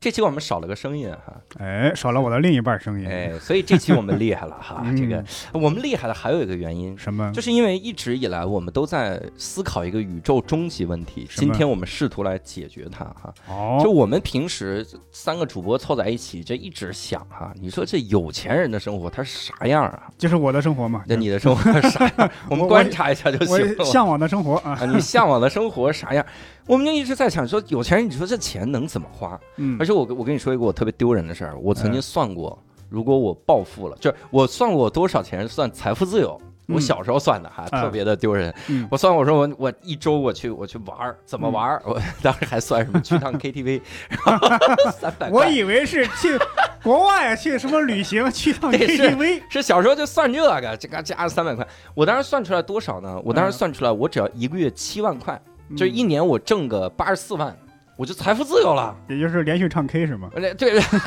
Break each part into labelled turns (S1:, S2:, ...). S1: 这期我们少了个声音哈，
S2: 哎，少了我的另一半声音，
S1: 哎，所以这期我们厉害了 哈。
S2: 嗯
S1: 这个我们厉害的还有一个原因，
S2: 什么？
S1: 就是因为一直以来我们都在思考一个宇宙终极问题，
S2: 什么
S1: 今天我们试图来解决它哈。就
S2: 哦，
S1: 我们平时三个主播凑在一起，这一直想哈、你说这有钱人的生活他是啥样啊？
S2: 就是我的生活嘛，
S1: 那你的生活是啥 样？我们观察一下就
S2: 嗯我
S1: 行了。
S2: 向往的生活啊，
S1: 啊，你向往的生活啥样？我们就一直在想说，有钱人，你说这钱能怎么花？
S2: 嗯
S1: 而，且我跟我跟你说一个我特别丢人的事儿，我曾经
S2: 嗯
S1: 算过，如果我暴富了，就是我算过我多少钱算财富自由。我
S2: 嗯
S1: 小时候算的哈，
S2: 嗯
S1: 特别的丢人。
S2: 嗯
S1: 我算我说我我一周我去我去玩儿，怎么玩儿？我当时还算什么去趟 KTV，然后三百
S2: 我
S1: 块。
S2: 以为是去国外啊去什么旅行，去趟
S1: 这是
S2: KTV，
S1: 是小时候就算这个，这个加上三百块，我当时算出来多少呢？我当时
S2: 嗯
S1: 算出来，我只要一个月七万块，
S2: 嗯
S1: 就是一，年我挣个八十四万，我就财富自由了。
S2: 也就是连续唱 K 是吗？
S1: 而且对，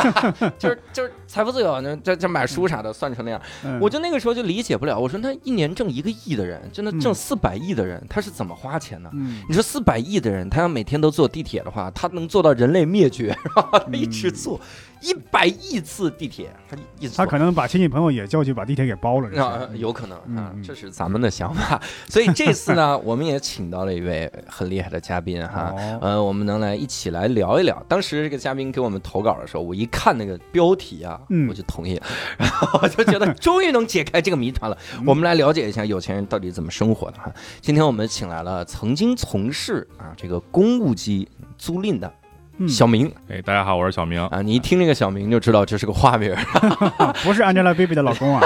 S1: 就是就是财富自由，啊那这这买书啥的算成那样，
S2: 嗯
S1: 我就那个时候就理解不了。我说那一年挣一个亿的人，真的挣
S2: 嗯
S1: 四百亿的人，他是怎么花钱呢？
S2: 嗯，
S1: 你说四百亿的人，他要每天都坐地铁的话，他能做到人类灭绝，然后他一直
S2: 嗯
S1: 坐一百亿次地铁，他一直坐
S2: 他可能把亲戚朋友也叫去把地铁给包了，这
S1: 啊
S2: 是，
S1: 有可能啊
S2: 嗯，嗯
S1: 这是咱们的想法。所以这次呢，我们也请到了一位很厉害的嘉宾哈，
S2: 哦，
S1: 呃，我们能来一起来聊一聊。当时这个嘉宾给我们投稿的时候，我一看那个标题啊，
S2: 嗯
S1: 我就同意了， 然后我就觉得终于能解开这个谜团了。我们来了解一下有钱人到底怎么生活的哈。今天我们请来了曾经从事啊这个公务机租赁的
S2: 嗯
S1: 小明
S3: 哎，大家好，我是小明。
S1: 啊，你一听这个小明就知道这是个花名儿，
S2: 不是 Angelababy 的老公啊，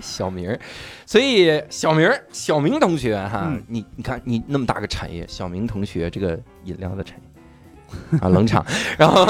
S1: 小明儿，所以小明儿，小明同学哈，
S2: 嗯
S1: 你你看你那么大个产业，小明同学这个饮料的产业啊，冷场， 然后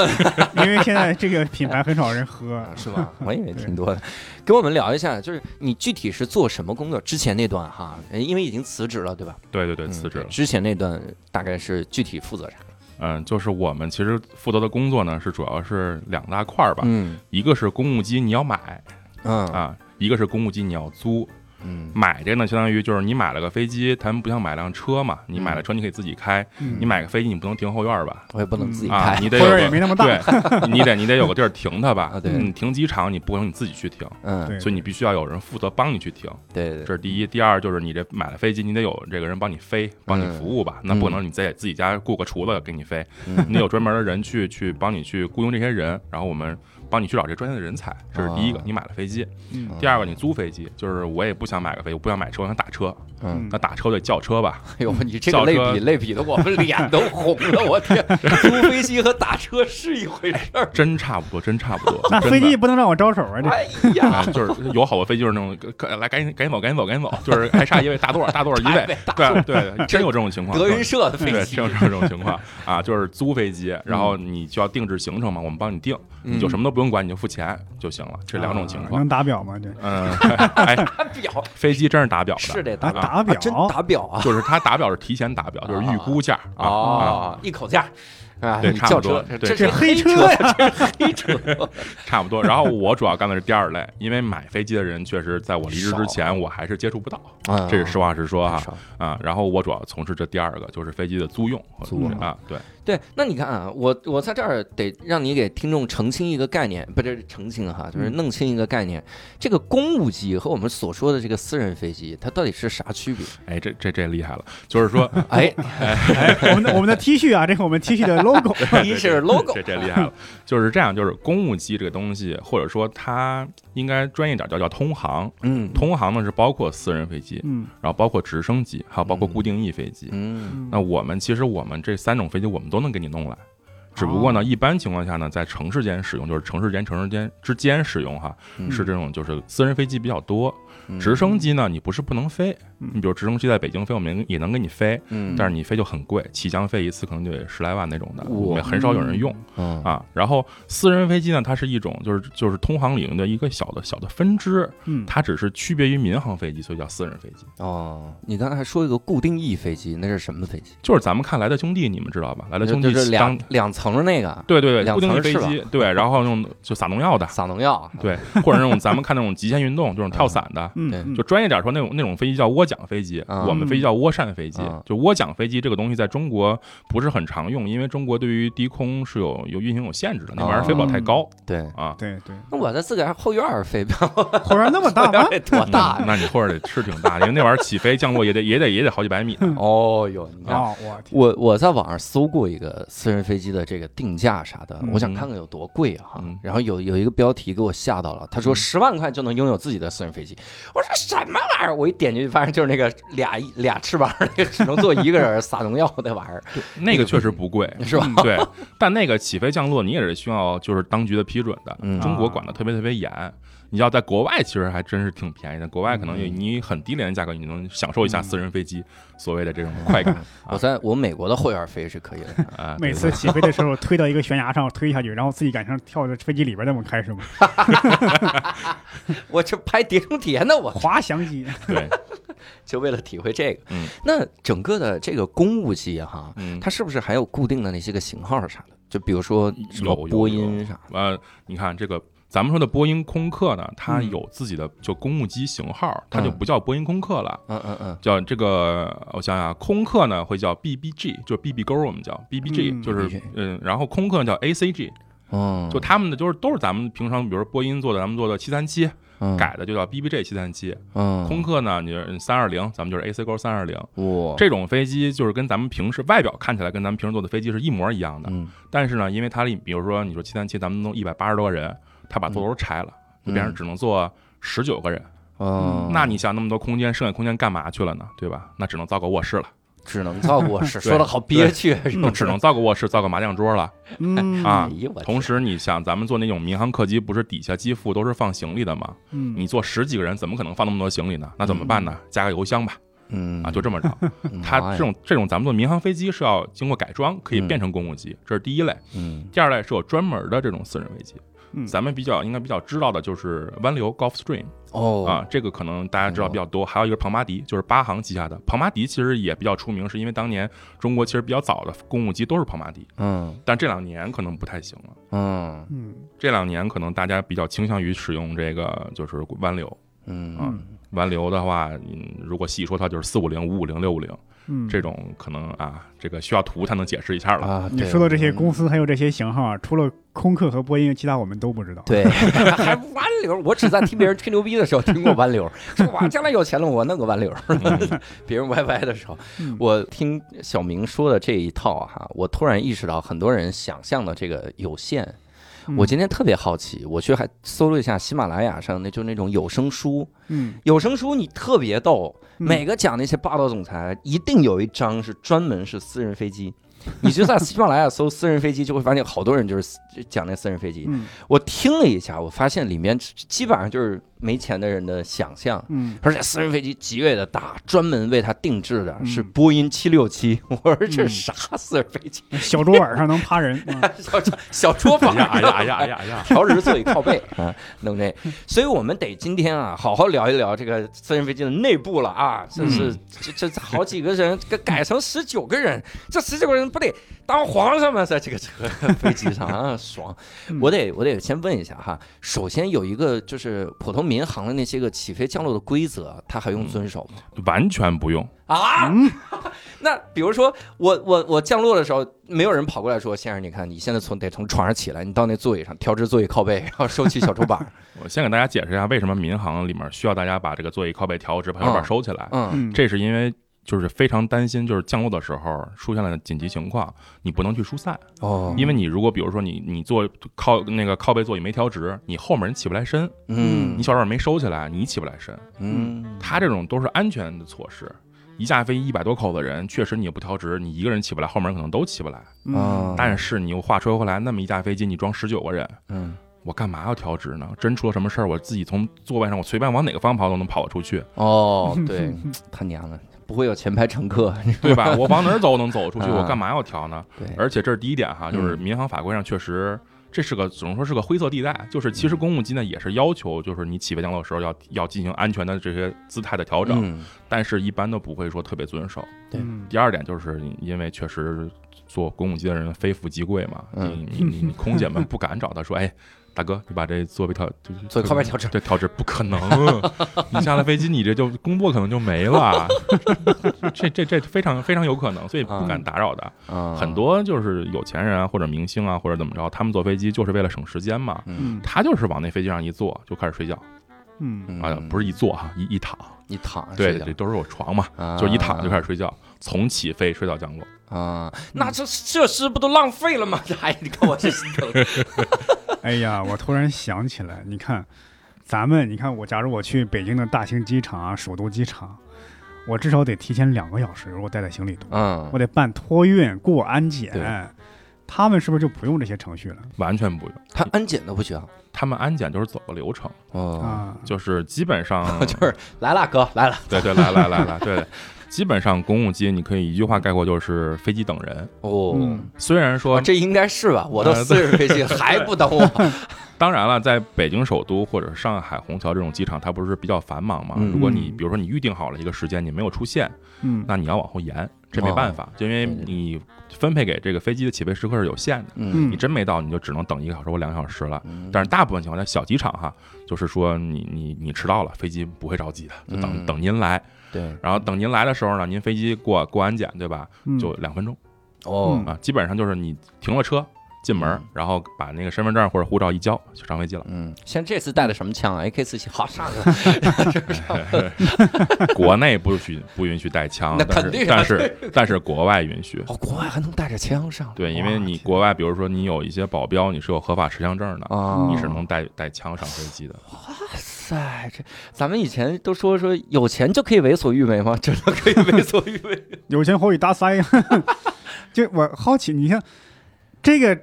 S2: 因为现在这个品牌很少人喝
S1: 啊，是吧？ 我以为挺多的，跟我们聊一下，就是你具体是做什么工作？之前那段哈，呃因为已经辞职了，对吧？
S3: 对对对，
S1: 嗯
S3: 辞职了。
S1: 之前那段大概是具体负责啥？
S3: 嗯，就是我们其实负责的工作呢，是主要是两大块儿吧，
S1: 嗯
S3: 一个是公务机你要买
S1: 嗯
S3: 啊，一个是公务机你要租。
S1: 嗯
S3: 买这呢，相当于就是你买了个飞机，他们不像买辆车嘛，你买了车你可以自己开，
S2: 嗯
S3: 你买个飞机你不能停后院儿吧？
S1: 我也不能自己
S3: 啊
S1: 开，，
S2: 或
S3: 你得有
S2: 者也没那
S3: 个
S2: 么大，
S3: 对，你得你得有个地儿停它吧
S1: 啊？对
S3: 你停机场你不可能你自己去停，
S1: 嗯，
S2: 对
S3: 所以你必须要有人负责帮你去停。
S1: 对对
S3: 这是第一，第二就是你这买了飞机，你得有这个人帮你飞，帮你服务吧？那不能你在自己家雇个厨子给你飞，
S1: 嗯
S3: 你得有专门的人去去帮你去雇佣这些人，然后我们帮你去找这专业的人才。这是第一个
S1: 哦，
S3: 你买了飞机；
S2: 嗯
S3: 第二个，你租飞机，就是我也不想买个飞机，我不想买车，我想打车。
S1: 嗯，
S3: 那打车就得叫车吧？
S1: 哎呦，你这个
S3: 轿
S1: 类
S3: 车
S1: 比类比的，我们脸都红了，我 天，租飞机和打车是一回事儿。
S3: 真差不多，真差不多。
S2: 那
S3: 真
S2: 飞机
S3: 的。
S2: 不能让我招手啊，这
S1: 哎呀，
S3: 啊，就是有好多飞机就是那种，呃来赶紧赶紧走，赶紧走，赶紧走，就是还差一位大座儿，大座儿一位，对对，真有这种情况。
S1: 德云社 的
S3: 对，
S1: 飞机
S3: 正哎是这种情 况啊，就是租飞机，然后
S1: 嗯
S3: 你就要定制行程嘛，我们帮你定，你就什么都不用管，你就付钱就行了。这两种情况
S2: 能，打表吗？这
S3: 嗯，
S1: 啊
S3: 哎，哎
S1: 打表啊
S3: 飞机真是打表
S1: 是
S3: 的，
S1: 得
S2: 啊
S1: 打表，
S2: 打表
S1: 啊真打表啊！
S3: 就是他打表是提前打表，就是预估价啊啊，
S1: 哦，一口价啊，
S3: 对
S1: 你
S3: 差不
S1: 轿
S3: 多
S1: 车，
S3: 对
S1: 这
S2: 这
S1: 是黑
S2: 黑车
S1: 呀，这是黑车。
S3: 差不多。然后我主要干的是第二类，因为买飞机的人确实在我离职
S1: 少
S3: 之前我还是接触不到，
S1: 啊
S3: 这是实话实说哈
S1: 少
S3: 啊。然后我主要从事这第二个就是飞机的租用和
S1: 租用
S3: 啊，对，
S1: 对，那你看啊，我我在这儿得让你给听众澄清一个概念，不是澄清哈，就是
S3: 嗯
S1: 弄清一个概念。这个公务机和我们所说的这个私人飞机，它到底是啥区 别？
S3: 哎，这这这厉害了，就是说
S1: 哎，
S2: 我们的我们的 T 恤啊，这是我们 T 恤的 logo。
S1: 第一
S3: 对
S1: 是 logo，
S3: 这这厉害了。就是这样，就是公务机这个东西，或者说它应该专业点叫叫通航。
S1: 嗯
S3: 通航呢是包括私人飞机，
S2: 嗯
S3: 然后包括直升机，还有包括固定翼飞机。
S1: 嗯
S3: 那我们其实我们这三种飞机我们都能给你弄来，只不过
S1: 哦
S3: 呢，一般情况下呢，在城市间使用，就是城市间、城市间之间使用哈，
S1: 嗯
S3: 是这种就是私人飞机比较多。
S1: 嗯
S3: 直升机呢，你不是不能飞，
S2: 嗯
S3: 你比如直升机在北京飞，我们也能给你飞，
S1: 嗯，
S3: 但是你飞就很贵，起降费一次可能就得十来万那种的，
S1: 哇
S3: 也很少有人用
S1: 嗯
S3: 啊。然后私人飞机呢，它是一种就是就是通航领域的一个小的小的分支，
S2: 嗯，
S3: 它只是区别于民航飞机，所以叫私人飞机。
S1: 哦，你刚才还说一个固定翼飞机，那是什么飞机？
S3: 就是咱们看《来的兄弟》，你们知道吧？《来的
S1: 就
S3: 兄弟
S1: 就》是
S3: 当
S1: 两两层的那个
S3: 对对对，
S1: 两
S3: 固定
S1: 层
S3: 翼飞
S1: 翅膀
S3: 机， 对，然后用就撒农药的，
S1: 撒农药，
S3: 对，或者那种咱们看那种极限运动，就是跳伞的。
S2: 嗯
S1: 对
S2: 嗯
S3: 就专业点说，那种那种飞机叫涡桨飞机，
S1: 嗯
S3: 我们飞机叫涡扇飞机
S1: 嗯。
S3: 就涡桨飞机这个东西在中国不是很常用，因为中国对于低空是有有运行有限制的，那玩意儿飞不了太
S1: 嗯
S3: 高
S1: 对。
S3: 啊。
S2: 对对，
S1: 那我在自个儿后院儿飞，
S2: 火山那 么大吗？
S1: 得 多大呀？
S3: 那你后边得吃挺大，因为那玩意儿起飞降落也得也得也得好几百米。
S1: 哦哟，你
S3: 啊
S1: 看。
S2: 哦，我天，
S1: 我我在网上搜过一个私人飞机的这个定价啥的，
S2: 嗯
S1: 我想看看有多贵啊哈。
S3: 嗯
S1: 然后有有一个标题给我吓到了，他说十万块就能拥有自己的私人飞机，我说什么玩意儿？我一点进去发现就是那个俩俩翅膀，那个 只能坐一个人撒农药那玩意儿，
S3: 那个确实不贵，
S1: 是吧？
S3: 对，但那个起飞降落你也是需要就是当局的批准的，
S1: 嗯
S3: 中国管的特别特别严。你要在国外，其实还真是挺便宜的。国外可能
S1: 嗯
S3: 有你很低廉的价格，你能享受一下私人飞机所谓的这种快感
S1: 我在我美国的后院飞是可以的，
S3: 啊。
S2: 每次起飞的时候推到一个悬崖上，我推下去，然后自己赶上跳到飞机里边那么开是吗？
S1: 我这拍碟中谍呢，我
S3: 哦
S2: 滑翔机，
S3: 对，
S1: 就为了体会这个。
S3: 嗯，
S1: 那整个的这个公务机哈，
S3: 嗯，
S1: 它是不是还有固定的那些个型号啥的？就比如说什么
S3: 有有
S1: 波音啥的，
S3: 呃，你看这个。咱们说的波音空客呢，它
S2: 嗯
S3: 有自己的就公务机型号，它就
S1: 嗯
S3: 不叫波音空客了，
S1: 嗯嗯嗯，
S3: 叫这个我想想，啊，空客呢会叫 BBG，就是 BB 勾，我们叫 BBG，
S2: 嗯
S3: 就是
S1: ，BBG
S3: 嗯，然后空客叫 ACG，
S1: 哦，
S3: 就他们的就是都是咱们平常，比如说波音做的，咱们做的七三七
S1: 嗯
S3: 改的就叫 BBJ 七三七，
S1: 嗯哦
S3: 空客呢你三二零，咱们就是 AC 勾三二零，
S1: 哇，
S3: 这种飞机就是跟咱们平时外表看起来跟咱们平时坐的飞机是一模一样的，
S1: 嗯
S3: 但是呢，因为它里比如说你说七三七，咱们弄一百八十多个人，他把座
S1: 嗯
S3: 楼拆了，就变成只能坐十九个人，
S1: 哦，
S3: 嗯那你想那么多空间，剩下空间干嘛去了呢？对吧？那只能造个卧室了，
S1: 只能造卧室，
S3: 对
S1: 说的好憋屈，是吧
S3: 就只能造个卧室，造个麻将桌了。
S2: 嗯
S3: 啊
S1: 哎呀，我
S3: 同时，你想咱们坐那种民航客机，不是底下机腹都是放行李的吗？
S2: 嗯，
S3: 你坐十几个人，怎么可能放那么多行李呢？那怎么办呢？加个油箱吧，
S1: 嗯
S3: 啊，就这么着。
S1: 嗯
S3: 它
S1: 妈呀
S3: 这种这种咱们做民航飞机是要经过改装，可以
S1: 嗯
S3: 变成公务机，这是第一类。
S1: 嗯
S3: 第二类是有专门的这种私人飞机
S2: 嗯。
S3: 咱们比较应该比较知道的就是湾流 Gulfstream
S1: 哦
S3: 啊，这个可能大家知道比较多。还有一个庞巴迪，就是巴航旗下的庞巴迪，其实也比较出名，是因为当年中国其实比较早的公务机都是庞巴迪，
S1: 嗯
S3: 但这两年可能不太行了。
S1: 嗯
S2: 嗯
S3: 这两年可能大家比较倾向于使用这个就是湾流，啊
S1: 嗯
S2: 嗯
S3: 完流的话，嗯，如果细说，它就是四五零、五五零、六五零
S2: 嗯，
S3: 这种，可能啊，这个需要图才能解释一下了。
S1: 啊，
S2: 你
S1: 对
S2: 说到这些公
S1: 嗯
S2: 司还有这些型号啊，除了空客和波音，其他我们都不知道。
S1: 对，还弯流，我只在听别人吹牛逼的时候听过弯流，说 哇，将来有钱了我弄个弯流， 别人歪歪的时候，
S2: 嗯
S1: 我听小明说的这一套哈、我突然意识到很多人想象的这个有限。
S2: 嗯
S1: 我今天特别好奇，我去还搜了一下喜马拉雅上那就那种有声书，
S2: 嗯，
S1: 有声书你特别逗，
S2: 嗯
S1: 每个讲那些霸道总裁一定有一章是专门是私人飞机。你就在喜马拉雅搜私人飞机，就会发现好多人就是私讲那私人飞机。
S2: 嗯
S1: 我听了一下，我发现里面基本上就是没钱的人的想象，
S2: 嗯
S1: 而且私人飞机极为的大，专门为它定制的
S2: 嗯
S1: 是波音七六七。 我说这
S2: 嗯
S1: 啥私人飞机？
S2: 嗯，小桌板上能趴人，嗯
S1: 小小桌
S3: 哎
S1: 房啊
S3: 呀，哎呀，哎呀，哎呀，哎呀！
S1: 调直座椅靠背啊，弄这。所以我们得今天啊，好好聊一聊这个私人飞机的内部了啊。这是、这这这好几个人给改成十九个人，这十九个人不得当皇上吗？在这个车飞机上啊，爽！
S2: 嗯
S1: 我得我得先问一下哈，首先有一个就是普通民航的那些个起飞降落的规则，它还用遵守吗？
S3: 完全不用，
S1: 啊？
S2: 嗯
S1: 那比如说我我我降落的时候，没有人跑过来说：“先生，你看你现在从得从床上起来，你到那座椅上调直座椅靠背，然后收起小桌板儿。
S3: 我先给大家解释一下为什么民航里面需要大家把这个座椅靠背调直，把小板收起来。
S1: 嗯
S2: 嗯，
S3: 这是因为就是非常担心，就是降落的时候出现了紧急情况，你不能去疏散，
S1: 哦
S3: 因为你如果比如说你你坐靠那个靠背座椅没调直，你后面人起不来身，
S1: 嗯
S3: 你小板没收起来，你起不来身，
S1: 嗯
S3: 它这种都是安全的措施。一架飞机一百多口子人，确实你也不调职，你一个人起不来，后面人可能都起不来。
S2: 嗯，
S3: 但是你又话说回来，那么一架飞机你装十九个人，
S1: 嗯，
S3: 我干嘛要调职呢？真出了什么事儿，我自己从座位上我随便往哪个方向跑都能跑得出去，
S1: 哦，对，
S3: 嗯
S2: 嗯
S1: 他娘的，不会有前排乘 客，
S3: 对吧？我往哪儿走能走出去，
S1: 啊
S3: 我干嘛要调呢？
S1: 对，
S3: 而且这是第一点哈，就是民航法规上确实。这是个只能说是个灰色地带，就是其实公务机呢也是要求，就是你起飞降落的时候要要进行安全的这些姿态的调整，
S1: 嗯，
S3: 但是一般都不会说特别遵守。
S1: 对
S2: 嗯
S3: 第二点就是因为确实做公务机的人非富即贵嘛，
S1: 嗯
S3: 你你你空姐们不敢找他说，哎，大哥，你把这座位调，就是
S1: 坐靠边调整
S3: 对，调整不可 能，你下了飞机，你这就工作可能就没 了，这这这非常非常有可能，所以不敢打扰的。
S1: 啊
S3: 嗯很，多就是有钱人啊，或者明星啊，或者怎么着，他们坐飞机就是为了省时间嘛。
S1: 嗯
S2: 嗯
S3: 他就是往那飞机上一坐就开始睡觉
S2: 嗯，
S3: 啊，不是一坐哈，一一躺，
S1: 一躺着
S3: 对，
S1: 啊睡觉
S3: 这都是有床嘛，
S1: 啊
S3: 就一躺就开始睡嗯觉，从起飞睡到降落。
S1: 啊，那这设施不都浪费了吗？ 这还你看我这心疼，
S2: 哎呀，我突然想起来，你看，咱们，你看我，假如我去北京的大兴机场啊，首都机场，我至少得提前两个小时，我带在行李多，
S1: 嗯
S2: 我得办托运、过安
S3: 对
S2: 检，他们是不是就不用这些程序了
S3: 完全不用。
S1: 他安检都不行
S3: 他们安检就是走个流程，
S1: 哦，
S2: 啊？
S3: 就是基本上
S1: 就是来了哥来了，
S3: 对对来来来来对，基本上公务机你可以一句话概括就是飞机等人。
S1: 哦。
S2: 嗯
S3: 虽然说
S1: 哦，这应该是吧？我都
S3: 呃
S1: 四十飞机还不等我，
S3: 当然了，在北京首都或者是上海虹桥这种机场，它不是比较繁忙嘛？
S1: 嗯
S3: 如果你比如说你预定好了一个时间，你没有出现，
S2: 嗯，
S3: 那你要往后延，这没办法，就因为你分配给这个飞机的起飞时刻是有限的。
S1: 嗯
S3: 你真没到，你就只能等一个小时或两个小时了。
S1: 嗯
S3: 但是大部分情况下，小机场哈，就是说你你你迟到了，飞机不会着急的，就等
S1: 嗯
S3: 等您来。
S1: 对
S3: 然后等您来的时候呢，您飞机过过安检对吧？
S2: 嗯
S3: 就两分钟
S1: 哦
S2: 嗯
S3: 啊，基本上就是你停了车进门
S1: 嗯，。
S3: 然后把那个身份证或者护照一交就上飞机了
S1: 嗯，像这次带的什么枪啊？AK 四七，好上去了，
S3: 国内不许不允许带枪，
S1: 那
S3: 但
S1: 肯定
S3: 是
S1: 啊
S3: 但是但是国外允许。
S1: 哦，国外还能带着枪上路？
S3: 对，因
S1: 哇
S3: 为你国外，比如说你有一些保镖，你是有合法持枪证的，
S1: 啊，
S3: 你是能带带枪上飞机的。
S1: 塞，这咱们以前都说说有钱就可以为所欲为吗？ 真的可以为所欲为？
S2: 有钱好比大塞呀。就我好奇，你看这个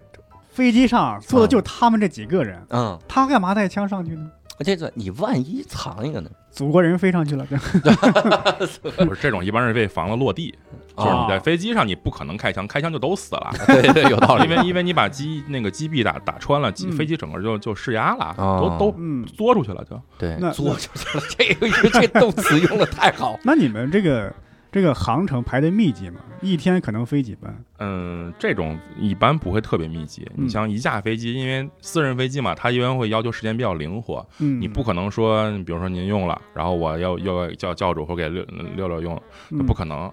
S2: 飞机上坐的就他们这几个人，
S1: 嗯，
S2: 他干嘛带枪上去呢？
S1: 这个你万一藏一个呢？
S2: 祖国人飞上去了，对吧
S3: 不是这种，一般是为防了落地，
S1: 啊
S3: 就是你在飞机上你不可能开枪，开枪就都死 了。
S1: 对对，有道理
S3: 因。为因为你把机那个机臂打打穿了，机
S2: 嗯
S3: 飞机整个就就释压了，
S1: 哦
S3: 都都
S2: 嗯，
S3: 缩出去了就。
S1: 对，
S2: 那
S1: 坐出去了，这个 这动词用的太好。
S2: 那你们这个这个航程排的密集吗？一天可能飞几班？
S3: 嗯，这种一般不会特别密集。
S2: 嗯
S3: 你像一架飞机，因为私人飞机嘛，它一般会要求时间比较灵活。
S2: 嗯，
S3: 你不可能说，比如说您用了，然后我要要叫教主或给六六六用，那
S2: 嗯
S3: 不可能，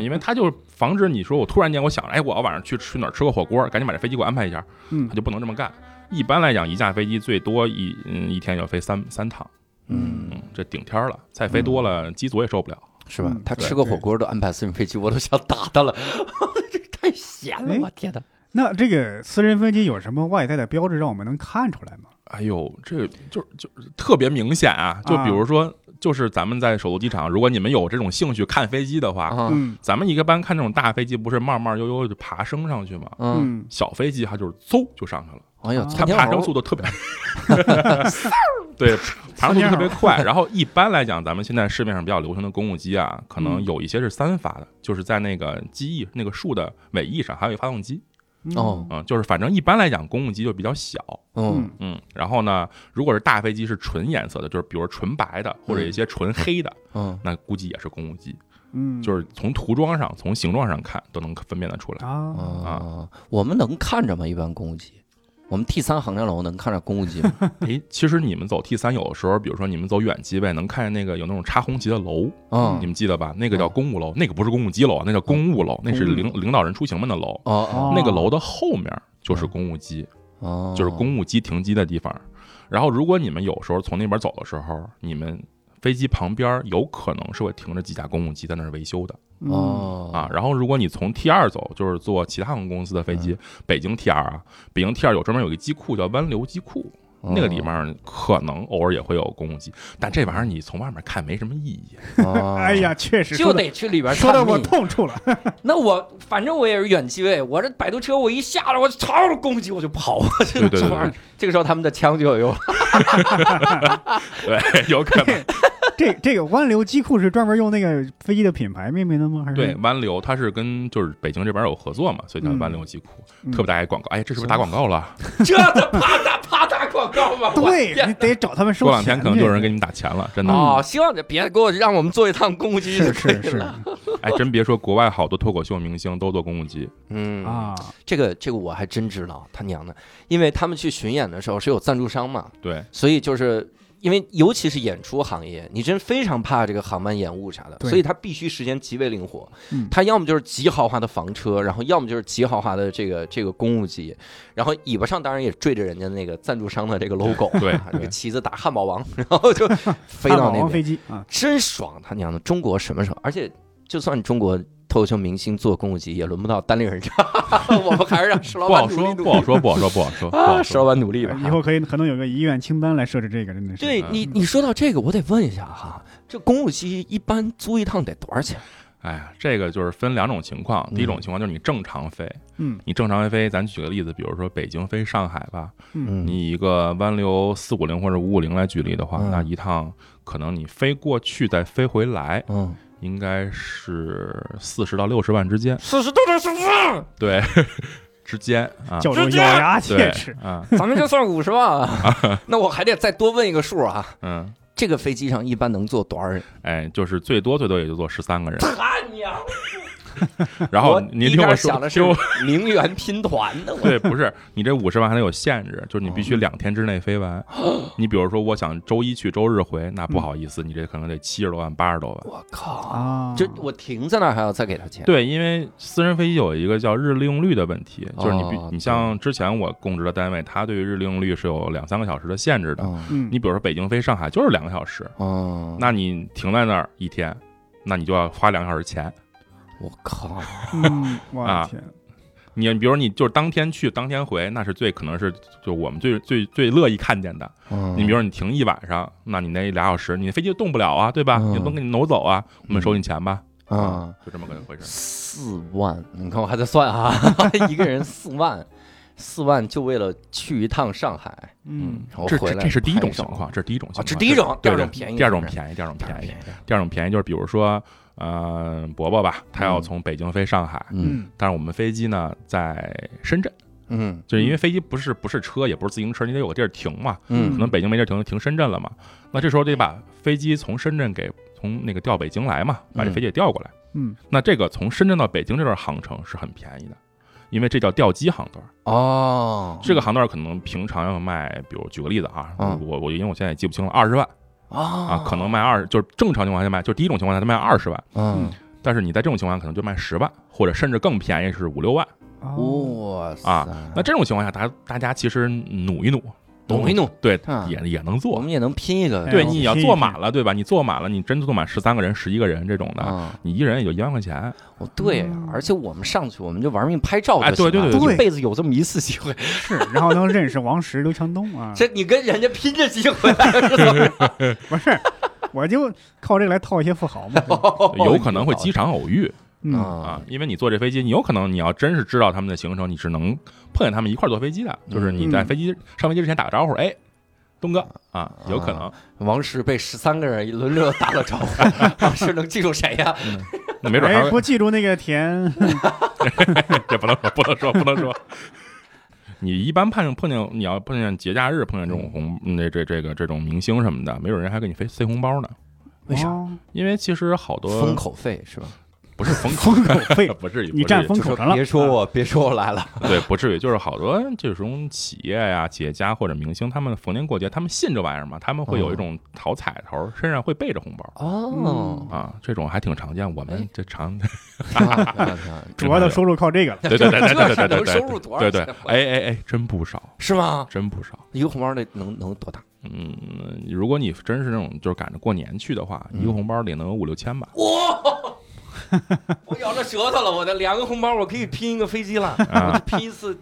S3: 因为它就是防止你说我突然间我想，哎，我要晚上去去哪儿吃个火锅，赶紧把这飞机给我安排一下，
S2: 嗯
S3: 它就不能这么干。一般来讲，一架飞机最多一嗯一天要飞三三趟，
S1: 嗯，
S3: 嗯，这顶天儿了，再飞多了机组也受不了。
S1: 是吧
S2: 嗯？
S1: 他
S3: 对
S1: 吃个火锅都安排私人飞机，我都想打他了， 这太闲了，
S2: 哎
S1: 我天哪！
S2: 那这个私人飞机有什么外在的标志让我们能看出来吗？
S3: 哎呦，这就就是特别明显啊！就比如说，就是咱们在首都机场，如果你们有这种兴趣看飞机的话，
S1: 啊，
S2: 嗯
S3: 咱们一个班看这种大飞机，不是慢慢悠悠就爬升上去吗？
S1: 嗯，
S2: 嗯，
S3: 小飞机它就是嗖就上去了，
S1: 哎呦，
S2: 啊
S3: 它
S1: 窜天
S3: 爬升
S1: 猴
S3: 速度特别，对，爬升速度特别快。然后一般来讲，咱们现在市面上比较流行的公务机啊，可能有一些是三发的，就是在那个机翼那个树的尾翼上还有一发动机，
S1: 哦，
S3: 嗯，就是反正一般来讲，公务机就比较小，
S1: 嗯，
S3: 嗯，然后呢，如果是大飞机是纯颜色的，就是比如纯白的或者一些纯黑的，
S1: 嗯，
S3: 那估计也是公务机，
S2: 嗯，
S3: 就是从涂装上、从形状上看都能分辨得出来。
S2: 啊，
S1: 啊，我们能看着吗？一般公务机，我们 T 三航站楼能看着公务 机吗？
S3: 诶，其实你们走 T 三有的时候，比如说你们走远机位，能看见那个有那种插红旗的楼，
S1: 嗯
S3: 你，们记得吧？那个叫公务楼，那个不是公务机楼，那叫公务楼，那是领领导人出行们的楼。
S1: 嗯哦
S3: 那个楼的后面就是公务机，
S1: 哦哦，
S3: 就是公务机停机的地方。然后，如果你们有时候从那边走的时候，你们飞机旁边有可能是会停着几架公务机在那儿维修的
S2: 嗯，
S1: 哦
S3: 啊。然后，如果你从 T 二走，就是坐其他航空公司的飞机，北京 T 二啊，北京 T 二有专门有一个机库叫湾流机库，
S1: 哦
S3: 那个里面可能偶尔也会有公共机，但这玩意儿你从外面看没什么意义。
S1: 哦
S2: 哎，呀，确实
S1: 就
S2: 说得
S1: 得去里边
S2: 说
S1: 看
S2: 的我
S1: 病
S2: 痛处了。
S1: 那我反正我也是远机位，我这摆渡车我一下来，我朝着攻击我就跑，我这
S3: 对对
S1: 这玩意儿， 这个时候他们的枪就有用了。
S3: 对，有可能。
S2: 这这个湾流机库是专门用那个飞机的品牌命名的吗？还是
S3: 对，湾流它是跟就是北京这边有合作嘛，所以叫
S2: 嗯
S3: 湾流机库，
S2: 嗯
S3: 特别大一广告。哎，这是不是打广告了？
S1: 这这啪打啪打广告吗？我的
S2: 对
S1: 天
S2: 你得找他们收
S3: 过
S2: 钱。
S3: 两天可能就有人给你们打钱了，真的。
S1: 哦，希望你别给我让我们坐一趟公务机
S2: 是
S1: 就可以
S2: 是
S1: 了。
S2: 是
S3: 哎，真别说，国外好多脱口秀明星都坐公务机。
S1: 嗯
S2: 啊，
S1: 这个这个我还真知道，他娘的，因为他们去巡演的时候是有赞助商嘛，
S3: 对，
S1: 所以就是。因为尤其是演出行业，你真非常怕这个航班延误啥的，
S2: 对
S1: 所以他必须时间极为灵活。
S2: 嗯
S1: 他要么就是极豪华的房车，然后要么就是极豪华的这个这个公务机，然后尾巴上当然也缀着人家那个赞助商的这个 logo，
S3: 对
S1: 啊这个
S3: 对
S1: 旗子打汉堡王，然后就飞
S2: 汉堡
S1: 到那边
S2: 王飞，机啊，
S1: 真爽！他娘的，中国什么时候？而且就算中国脱口秀明星做公务机，也轮不到单立人这样， 我们还是让石老
S3: 不好
S1: 板努
S3: 说，
S1: 力
S3: 不
S1: 努
S3: 好
S1: 力
S3: 说，不好说，不好 说，不
S1: 啊！
S3: 好
S1: 石老
S3: 说。
S1: 板努力吧。
S2: 以后可以可能有个医院清单来设置这个，真的是。
S1: 对你，你说到这个，我得问一下哈，这公务机一般租一趟得多少钱？
S3: 哎呀，这个就是分两种情况，第一种情况就是你正常飞，
S2: 嗯
S3: 你正常飞，咱举个例子，比如说北京飞上海吧，
S2: 嗯，
S3: 你一个湾流四五零或者五五零来举例的话，
S1: 嗯
S3: 那一趟可能你飞过去再飞回来，
S1: 嗯，
S3: 应该是四十到六十万之间，
S1: 四十多点十万，
S3: 对， 之间啊，
S2: 叫做咬牙切
S3: 对
S2: 齿。
S3: 啊，
S1: 咱们就算五十万 啊。那我还得再多问一个数啊，
S3: 嗯，
S1: 这个飞机上一般能坐多少人？
S3: 哎，就是最多最多也就坐十三 个人，
S1: 他娘！
S3: 然后
S1: 啊我
S3: 您
S1: 一
S3: 听
S1: 边
S3: 我
S1: 想
S3: 说，
S1: 的是
S3: 听我
S1: 零元拼团的，我
S3: 对，不是你这五十万还得有限制，就是你必
S1: 哦
S3: 须两天之内飞 完。你比如说，我想周一去，周日回，那不好意思，你这可能得七十多万、八十多万。
S1: 嗯我靠！
S2: 啊，
S1: 就我停在那儿还要再给他钱。
S3: 对，因为私人飞机有一个叫日利用率的问题，就是你必
S1: 哦
S3: 你像之前我供职的单位，它对于日利用率是有两三个小时的限制的。
S1: 嗯，
S2: 嗯，
S3: 你比如说北京飞上海就是两个小时，
S1: 哦，
S3: 那你停在那儿一天，那你就要花两个小时钱。
S1: 我靠，
S2: 嗯，我的
S3: 啊
S2: 天，
S3: 你比如你就是当天去当天回，那是最可能是就我们最最最乐意看见的。你比如说你停一晚上，那你那俩小时，你飞机就动不了啊，对吧？
S1: 嗯
S3: 你不能给你挪走啊，我们收你钱吧，
S1: 啊，
S3: 就这么个回事。
S1: 四万，你看我还在算啊， 一个人四万，四万就为了去一趟上海
S2: 嗯，
S1: 然后
S3: 这
S1: 回
S3: 这
S1: 来
S3: 这是第一种
S1: 拍手
S3: 情况，这是第一种
S1: 啊，
S3: 情况，
S1: 这第一种，第
S3: 对
S1: 二
S3: 对
S1: 种便宜，
S3: 第二种
S1: 是不是
S3: 便宜，第二种
S1: 第二种
S3: 便宜，
S1: 便宜，
S3: 第二种便宜就是比如说，呃，伯伯吧，他要从北京飞上海，
S1: 嗯
S3: 但是我们飞机呢在深圳，
S1: 嗯
S3: 就是因为飞机不是不是车，也不是自行车，你得有个地儿停嘛，可
S1: 嗯
S3: 能北京没地儿停，停深圳了嘛，那这时候得把飞机从深圳给从那个调北京来嘛，把这
S1: 嗯
S3: 飞机给调过来。
S2: 嗯，
S3: 那这个从深圳到北京这段航程是很便宜的，因为这叫调机航段。
S1: 哦
S3: 这个航段可能平常要卖，比如举个例子啊，
S1: 嗯
S3: 我我因为我现在也记不清了，二十万啊
S1: 啊，
S3: 可能卖二，就是正常情况下卖，就第一种情况下它卖二十万，
S1: 嗯，
S3: 但是你在这种情况下可能就卖十万，或者甚至更便宜是五六万。
S1: 嗯
S2: 哦，
S1: 哇塞
S3: 啊，那这种情况下，大家大家其实努一努，
S1: 努一努，
S3: 对
S1: 啊，
S3: 也也能
S1: 我
S3: 做。
S1: 们也能拼一个，
S3: 对
S2: 哎
S3: 你也要
S2: 拼一
S3: 坐
S2: 拼
S3: 满了，对吧？你坐满了，你真坐满十三个人、十一个人这种的，
S1: 啊，
S3: 你一人也就一万块钱。
S1: 我对呀
S2: 嗯，
S1: 而且我们上去我们就玩命拍照
S3: 哎
S1: 就行了，
S3: 对对
S2: 对对
S1: 一辈子有这么一次机会，
S2: 是，然后能认识王石、刘强东啊，
S1: 这你跟人家拼着机会，是怎么着
S2: 不是，我就靠这个来套一些富豪嘛，对吧
S1: 哦
S3: 有可能会机场偶遇
S2: 嗯，
S3: 啊
S1: 啊，，
S3: 因为你坐这飞机，你有可能你要真是知道他们的行程，你是能碰见他们一块儿坐飞机的，就是你在
S2: 嗯
S3: 飞机上飞机之前打个招呼，哎，东哥啊，有可能，
S1: 王石被十三个人轮流打了 招呼，王石能记住谁呀、
S3: 那没准还
S2: 哎，
S3: 会
S2: 不记住那个田，
S3: 这不能说，不能说，不能说。 你一般碰碰见你要碰见节假日碰见这
S1: 嗯
S3: 种红那这这个这种明星什么的，没准人还给你塞塞红包呢。
S1: 为啥
S2: 哦
S3: 因为其实好多
S1: 封口费是吧？
S3: 不是 封口，，
S2: 封口费
S3: 不至于，
S2: 你
S3: 不至
S2: 占
S3: 于，
S2: 风
S1: 就
S2: 口
S1: 说
S2: 上了，
S1: 别说
S2: 啊，
S1: 我，别说我来了。
S3: 对，不至于，就是好多这种企业呀、企业家或者明星，他们逢年过节，他们信这玩意儿嘛，他们会有一种讨彩头，身上会备着红包
S2: 嗯
S1: 哦，
S3: 啊，这种还挺常见。我们
S1: 哎
S3: 这常，
S2: 主要的收入靠这个了，
S3: 对对对对对对对
S1: 这啊是能收入
S3: 对
S1: 多少
S3: 对对
S1: 钱，
S3: 哎哎哎，真不少，
S1: 是吗？
S3: 真不少。
S1: 一个红包得能能多大？
S3: 嗯，如果你真是那种就是赶着过年去的话，
S1: 嗯。
S3: 一个红包里能有五六千吧
S1: 哇！ 我咬着舌头了，我的两个红包我可以拼一个飞机了，
S3: 啊，
S1: 拼一次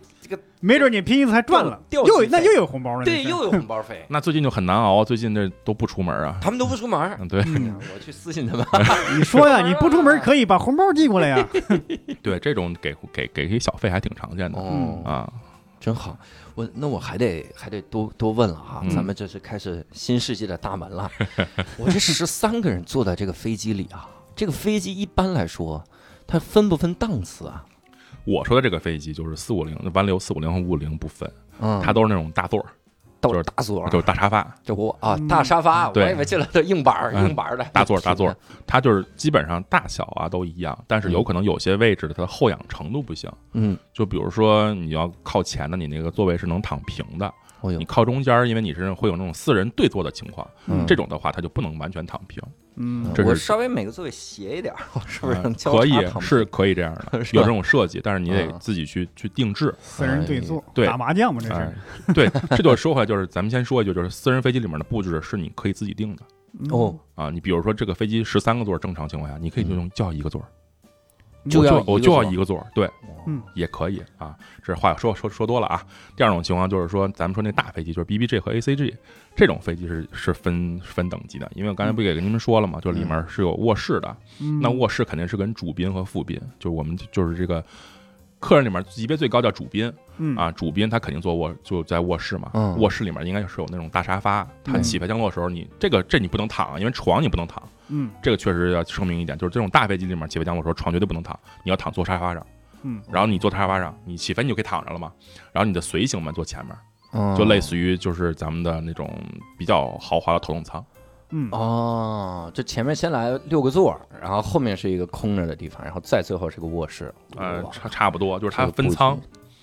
S2: 没准你拼一次还赚了，
S1: 掉
S2: 又
S1: 掉
S2: 那又有红包了。
S1: 对，
S2: 那是
S1: 又有红包费，
S3: 那最近就很难熬，最近这都不出门啊。
S1: 他们都不出门儿。
S3: 嗯，对
S2: 嗯
S1: 我去私信他们，
S2: 你说呀，你不出门可以把红包递过来呀。
S3: 对，这种给给给给小费还挺常见的
S1: 哦
S3: 啊。
S1: 真好，我那我还得还得多多问了啊！
S3: 嗯
S1: 咱们这是开始新世纪的大门了。 我这十三个人坐在这个飞机里啊，这个飞机一般来说，它分不分档次啊？
S3: 我说的这个飞机就是四五零，那湾流四五零和五五零不分，
S1: 嗯，
S3: 它都是那种大座儿，
S1: 到
S3: 就是
S1: 大座儿，啊
S3: 就是大沙发，
S1: 这我啊
S2: 嗯
S1: 大沙发，我
S3: 对
S1: 以为进来的硬板儿
S3: 嗯
S1: 硬板儿的
S3: 大座儿大座儿，它就是基本上大小啊都一样，但是有可能有些位置它的后仰程度不行。
S1: 嗯，
S3: 就比如说你要靠前的，你那个座位是能躺平的；
S1: 我有
S3: 你靠中间儿，因为你是会有那种四人对坐的情况，
S1: 嗯
S3: 这种的话它就不能完全躺平，
S2: 嗯
S3: 这
S1: 我
S3: 是
S1: 稍微每个座位斜一点儿，我是 不是能
S3: 嗯
S1: 交
S3: 可以
S1: 叉躺
S3: 是可以这样 的，
S1: 是吧
S3: 有这种设计，但是你得
S1: 嗯
S3: 自己去去定制。
S2: 四人对坐，
S3: 对
S2: 打麻将嘛，这
S3: 哎
S2: 是。，
S3: 对，这就说回来，就是咱们先说一句，就是私人飞机里面的布置是你可以自己定的
S2: 嗯
S1: 哦，
S3: 啊。你比如说这个飞机十三个座儿，正常情况下你可以就
S1: 嗯
S3: 用叫一个座儿，
S1: 就
S3: 我
S1: 要
S3: 我
S1: 一个
S3: 就
S1: 座
S3: 要
S1: 儿
S3: 一个座儿，对，
S2: 嗯
S3: 也可以啊。这话说说说多了啊。第二种情况就是说，咱们说那大飞机，就是 BBG 和 ACG 这种飞机是是分分等级的，因为我刚才不也跟你们说了嘛，就里面是有卧室的，
S2: 嗯
S3: 那卧室肯定是跟主宾和副宾，就是我们就是这个客人里面级别最高叫主宾
S2: 嗯
S3: 啊，主宾他肯定坐卧就在卧室嘛，
S1: 嗯
S3: 卧室里面应该是有那种大沙发，他
S2: 嗯
S3: 起飞降落的时候你这个这你不能躺，因为床你不能躺，
S2: 嗯
S3: 这个确实要声明一点，就是这种大飞机里面起飞降落的时候床绝对不能躺，你要躺坐沙发上，
S2: 嗯，
S3: 然后你坐沙发上，你起飞你就可以躺着了嘛，然后你的随行们坐前面，
S1: 嗯
S3: 就类似于就是咱们的那种比较豪华的头等舱，
S2: 嗯
S1: 哦，就前面先来六个座儿，然后后面是一个空着的地方，然后再最后是个卧室。
S3: 呃，
S1: 哇
S3: 差差不多就
S1: 这
S3: 是它
S1: 个
S3: 分
S1: 布局
S3: 舱。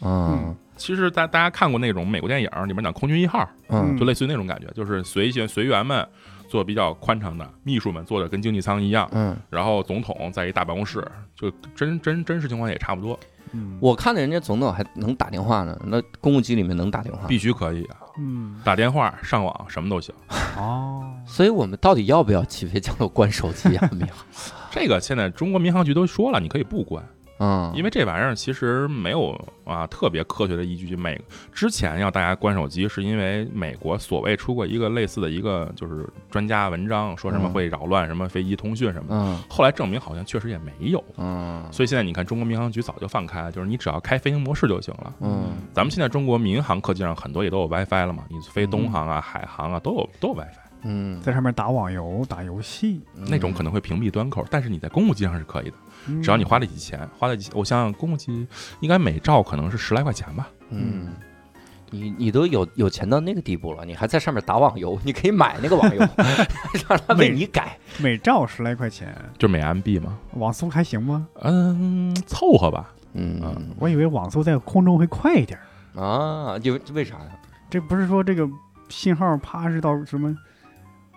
S1: 嗯
S3: 其实大大家看过那种美国电影里面讲空军一号，
S1: 嗯
S3: 就类似于那种感觉，就是随行随员们坐比较宽敞的，秘书们坐的跟经济舱一样，
S1: 嗯，
S3: 然后总统在一大办公室，就真真真实情况也差不多，
S1: 啊
S2: 嗯
S1: 我看着人家总统还能打电话呢，那公务机里面能打电话，
S3: 必须可以啊，
S2: 嗯
S3: 打电话、上网什么都行。
S2: 哦，
S1: 所以我们到底要不要起飞降落关手机啊？没有，
S3: 这个现在中国民航局都说了，你可以不关，
S1: 嗯，
S3: 因为这玩意儿其实没有啊特别科学的依据。美之前要大家关手机，是因为美国所谓出过一个类似的一个就是专家文章，说什么
S1: 嗯
S3: 会扰乱什么飞机通讯什么的。
S1: 嗯
S3: 后来证明好像确实也没有，
S1: 嗯
S3: 所以现在你看中国民航局早就放开，就是你只要开飞行模式就行了。
S1: 嗯
S3: 咱们现在中国民航科技上很多也都有 WiFi 了嘛，你飞东航啊、海航啊都有都有 WiFi，
S1: 嗯，
S2: 在上面打网游、打游戏，
S3: 那种可能会屏蔽端口，但是你在公务机上是可以的，
S2: 嗯
S3: 只要你花了几钱，花了几，我想想公务机应该每兆可能是十来块钱吧，
S1: 嗯。你你都有有钱到那个地步了，你还在上面打网游？你可以买那个 网游， 让他为你改。
S2: 嗯每兆十来块钱，
S3: 就每 MB 嘛，
S2: 网速还行吗？
S3: 嗯，凑合 吧。
S1: 嗯
S2: 我以为网速在空中会快一点儿，
S1: 啊，因为为啥呀？
S2: 这不是说这个信号啪是到什么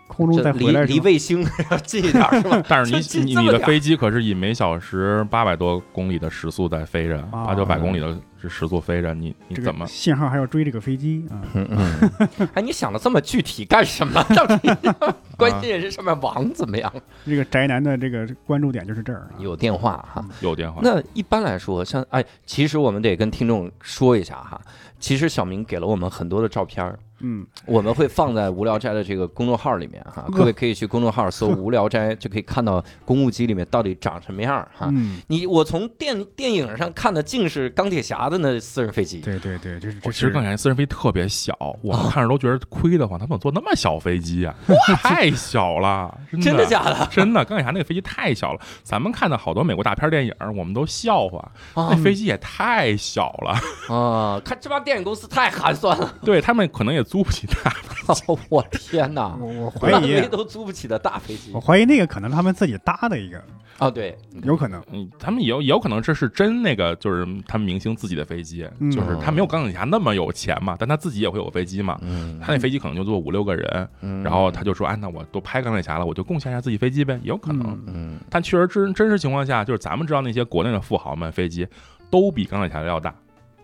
S2: 空中
S1: 这
S2: 再
S1: 离
S2: 回来
S1: 离
S2: 是吗？
S1: 卫星 近一点儿是吧？
S3: 但是
S1: 就这
S3: 你你
S1: 这么
S3: 你的
S1: 点儿
S3: 飞机可是以每小时八百多公里的时速在飞着，
S1: 啊
S3: 八九百公里的时速飞着，你你
S2: 这
S3: 怎么
S2: 个信号还要追这个飞机啊？
S1: 嗯嗯， 哎，你想的这么具体干什么？到底 关心人家上面网怎么样？
S2: 这个宅男的这个关注点就是这儿啊。
S1: 有电话哈。
S3: 有电话？
S1: 嗯那一般来说，像哎，其实我们得跟听众说一下哈，其实小明给了我们很多的照片儿，
S2: 嗯，
S1: 我们会放在无聊斋的这个公众号里面 哈，各位可以去公众号搜“无聊斋”，就可以看到公务机里面到底长什么样儿
S3: 啊
S1: 哈。
S2: 嗯，
S1: 你我从电电影上看的竟是钢铁侠的那私人飞机，
S2: 对对对，这是
S3: 我
S2: 这
S3: 其实
S2: 是
S3: 更感觉私人飞机特别小，我
S1: 啊
S3: 看着都觉得亏得慌。他们怎么坐那么小飞 机啊？太小了，
S1: 真
S3: 的
S1: 的假的？
S3: 真的，钢铁侠那个飞机太小了。咱们看的好多美国大片电影，我们都笑话，
S2: 哎
S1: 啊
S3: 那飞机也太小了。
S1: 啊，看这帮电影公司太寒酸了，
S3: 对他们可能也租不起它。
S1: 我天哪！
S2: 我
S3: 啊
S2: 我怀
S1: 漫威
S2: 疑，啊
S1: 都租不起的大飞机
S3: 哦
S2: 我怀疑那个可能他们自己搭的一个，
S1: 啊，对，
S2: 有可能。
S3: 嗯，他们也有也有可能这是真那个，就是他们明星自己的飞机，
S2: 嗯
S1: 哦
S3: 就是他没有钢铁侠那么有钱嘛，但他自己也会有飞机嘛。
S1: 嗯，
S3: 他那飞机可能就坐五六个人，
S1: 嗯
S3: 然后他就说：“哎，那我都拍钢铁侠了，我就贡献一下自己飞机呗。”也有可能，
S2: 嗯
S1: 嗯
S3: 但确实真真实情况下，就是咱们知道那些国内的富豪们飞机都比钢铁侠的要大，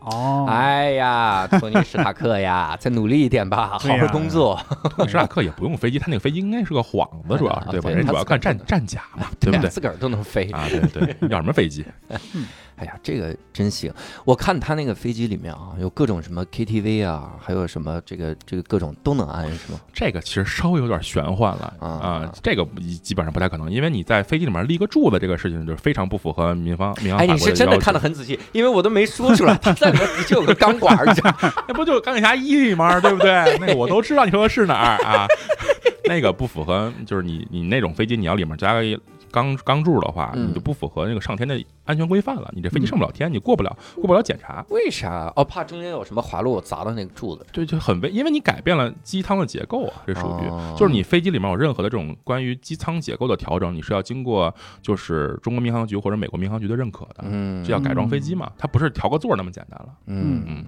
S2: 哦，
S1: 哎呀，托尼·史塔克 呀，再努力一点吧，好
S2: 对呀
S1: 好工作。
S3: 那史塔克也不用飞机，他那个飞机应该是个幌子，主要是
S1: 啊
S3: 对吧？
S1: 对
S3: 人
S1: 他
S3: 家主要
S1: 自
S3: 干
S1: 己
S3: 战
S1: 弄的
S3: 战甲嘛，对不对？
S1: 自个儿都能飞。
S3: 啊，对对， 要什么飞机？
S1: 哎呀，这个真行！我看他那个飞机里面啊，有各种什么 KTV 啊，还有什么这个这个各种都能安是吗？
S3: 这个其实稍微有点玄幻了
S1: 啊
S3: 啊，这个不基本上不太可能，因为你在飞机里面立个柱子这个事情就是非常不符合民方民航
S1: 哎，
S3: 法
S1: 你
S3: 规
S1: 是
S3: 的
S1: 真的
S3: 要
S1: 看得
S3: 求
S1: 很仔细，因为我都没说出来，他 在里面的确有个钢管儿，
S3: 那哎不就是钢铁侠一里吗？对不对？那个我都知道，你说的是哪儿啊？那个不符合，就是你你那种飞机，你要里面加个钢钢柱的话，
S1: 嗯
S3: 你就不符合那个上天的安全规范了。你这飞机上不了天，你过不了过不了检查。
S1: 为啥？哦，怕中间有什么滑落砸到那个柱子。
S3: 对，就很危，因为你改变了机舱的结构啊，这属于、
S1: 哦
S3: 就是你飞机里面有任何的这种关于机舱结构的调整，你是要经过就是中国民航局或者美国民航局的认可的，
S1: 嗯，
S3: 这叫改装飞机嘛，它不是调个座儿那么简单了。
S1: 嗯嗯。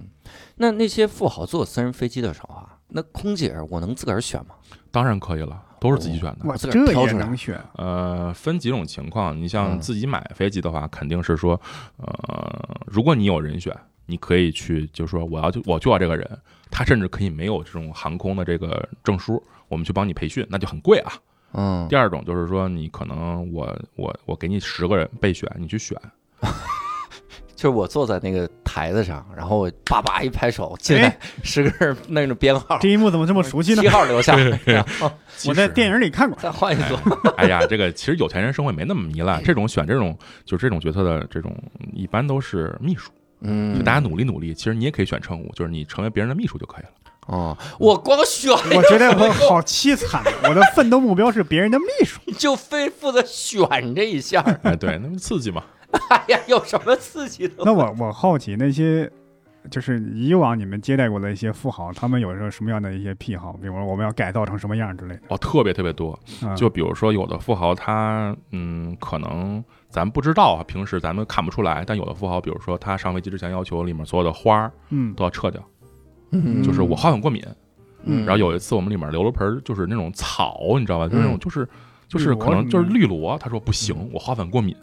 S1: 那那些富豪坐私人飞机的时候啊，那空姐儿我能自个儿选吗？
S3: 当然可以了，都是自己选的。
S2: 哇，
S1: 自啊个儿
S2: 这
S1: 挑
S2: 也
S1: 出来啊
S2: 能选？
S3: 呃，分几种情况。你像
S1: 嗯
S3: 自己买飞机的话，肯定是说，呃，如果你有人选，你可以去，就是说我要就我就要这个人，他甚至可以没有这种航空的这个证书，我们去帮你培训，那就很贵啊。
S1: 嗯
S3: 第，二种就是说，你可能我我我给你十个人备选，你去选，
S1: 就是我坐在那个台子上，然后我叭叭一拍手进来，十个人那种编号
S2: 这，一幕怎么这么熟悉呢
S1: 七？号留下，然后
S3: 其
S2: 我在
S3: 实
S2: 电影里看过。
S1: 再换一组。
S3: 哎呀，这个其实有钱人生活也没那么糜烂。这种选这种就是这种角色的这种，一般都是秘书。
S1: 嗯
S3: 就大家努力努力，其实你也可以选称呼，就是你成为别人的秘书就可以了。
S1: 哦，我光选
S2: 我觉得 我好凄惨啊，我的奋斗目标是别人的秘书。
S1: 就非负责选这一下儿，
S3: 哎，对，那么刺激嘛。
S1: 哎呀，有什么刺激的？
S2: 那我我好奇那些，就是以往你们接待过的一些富豪，他们有着什么样的一些癖好？比如说我们要改造成什么样之类的？
S3: 哦，特别特别多。
S2: 嗯、
S3: 就比如说，有的富豪他，嗯，可能咱不知道啊，平时咱们看不出来，但有的富豪，比如说他上飞机之前要求里面所有的花儿
S2: 嗯
S3: 都要撤掉，
S1: 嗯
S3: 就是我花粉过敏。
S1: 嗯
S3: 然后有一次我们里面留了盆儿就是那种草，你知道吧？就是那种
S1: 嗯
S3: 就是就是
S2: 绿萝
S3: 可能就是
S2: 什么的
S3: 绿萝，他说不行，我花粉过敏。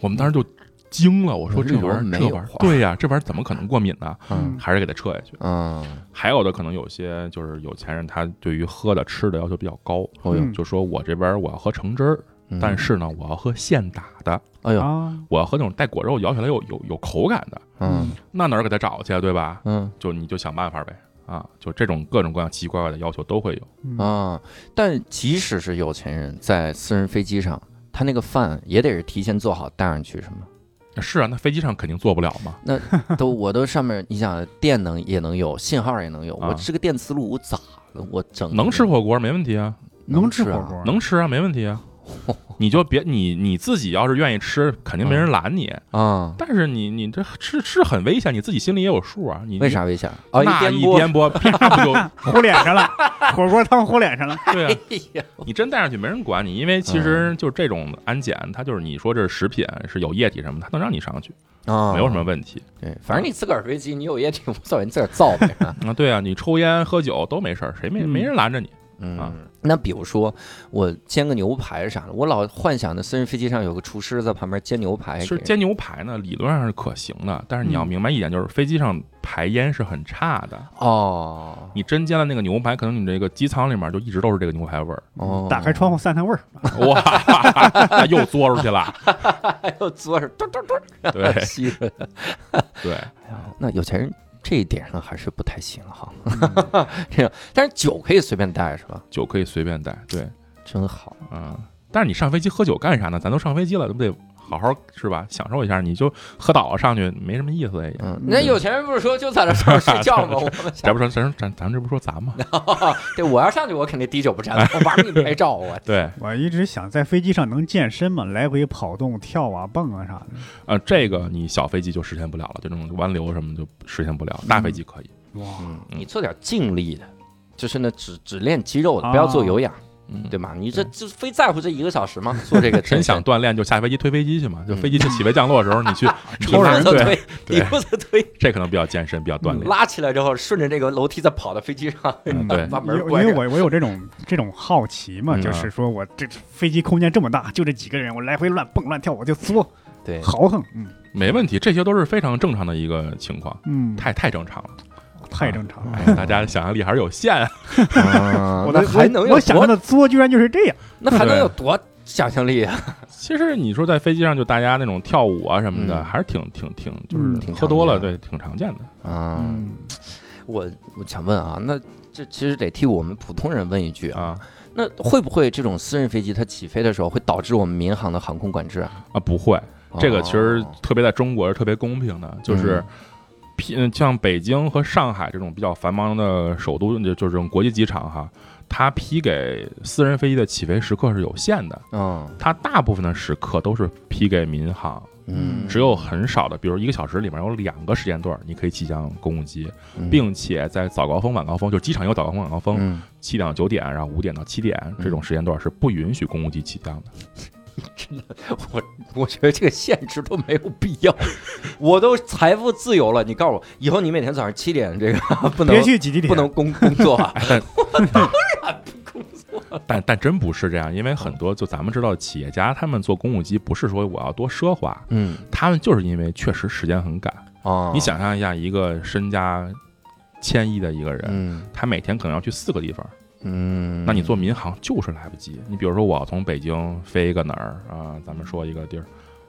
S3: 我们当时就惊了，我说
S1: 嗯绿
S3: 这玩意
S1: 萝
S3: 儿
S1: 没
S3: 这
S1: 有
S3: 玩意儿
S1: 花
S3: 对呀、这玩意儿怎么可能过敏呢？
S1: 嗯
S3: 还是给他撤下去。
S1: 嗯，
S3: 还有的可能有些就是有钱人，他对于喝的吃的要求比较高，
S1: 哦
S2: 嗯
S3: 就说我这边我要喝橙汁儿，
S1: 嗯
S3: 但是呢，我要喝现打的，
S1: 哎呦，
S2: 啊，
S3: 我要喝那种带果肉咬起来有有有口感的，
S1: 嗯
S3: 那哪儿给他找去啊，对吧？
S1: 嗯
S3: 就你就想办法呗，啊，就这种各种各样奇奇怪怪的要求都会有。
S1: 啊，但即使是有钱人在私人飞机上，他那个饭也得是提前做好带上去，是吗？
S3: 是啊，那飞机上肯定做不了嘛。
S1: 都我都上面，你想电能也能有，信号也能有，
S3: 啊
S1: 我这个电磁炉我咋了？我整
S3: 能吃火锅没问题啊，
S2: 能吃
S1: 是啊
S2: 火锅，
S3: 能吃啊，没问题啊。
S1: 哦
S3: 你就别你你自己要是愿意吃，肯定没
S1: 嗯
S3: 人拦你。
S1: 啊？
S3: 但是你你这吃吃很危险，你自己心里也有数啊。你
S1: 为？啥危险？哦，
S3: 那
S1: 颠
S3: 一
S1: 簸，
S3: 颠簸，啪不就
S2: 糊脸上了，火锅汤糊脸上了。
S3: 对啊，
S1: 哎呀，
S3: 你真带上去没人管你，因为其
S1: 嗯
S3: 实就这种安检，它就是你说这是食品是有液体什么，它能让你上去，
S1: 啊，
S3: 没有什么问题。
S1: 对，反正你自个儿飞机，你有也挺无所谓，你自个儿造呗。啊
S3: 啊，对啊，你抽烟喝酒都没事儿，谁没
S2: 嗯
S3: 没人拦着你。啊
S1: 嗯，那比如说我煎个牛排啥的，我老幻想的私人飞机上有个厨师在旁边煎牛排
S3: 其
S1: 哎给，
S3: 实煎牛排呢，理论上是可行的，但是你要明白一点，就是飞机上排烟是很差的。
S1: 哦
S3: 你真煎了那个牛排，可能你这个机舱里面就一直都是这个牛排味儿，
S1: 哦，
S2: 打开窗户散散味儿，
S3: 哇， 那又嘬出去了。
S1: 还有左耳嘟嘟嘟，
S3: 对
S1: 吸了。
S3: 对，
S1: 那有钱人这一点上还是不太行哈， 这样，但是酒可以随便带是吧？
S3: 酒可以随便带，对，
S1: 真好，
S3: 嗯，但是你上飞机喝酒干啥呢？咱都上飞机了，对不对？好好是吧？享受一下，你就喝倒了上去没什么意思也。
S1: 嗯，那有钱人不是说就在那 上面睡觉吗？我们
S3: 咱
S1: 想
S3: 不说咱咱咱这不说咱吗？
S1: 对，我要上去我肯定滴酒不沾，我玩 命拍照啊我。
S3: 对，
S2: 我一直想在飞机上能健身嘛，来回跑动、跳啊、蹦啊啥的。
S3: 呃，这个你小飞机就实现不了了，就这种湾流什么就实现不了，大飞机可以。
S2: 哇，
S1: 嗯，你做点静力的，就是那只只练肌肉的，不
S2: 哦
S1: 要做有氧，
S3: 嗯，
S1: 对吗？你这就非在乎这一个小时吗？做 这个
S3: 真
S1: 真
S3: 想锻炼就下飞机推飞机去嘛，就飞机去起飞降落的时候你去
S1: 你
S3: 嗯 抽
S1: 负
S3: 人，
S1: 责
S3: 对，
S1: 推，你负责推，
S3: 这可能比较健身，比较锻炼。
S1: 拉起来之后顺着这个楼梯再跑到飞机上，
S2: 嗯
S3: 对
S1: 把门
S2: 因
S1: 关
S2: 为因为
S1: 上。
S2: 我我有这种这种好奇嘛，
S3: 嗯啊
S2: 就是说我这飞机空间这么大，就这几个人，我来回乱蹦乱跳，我就作
S1: 对，
S2: 豪横。嗯，
S3: 没问题，这些都是非常正常的一个情况，
S2: 嗯，
S3: 太太正常了。
S2: 太正常了。
S3: 哎， 大家想象力还是有限啊。
S1: 啊
S2: 我
S1: 那
S2: 的
S1: 还能
S2: 我
S1: 有
S2: 我想象
S1: 多？
S2: 的作居然就是这样，
S1: 那还能有多想象力啊？
S3: 其实你说在飞机上就大家那种跳舞啊什么的，
S1: 嗯
S3: 还是挺挺挺，就
S2: 嗯
S3: 是喝多了，对，挺常见的。
S1: 啊，
S2: 嗯，
S1: 我我想问啊，那这其实得替我们普通人问一句啊，
S3: 啊
S1: 那会不会这种私人飞机它起飞的时候会导致我们民航的航空管制啊？
S3: 啊，不会，这个其实
S1: 哦
S3: 特别在中国是特别公平的，就是
S1: 嗯。
S3: 嗯，像北京和上海这种比较繁忙的首都，就就是这种国际机场哈，它批给私人飞机的起飞时刻是有限的，
S1: 嗯
S3: 它大部分的时刻都是批给民航，
S1: 嗯，
S3: 只有很少的，比如一个小时里面有两个时间段，你可以起降公务机，
S1: 嗯
S3: 并且在早高峰、晚高峰，就是机场有早高峰、晚高峰，
S1: 嗯，
S3: 七点到九点，然后五点到七点这种时间段是不允许公务机起降的。
S1: 我 我觉得这个限制都没有必要， 我都财富自由了。你告诉我，以后你每天早上七点这个 不能
S2: 别去挤地铁，
S1: 不能工工作啊？
S3: 但但真不是这样，因为很多就咱们知道，企业家他们做公务机不是说我要多奢华，
S1: 嗯
S3: 他们就是因为确实时间很赶。
S1: 哦，
S3: 你想象一下，一个身家千亿的一个人。
S1: 嗯
S3: 他每天可能要去四个地方，
S1: 嗯，
S3: 那你做民航就是来不及。你比如说，我要从北京飞一个哪儿啊、咱们说一个地儿，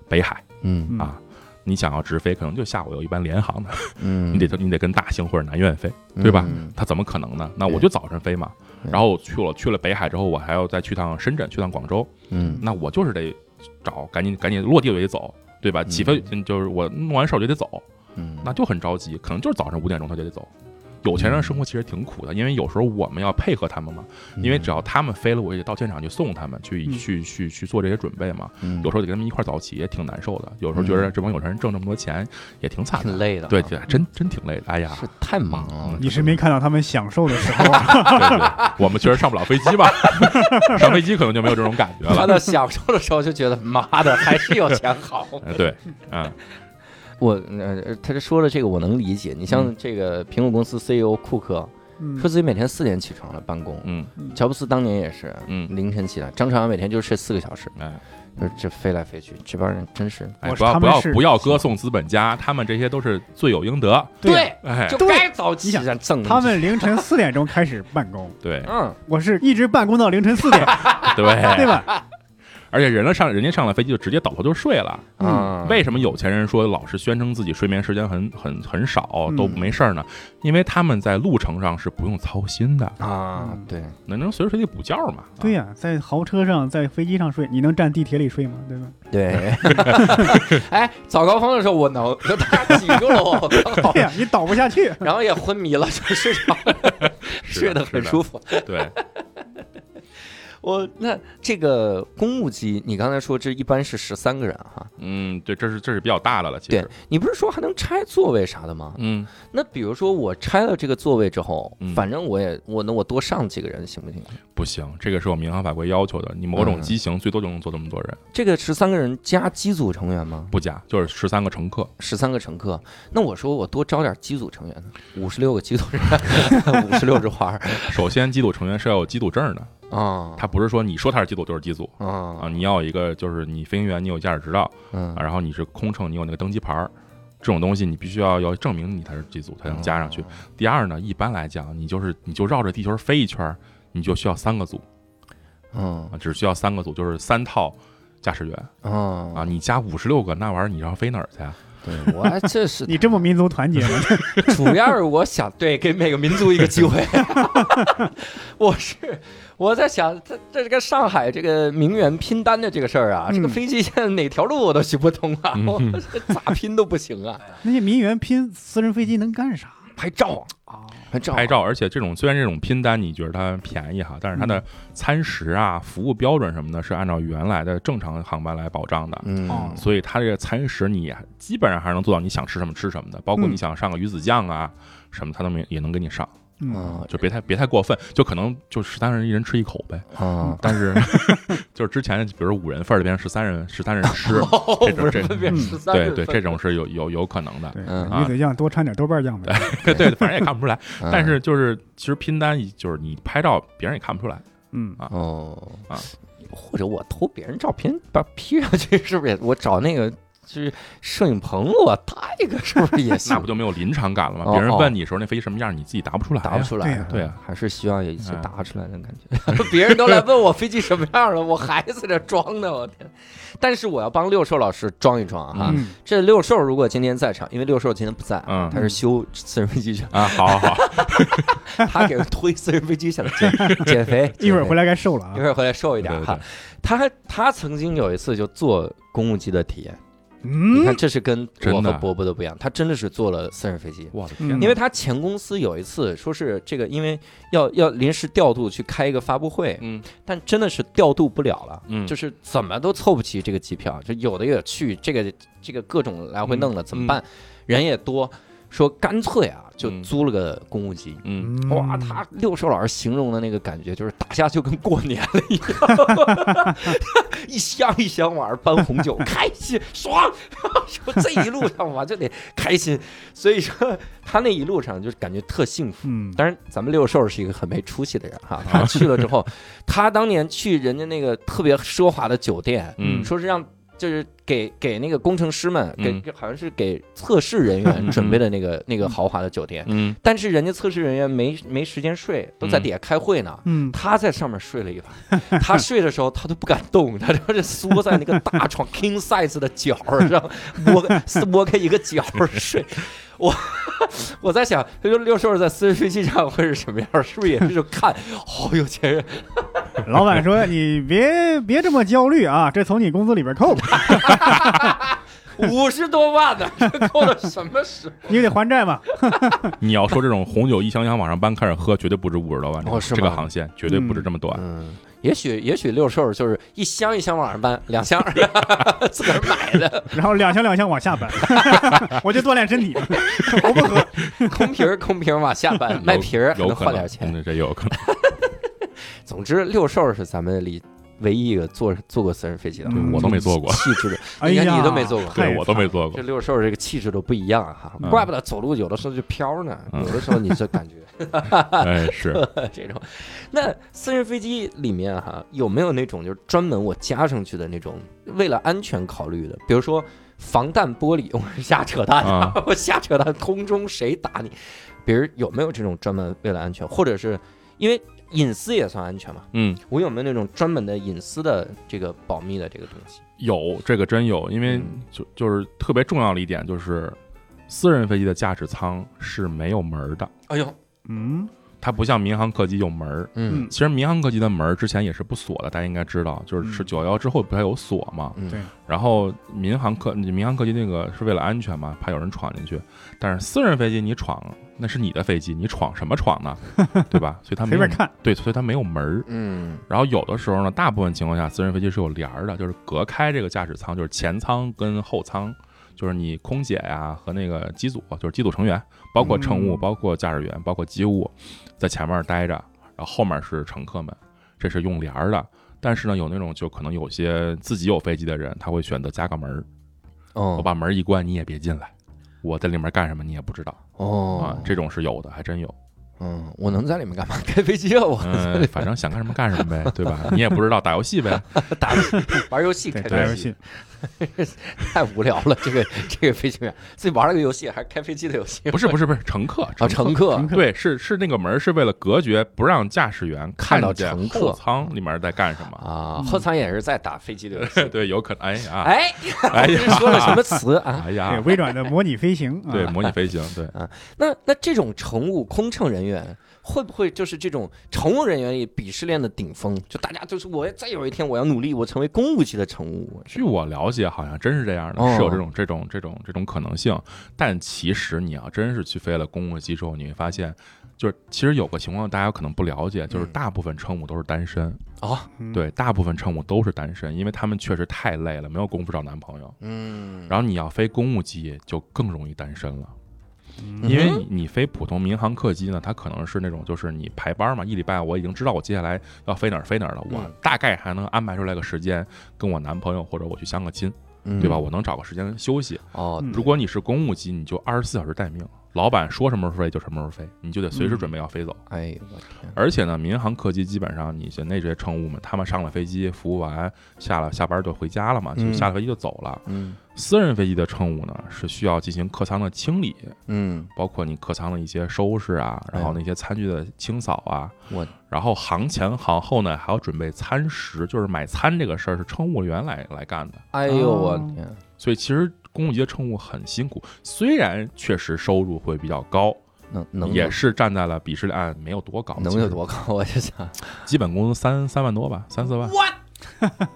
S3: 北海
S1: 嗯
S2: 嗯
S3: 啊，你想要直飞，可能就下午有一班联航的，
S1: 嗯，
S3: 你得你得跟大兴或者南苑飞。对吧
S1: 嗯
S3: 他怎么可能呢？那
S1: 对嗯
S3: 我就早晨飞嘛，
S1: 对
S3: 然后我去了去了北海之后，我还要再去趟深圳，去趟广州，
S1: 嗯
S3: 那我就是得找赶紧赶紧落地我就得走，对吧？
S1: 嗯
S3: 起飞嗯就是我弄完事儿我就得走，
S1: 嗯，
S3: 那就很着急，可能就是早上五点钟他就得走。有钱人的生活其实挺苦的，因为有时候我们要配合他们嘛，
S1: 嗯
S3: 因为只要他们飞了，我也得到现场去送他们，去
S2: 嗯
S3: 去去去做这些准备嘛。
S1: 嗯
S3: 有时候得跟他们一块儿早起，也挺难受的。有时候觉得这帮有钱人挣这么多钱也挺惨
S1: 挺
S3: 的，
S1: 累的，啊嗯
S3: 对，对，真真挺累的。哎呀，
S1: 是太忙了。
S2: 嗯你是没看到他们享受的时候 啊，
S3: 对对，我们确实上不了飞机吧？ 上飞机可能就没有这种感觉
S1: 他
S3: 了。
S1: 到享受的时候就觉得，妈的，还是有钱好。
S3: 呃对，啊，
S1: 我呃，他这说的这个我能理解。你像这个苹果公司 CEO 库克，
S2: 嗯
S1: 说自己每天四点起床来办公，
S3: 嗯
S1: 乔布斯当年也是
S3: 嗯，
S1: 凌晨起来，张朝阳每天就睡四个小时，呃就
S3: 哎，
S1: 是这飞来飞去，这帮人真是
S3: 哎
S2: 我
S3: 不要
S2: 他
S3: 不
S2: 们
S3: 要
S2: 是
S3: 不要歌颂资本家，他们这些都是罪有应得。
S2: 对，
S3: 哎，
S1: 就该早起
S2: 你想
S1: 让挣
S2: 他们凌晨四点钟开始办公，
S3: 对
S1: 嗯
S2: 我是一直办公到凌晨四
S1: 哎
S2: 点，对
S3: 对，
S2: 吧？
S3: 而且人了上人家上了飞机就直接倒头就睡了。
S2: 嗯
S1: 啊，
S3: 为什么有钱人说老是宣称自己睡眠时间很很很少
S2: 嗯
S3: 都没事儿呢？因为他们在路程上是不用操心的，
S1: 啊
S2: 嗯
S1: 对，
S3: 能能随时随地补觉嘛。啊
S2: 对呀、在豪车上，在飞机上睡，你能站地铁里睡吗？对 吧？
S1: 对，哎，早高峰的时候我能， 就他挤住了我，刚好
S2: 对，呀、你倒不下 去。
S1: 然后也昏迷了， 就睡着了，
S3: 是
S1: 睡得很舒服。
S3: 是的对，
S1: 我那这个公务机，你刚才说这一般是十三个人哈，
S3: 嗯，对，这是这是比较大的了，其
S1: 对
S3: 实，
S1: 你不是说还能拆座位啥的吗？
S3: 嗯。
S1: 那比如说我拆了这个座位之后，
S3: 嗯
S1: 反正我也我那我多上几个人行不行？
S3: 不行，这个是我民航法规要求的。你某种
S1: 嗯
S3: 机型最多就能坐这么多人，
S1: 这个十三个人加机组成员吗？
S3: 不加就是十三个乘客。
S1: 十三个乘客，那我说我多招点机组成员呢？五十六个机组成员， 五十六只花儿
S3: 首先，机组成员是要有机组证的，
S1: 啊
S3: 他不是说你说他是机组就是机组啊，
S1: 啊
S3: 你要有一个就是你飞行员你有驾驶执照，
S1: 嗯
S3: 啊然后你是空乘你有那个登机牌儿，这种东西你必须要要证明你才是机组才能加上去。
S1: 哦
S3: 第二呢，一般来讲你就是你就绕着地球飞一圈儿，你就需要三个组
S1: 嗯
S3: 啊，只需要三个组就是三套驾驶员
S1: 嗯
S3: 啊，你加五十六个那玩意儿你让飞哪儿去啊？
S1: 对我这是
S2: 你这么民族团结吗？
S1: 主要是我想对给每个民族一个机会。 我是我在想，这这个上海这个名媛拼单的这个事儿啊，这个
S2: 嗯
S1: 飞机现在哪条路我都行不通啊，
S3: 嗯
S1: 我这咋拼都不行啊，
S2: 那些民员拼私人飞机能干啥
S1: 拍照
S2: 啊？
S1: 拍照
S3: 拍照，而且这种虽然这种拼单你觉得它便宜哈，但是它的餐食啊、服务标准什么的，是按照原来的正常航班来保障的。
S1: 嗯
S2: 哦
S3: 所以它这个餐食你啊基本上还是能做到你想吃什么吃什么的，包括
S2: 嗯
S3: 你想上个鱼子酱啊什么，它都没也能给你上，
S2: 嗯，
S1: 啊
S3: 就别太别太过分，就可能就十三人一人吃一口呗。
S1: 啊，
S3: 但是 就是之前比如说五人份儿这边十三人十三人吃，
S1: 哦
S3: 这种这
S1: 分别十三
S3: 对对，这种是有有有可能的，
S2: 对，
S1: 嗯
S3: 啊
S2: 鱼子酱多掺点豆瓣酱呗。
S3: 对对，反正也看不出来。
S1: 嗯
S3: 但是就是其实拼单就是你拍照别人也看不出来。
S2: 嗯，
S1: 哦
S3: 啊，
S1: 或者我偷别人照片把 P 上去，是不是也？我找那个就是摄影棚我搭一个是不是也行啊
S3: 那？不就没有临场感了吗？
S1: 哦
S3: 别人问你时候那飞机什么样，你自己答不出哎来呀，
S1: 答不出
S2: 对
S1: 来啊
S2: 呀，
S3: 对呀
S1: 还是希望有一次
S3: 嗯
S1: 答出来的感觉。 别人都来问我飞机什么样了，我还在这装呢，我天！但是我要帮六兽老师装一装啊！
S2: 嗯，
S1: 这六兽如果今天在场，因为六兽今天不在啊，
S3: 嗯
S1: 他是修私人飞机去，
S3: 啊，好好 好，
S1: 他给推私人飞机去了，减减肥。
S2: 一会儿回
S1: 来，
S2: 来该瘦了
S1: 一会
S2: 啊。
S1: 儿回来瘦一
S3: 对
S1: 点
S3: 对
S1: 哈。他他曾经有一次就坐公务机的体验，你
S2: 嗯
S1: 看，这是跟我
S3: 真
S1: 和
S3: 的
S1: 波波都不一样，他真的是坐了私人飞机。
S3: 我的
S2: 天哪
S1: 嗯因为他前公司有一次说是这个，因为要要临时调度去开一个发布会，
S3: 嗯
S1: 但真的是调度不了了，
S3: 嗯，
S1: 就是怎么都凑不齐这个机票，就有的也去，这个这个各种来回弄
S3: 嗯
S1: 了，怎么办？人也多，说干脆啊，就
S3: 嗯
S1: 租了个公务机。
S3: 嗯，
S2: 嗯
S1: 哇，他六兽老师形容的那个感觉，就是大家就跟过年了一样，一箱一箱往上搬红酒，开心爽。说这一路上我就得开心，所以说他那一路上就是感觉特幸福。
S2: 嗯，
S1: 当然，咱们六兽是一个很没出息的人 哈。他去了之后，他当年去人家那个特别奢华的酒店，
S3: 嗯
S1: 说是让就是给给那个工程师们，给
S3: 嗯
S1: 给好像是给测试人员准备的那个那个豪华的酒店，
S3: 嗯
S1: 但是人家测试人员没没时间睡，都在底下开会呢。
S2: 嗯，
S1: 他在上面睡了一晚， 他睡的时候他都不敢动，他就是缩在那个大床 king size 的角儿上，摸开摸开一个 角儿睡。我 我在想，六六兽在私人飞机上会是什么样？是不是也是就看好、有钱人？
S2: 老板说你别别这么焦虑啊，这从你工资里边扣，
S1: 五十多万呢， 这够了什么时
S2: 你也得还债嘛。
S3: 你要说这种红酒一箱箱往上搬开始喝，绝对不止五十多万，这个
S1: 哦是吗
S3: 这个航线绝对不止这么
S1: 候？
S3: 短，
S1: 嗯，也许也许六兽就是一箱一箱往上搬，两箱 自个儿买的。
S2: 然后两箱两箱往下搬， 我就锻炼身体，我不喝。
S1: 空 瓶儿空瓶儿往下搬，卖瓶儿还
S3: 有
S1: 能换
S3: 可能
S1: 点钱。
S3: 嗯这有可能，
S1: 总之，六兽是咱们里唯一一个坐坐过私人飞机的，
S2: 嗯
S3: 我都没坐过
S1: 气 质的，
S2: 哎
S1: 你看
S2: 呀，
S1: 你都没做过
S2: 太
S3: 对我都 没坐
S1: 这
S3: 过，
S1: 六兽这个气质都不一样哈，
S3: 嗯
S1: 怪不得走路有的时候就飘呢，
S3: 嗯
S1: 有的时候你就感觉
S3: 哎 是，
S1: 这种。那私人飞机里面哈，有没有那种就是专门我加上去的那种为了安全考虑的，比如说防弹玻璃，我是瞎扯淡
S3: 啊，
S1: 我瞎扯淡，空中谁打你？比如有没有这种专门为了安全，或者是因为隐私也算安全嘛？
S3: 嗯，
S1: 我有没有那种专门的隐私的这个保密的这个东西？
S3: 有这个真有，因为
S1: 嗯
S3: 就就是特别重要的一点就是，私人飞机的驾驶舱是没有门儿的，
S1: 哎呦，
S2: 嗯
S3: 它不像民航客机有门儿。
S1: 嗯
S3: 其实民航客机的门儿之前也是不锁的，大家应该知道，就是是
S2: 嗯
S3: 九幺幺之后不是有锁嘛。
S1: 嗯
S2: 对
S3: 然后民航客民航客机那个是为了安全嘛，怕有人闯进去。但是私人飞机你闯那是你的飞机，你闯什么闯呢？对吧？所以啊它没
S2: 随
S3: 有
S2: 便看。
S3: 对，所以它没有门儿。
S1: 嗯
S3: 然后有的时候呢，大部分情况下，私人飞机是有帘儿的，就是隔开这个驾驶舱，就是前舱跟后舱，就是你空姐呀、和那个机组，就是机组成员，包括乘务、
S2: 嗯
S3: 包括驾驶员、包括机务，在前面待着，然后后面是乘客们，这是用帘儿的。但是呢，有那种就可能有些自己有飞机的人，他会选择加个门儿，我
S1: 哦
S3: 把门儿一关，你也别进来，我在里面干什么你也不知道啊
S1: 哦，，
S3: 这种是有的，还真有。
S1: 嗯，我能在里面干嘛？开飞机啊，我
S3: 嗯，反正想干什么干什么呗，对吧？你也不知道打游戏呗，
S1: 打玩游戏
S2: 对，
S1: 开
S2: 打游
S1: 飞机
S2: 戏，
S1: 太无聊了。这个这个飞行员自己玩了个游戏，还是开飞机的游戏
S3: 不是不是不是，乘客
S1: 啊，乘客
S2: 乘客
S3: 对，是是那个门儿是为了隔绝，不让驾驶员
S1: 看到
S3: 见
S1: 乘客
S3: 后舱里面在干什么。
S1: 啊，后舱也是在打飞机的游戏。
S3: 对，有可能。哎呀，
S1: 哎，
S3: 哎
S1: 这
S3: 呀，
S1: 说了什么？词啊？
S3: 哎
S2: 对
S3: 呀，
S2: 微软的模拟飞 行，啊
S3: 对，模拟飞行，对，
S1: 那那这种乘务空乘人员会不会就是这种乘务人员里鄙视链的顶峰？就大家就是我再有一天我要努力，我成为公务级的乘务。
S3: 据我了解，好像真是这样的，
S1: 哦
S3: 是有这种这种这种这种可能性。但其实你要真是去飞了公务机之后，你会发现，就是其实有个情况大家可能不了解，就是
S1: 嗯
S3: 大部分乘务都是单身，
S1: 啊，
S2: 嗯
S3: 对，大部分乘务都是单身，因为他们确实太累了，没有功夫找男朋友。
S1: 嗯，
S3: 然后你要飞公务机，就更容易单身了。
S2: 嗯
S3: 因为你你飞普通民航客机呢，它可能是那种就是你排班嘛，一礼拜我已经知道我接下来要飞哪儿飞哪儿了，我
S1: 嗯
S3: 大概还能安排出来个时间跟我男朋友或者我去相个亲，
S1: 嗯
S3: 对吧？我能找个时间休息。
S1: 哦，
S2: 嗯
S3: 如果你是公务机，你就二十四小时待命，老板说什么时候飞就什么时候飞，你就得随时准备要飞走。
S1: 哎呦我天，
S3: 而且呢，民航客机基本上你像那些乘务们，他们上了飞机服务完，下了下班就回家了嘛，就
S1: 嗯
S3: 下了飞机就走了。
S1: 嗯
S3: 私人飞机的乘务呢是需要进行客舱的清理，
S1: 嗯，
S3: 包括你客舱的一些收拾啊，然后
S1: 哎
S3: 那些餐具的清扫啊，
S1: 我
S3: 然后航前航后呢还要准备餐食，就是买餐这个事儿是乘务员来来干的。
S1: 哎呦我
S2: 哦
S1: 天，
S3: 所以其实公务机的乘务很辛苦，虽然确实收入会比较高，
S1: 能能
S3: 也是站在了鄙视链没有多高，
S1: 能有多高？我就想，
S3: 高？基本工资三三万多吧，三四万。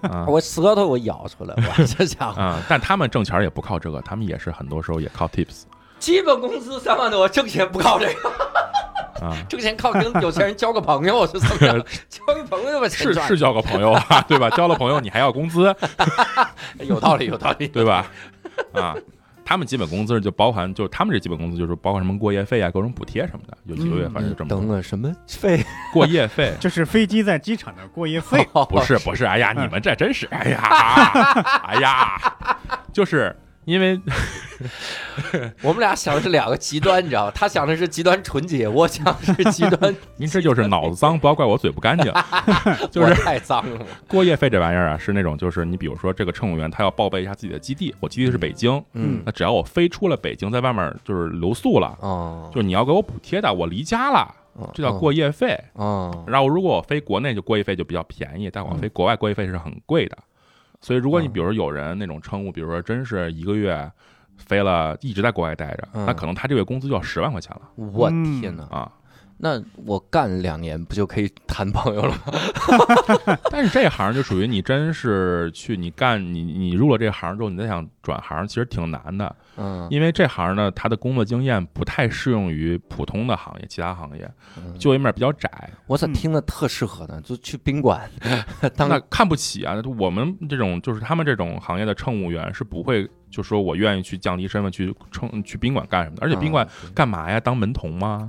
S3: 啊
S1: 我舌头我咬出来，我这家伙，
S3: 啊！但他们挣钱也不靠这个，他们也是很多时候也靠 tips
S1: 基本工资三万多，挣钱不靠这个，，
S3: 啊
S1: 挣钱靠跟有钱人交个朋友，是怎么 样？交个朋友把钱
S3: 是
S1: 赚
S3: 是交个朋友啊，对吧？交了朋友你还要工资，
S1: 哎有道理，有道理。
S3: 对吧？ 啊，他们基本工资就包含，就是他们这基本工资就是包括什么过夜费啊、各种补贴什么的，有一个月反正就这么多
S1: 等了什么费？，
S3: 过夜费。
S2: 就是飞机在机场的过夜费
S3: 不 是不是，哎呀，你们这真是，哎呀，哎呀，就是因为
S1: 我们俩想的是两个极端，你知道吗？他想的是极端纯洁，我想的是极端，
S3: 您这就是脑子脏，不要怪我嘴不 干净。就
S1: 我
S3: 是
S1: 太脏了。
S3: 过夜费这玩意儿啊，是那种就是你比如说这个乘务员他要报备一下自己的基地，我基地是北京，
S1: 嗯，
S3: 那只要我飞出了北京，在外面就是留宿了，
S1: 哦，
S3: 就是你要给我补贴的，我离家了，这叫过夜费。
S1: 哦，
S3: 然后如果我飞国内就过夜费就比较便宜，但我飞国外过夜费是很贵的。所以如果你
S1: 嗯
S3: 比如说有人那种乘务，比如说真是一个月飞了一直在国外待着，
S1: 嗯
S3: 那可能他这个月工资就要十万块钱了
S1: 我
S2: 嗯
S1: 天哪！
S3: 啊。
S1: 那我干两年不就可以谈朋友了吗？
S3: 但是这行就属于你真是去你干你你入了这行之后，你再想转行其实挺难的，
S1: 嗯，
S3: 因为这行呢，他的工作经验不太适用于普通的行业，其他行业
S1: 嗯
S3: 就业面比较窄，
S1: 我咋
S2: 嗯
S1: 听着特适合呢？就去宾 馆当
S3: 那看不起啊！我们这种就是他们这种行业的乘务员是不会就说我愿意去降低身份去乘去宾馆干什么的，而且宾馆
S1: 啊
S3: 干嘛呀？当门童吗？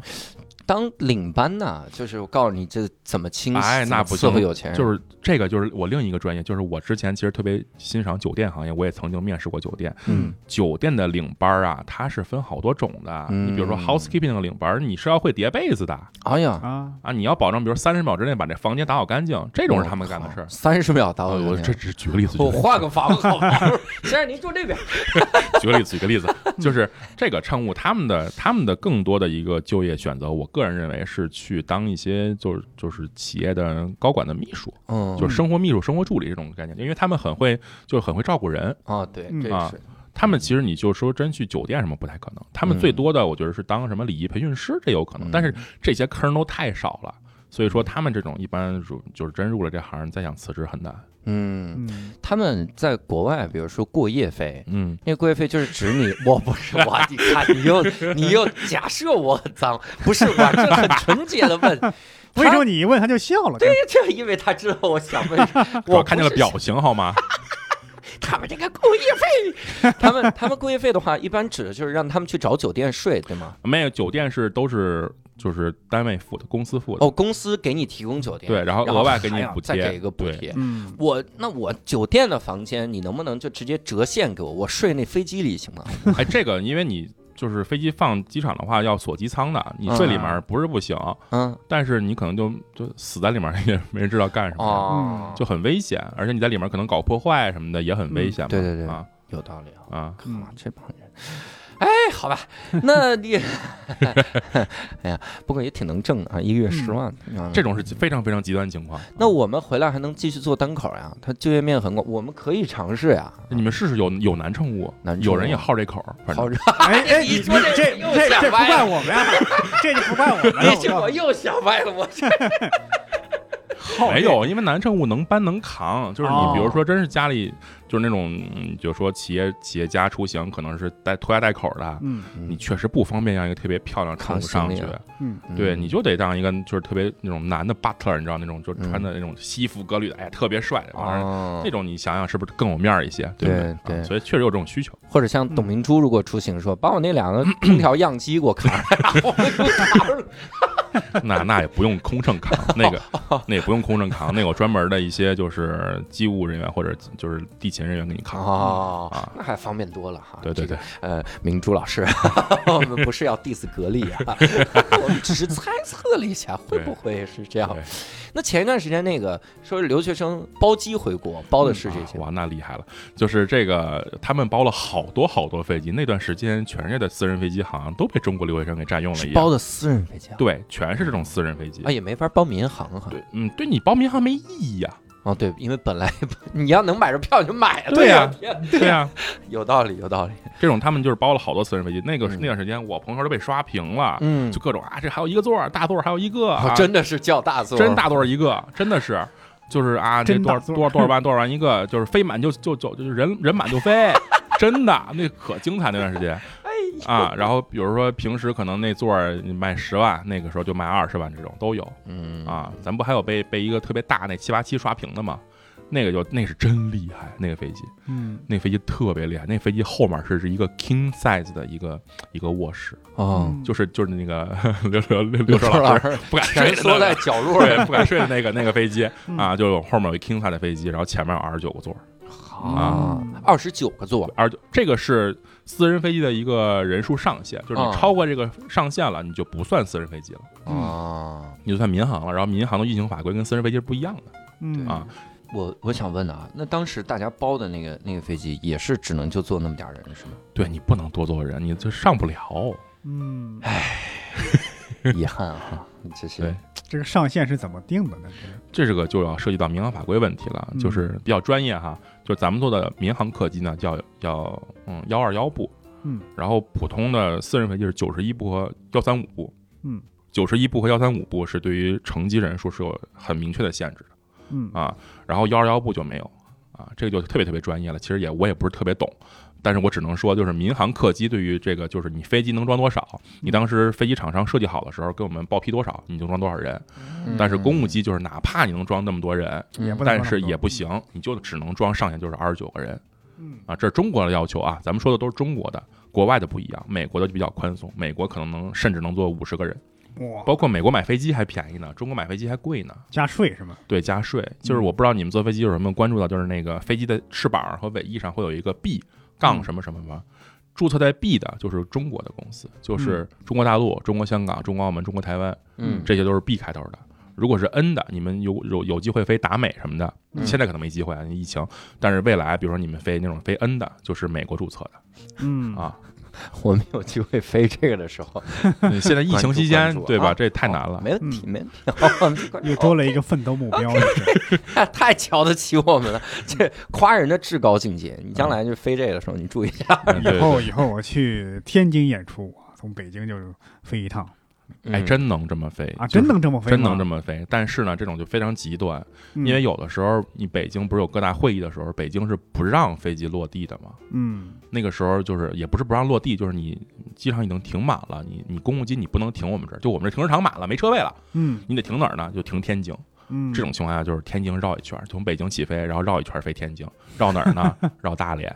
S1: 当领班呐，就是我告诉你这怎么清洗，
S3: 哎
S1: 怎么
S3: 那不
S1: 伺候
S3: 行
S1: 有钱人，
S3: 就是这个就是我另一个专业，就是我之前其实特别欣赏酒店行业，我也曾经面试过酒店。
S1: 嗯
S3: 酒店的领班啊，它是分好多种的。
S1: 嗯
S3: 你比如说 housekeeping 的领班，你是要会叠被子的
S1: 哎呀，
S2: 啊，
S3: 啊，你要保证比如三十秒之内把这房间打扫干净，这种是他们干的事儿。
S1: 三十秒到
S3: 啊
S1: 了哦有
S3: 我
S1: 点
S3: 这只举个例子，
S1: 我换个房好 吗？先生，您住这边。
S3: 举个例子，举个例子，就是这个乘务他们的他们的更多的一个就业选择，我个人认为是去当一些就是就是企业的高管的秘书，
S1: 嗯，
S3: 就是生活秘书、生活助理这种概念，因为他们很会就是很会照顾人。
S1: 啊，对，
S2: 嗯
S1: 这
S3: 啊
S1: 是
S3: 他们其实你就说真去酒店什么不太可能，他们
S1: 嗯
S3: 最多的我觉得是当什么礼仪培训师，这有可能，但是这些坑都太少了。所
S1: 嗯
S3: 以说，他们这种一般入就是真入了这行，再想辞职很难。
S1: 嗯，
S2: 嗯，
S1: 他们在国外，比如说过夜费。
S3: 嗯，
S1: 那过夜费就是指 你，我不是我，你看你又你又假设我很脏，不是我是很纯洁的 问，
S2: 为什么你一问他就笑了？
S1: 对，这因为他知道我想 问，
S3: 我
S1: 我
S3: 看见了
S1: 不是
S3: 表情好吗？
S1: 他们这个过夜费， 他们他们过夜费的话，一般指的就是让他们去找酒店睡，对 吗？
S3: 没有，酒店是都是就是单位付的，公司付的。
S1: 哦，公司给你提供酒店，
S3: 对然后额外给你
S1: 还要
S3: 补
S1: 再
S3: 贴
S1: 给一个补
S3: 对
S1: 贴。
S2: 嗯，
S1: 我那我酒店的房间，你能不能就直接折现给我？我睡那飞机里行吗？
S3: 哎，这个因为你就是飞机放机场的话要锁机舱的，你
S1: 嗯
S3: 睡里面不是不行，
S1: 嗯，
S3: 但是你可能就就死在里面 也没人知道干什么，
S1: 哦，
S3: 就很危险，而且你在里面可能搞破坏什么的也很危险
S1: 嗯
S3: 嘛。
S1: 对对对
S3: 啊
S1: 有道理啊。
S3: 啊，
S2: 嗯
S1: 啊，这帮人，哎，好 吧，那你， 哎呀，不过也挺能挣的啊，一个月十万，啊
S3: 这种是非常非常极端情况。
S1: 那我们回来还能继续做单口呀？他就业面很广，我们可以尝试呀。
S3: 你们试试有有男乘务，
S1: 男乘务
S3: 有人也好这口，反
S1: 好
S3: 正
S1: 热，
S2: 哎哎，
S1: 你
S2: 你
S1: 说
S2: 这
S1: 这
S2: 这
S1: 又
S2: 这
S1: 想
S2: 这不
S1: 歪了
S2: 怪我们呀，啊这就不怪我 们了。
S1: 这 我又想歪了，我这
S2: 好
S3: 没有，因为男乘务能搬能扛，就是你
S2: 哦
S3: 比如说真是家里就是那种，嗯就说企业企业家出行可能是带拖家带口的，
S2: 嗯
S3: 你确实不方便让一个特别漂亮的乘
S1: 扛
S3: 务上
S1: 行李
S3: 去，
S1: 啊
S2: 嗯，
S3: 对，你就得让一个就是特别那种男的 butler，你知道那种就穿的那种西服革履的，哎呀，特别帅的，完
S1: 嗯
S3: 了
S1: 哦
S3: 那，种你想想是不是更有面儿一些，不对
S1: 对对
S3: 啊所以确实有这种需求。
S1: 或者像董明 珠如果出行说，把我那两个空调样机给我扛上来，我就扛上来
S3: 那那也不用空乘扛，那个那也不用空乘扛，那有专门的一些就是机务人员或者就是地勤人员给你 扛。
S1: 哦
S3: 啊，
S1: 那还方便多了哈。
S3: 对对
S1: 这
S3: 对
S1: 个，，呃，明珠老师， 我们不是要 diss 格力啊， 我们只是猜测了一下，会不会是这样
S3: 对？
S1: 那前一段时间那个说留学生包机回国，包的是这些
S3: 啊
S1: 吗，
S3: 哇，那厉害了！就是这个，他们包了好多好多飞机，那段时间全世界的私人飞机好像都被中国留学生给占嗯啊用了一
S1: 是
S3: 样。
S1: 包的私人飞机啊？
S3: 对，全是这种私人飞机。
S1: 啊，也没法包民航哈。
S3: 对，嗯，对你包民航没意义啊呀、
S1: 哦，对，因为本来 你要能买着票就买了。
S3: 对呀
S1: 我天
S3: 对
S2: 啊
S3: 呀、
S1: 有道理，有道理。
S3: 这种他们就是包了好多私人飞机。那个、
S1: 嗯
S3: 那段时间，我朋友圈都被刷屏了，
S1: 嗯
S3: 就各种啊，这还有一个座儿，大座儿还有一个，
S1: 哦
S3: 啊、
S1: 真的是叫大座，
S3: 真大座儿一个，真的是。就是啊，这
S2: 真
S3: 多
S2: 大
S3: 少
S2: 座儿
S3: 多少多少万多少万一个，就是飞满就就就就是人人满就飞， 真的那可精彩那段时间，
S1: 哎
S3: 啊，然后比如说平时可能那座儿你卖十万，那个时候就卖二十万这种都有
S1: 嗯
S3: 啊。咱不还有被被一个特别大那七八七刷屏的吗？那个就那是真厉害，那个飞机，
S2: 嗯，
S3: 那飞机特别厉害，那飞机后面是是一个 king size 的一个一个卧室，
S1: 哦，
S3: 嗯
S2: 嗯
S3: 就是就是那个 刘刘刘刘硕老师
S1: 师
S3: 不敢
S1: 蜷
S3: 睡的
S1: 缩
S3: 那
S1: 在
S3: 个，
S1: 角落里
S3: 对，不敢睡的那个那个飞机
S2: 嗯
S3: 啊，就有后面有一 king size 的飞机，然后前面有二十九个座儿，
S1: 啊，二十九个座，
S3: 二九这个是私人飞机的一个人数上限，就是你超过这个上限了，你就不算私人飞机了，
S1: 啊，
S3: 你就算民航了。然后民航的运行法规跟私人飞机是不一样的
S2: 嗯
S3: 啊，
S1: 我我想问啊，那当时大家包的那个那个飞机也是只能就坐那么点儿人是吗？
S3: 对你不能多坐人，你这上不了。
S2: 嗯，
S1: 遗憾啊，这是
S3: 对
S2: 这个上限是怎么定的呢？这个
S3: 这个就要涉及到民航法规问题了，
S2: 嗯
S3: 就是比较专业哈。就咱们做的民航客机呢，叫叫嗯幺二幺部，
S2: 嗯，
S3: 然后普通的私人飞机是九十一部和幺三五部，
S2: 嗯，
S3: 九十一部和幺三五部是对于乘机人数是有很明确的限制的
S2: 嗯
S3: 啊，然后幺二幺部就没有啊，这个就特别特别专业了。其实也我也不是特别懂，但是我只能说，就是民航客机对于这个，就是你飞机能装多少，你当时飞机厂商设计好的时候给我们报批多少，你就装多少人。但
S1: 嗯
S3: 是公务机就是哪怕你能装那么多人，
S2: 也嗯不能
S3: 但
S2: 装
S3: 是
S2: 那么
S3: 也
S2: 多
S3: 不行，你就只能装上限就是二十九个人
S2: 嗯
S3: 啊，这是中国的要求啊，咱们说的都是中国的，国外的不一样，美国的就比较宽松，美国可能能甚至能坐五十个人，
S2: 哇，
S3: 包括美国买飞机还便宜呢，中国买飞机还贵呢，
S2: 加税是吗？
S3: 对，加税。
S2: 嗯
S3: 就是我不知道你们坐飞机有什么关注到，就是那个飞机的翅膀和尾翼上会有一个 B
S2: 嗯
S3: 杠什么什么什么。注册在 B 的就是中国的公司，
S2: 嗯
S3: 就是中国大陆、中国香港、中国澳门、中国台湾，
S1: 嗯
S3: 这些都是 B 开头的。如果是 N 的，你们有有有机会飞达美什么的，
S1: 嗯
S3: 现在可能没机会啊，疫情。但是未来，比如说你们飞那种飞 N 的，就是美国注册的
S2: 嗯
S3: 啊。
S1: 我们有机会飞这个的时候，
S3: 嗯现在疫情期
S1: 关
S3: 间
S1: 注，
S3: 对吧？
S1: 啊
S3: 这太难了。
S1: 没问题，
S2: 嗯
S1: 没问题，好我们就关注
S2: 又多了一个奋斗目
S1: 啊
S2: 标，就是
S1: 太太瞧得起我们了，这夸人的至高境界。你将来就飞这个的时候，你注意一下。
S3: 嗯对
S2: 以后以后我去天津演出，从北京就飞一趟
S3: 哎，真能这么飞
S2: 啊，
S3: 就
S2: 真
S3: 是
S2: 能这么飞吗？
S3: 真能这么飞。但是呢，这种就非常极端，
S2: 嗯，
S3: 因为有的时候你北京不是有各大会议的时候，北京是不让飞机落地的嘛。
S2: 嗯
S3: 那个时候就是也不是不让落地，就是你机场已经停满了，你你公务机你不能停我们这儿，就我们这停车场满了没车位了，
S2: 嗯
S3: 你得停哪儿呢？就停天津。
S2: 嗯，
S3: 这种情况下就是天津绕一圈儿，从北京起飞，然后绕一圈儿飞天津，绕哪儿呢？绕大连。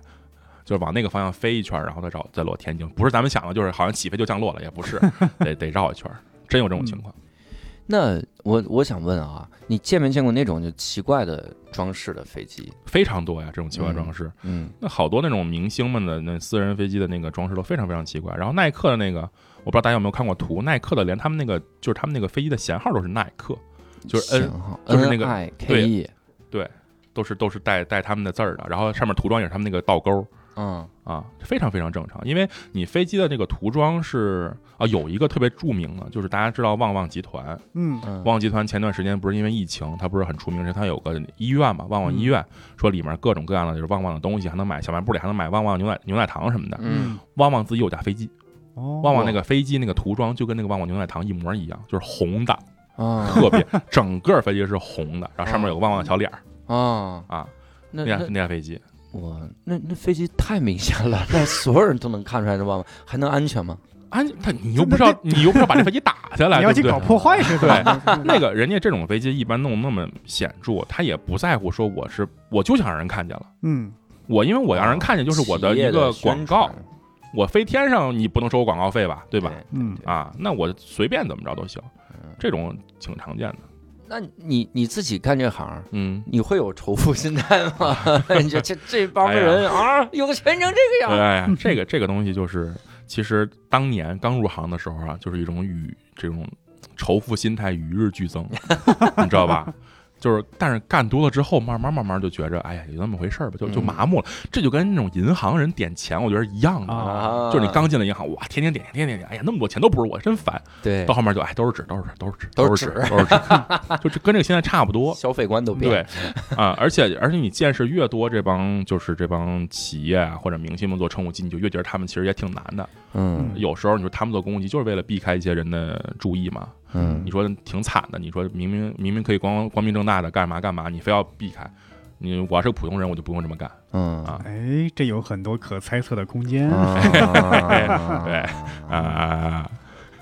S3: 就是往那个方向飞一圈儿，然后再绕再落天津，不是咱们想的，就是好像起飞就降落了，也不是，得得绕一圈儿，真有这种情况。
S1: 那我我想问啊，你见没见过那种就奇怪的装饰的飞机？
S3: 非常多呀，这种奇怪装饰。
S1: 嗯，
S3: 那好多那种明星们的那私人飞机的那个装饰都非常非常奇怪。然后耐克的那个，我不知道大家有没有看过图，耐克的连他们那个就是他们那个飞机的舷号都是耐克，就是
S1: 型
S3: N
S1: 号
S3: 就是那个
S1: N I K E，
S3: 都是都是带带他们的字儿的，然后上面涂装也是他们那个倒钩
S1: 嗯
S3: 啊，非常非常正常。因为你飞机的这个涂装是啊，有一个特别著名的，就是大家知道旺旺集团，
S2: 嗯
S1: 嗯，
S3: 旺旺集团前段时间不是因为疫情，它不是很出名，是它有个医院嘛，旺旺医院，
S2: 嗯
S3: 说里面各种各样的就是旺旺的东西，还能买小卖部里还能买旺旺牛奶牛奶糖什么的。
S1: 嗯，
S3: 旺旺自己有架飞机。
S2: 哦，
S3: 旺旺那个飞机那个涂装就跟那个旺旺牛奶糖一模一样，就是红的，
S2: 嗯
S1: 啊
S3: 特别整个飞机是红的，然后上面有个旺旺的小脸儿
S1: 啊，
S2: 嗯
S3: 啊，
S1: 那
S3: 那架
S1: 那
S3: 那架飞机
S1: 我那那飞机太明显 了，那所有人都能看出来是旺旺，还能安全吗？
S3: 啊，他你又不知道你又不知道把这飞机打下来，
S2: 你要
S3: 对
S2: 去
S3: 不
S2: 搞
S3: 对？
S2: 破坏是吧？
S3: 那个人家这种飞机一般弄那么显著，他也不在乎说我是我就想让人看见了，
S2: 嗯
S3: 我因为我让人看见就是我
S1: 企
S3: 一
S1: 业
S3: 个
S1: 宣
S3: 广告
S1: 传，，
S3: 我飞天上你不能收我广告费吧，对
S1: 对嗯
S3: 吧？
S2: 嗯
S1: 对
S3: 啊，那我随便怎么着都行。这种挺常见的。
S1: 那你你自己干这行，
S3: 嗯，
S1: 你会有仇富心态 吗？你这这这帮人、啊，有钱成这个样，
S3: 哎，这个这个东西就是，其实当年刚入行的时候啊，就是一种与这种仇富心态与日俱增，你知道吧？就是，但是干多了之后，慢慢慢慢就觉着，哎呀，有那么回事儿吧，就就
S1: 嗯
S3: 麻木了。这就跟那种银行人点钱，我觉得一样的。
S1: 啊
S3: 哎就是你刚进了银行，哇，天天点，天天点，哎呀，那么多钱都不是我，真烦。
S1: 对
S3: 到后面就哎，都是纸，都是纸，都是纸，
S1: 都是
S3: 是纸，都是纸， 就是跟这个现在差不多。
S1: 消费观都变
S3: 对
S1: 了，
S3: 啊，而且而且你见识越多，这帮就是这帮企业啊或者明星们做乘务机，你就越觉得他们其实也挺难的。
S1: 嗯
S3: 有时候你说他们做公务机就是为了避开一些人的注意嘛，
S1: 嗯
S3: 你，说挺惨的。你说明明明明可以光光明正大的干嘛干嘛，你非要避开。你我要是个普通人，我就不用这么干。
S1: 嗯
S3: 啊
S2: 哎，这有很多可猜测的空间。
S1: 啊
S3: 对啊啊啊！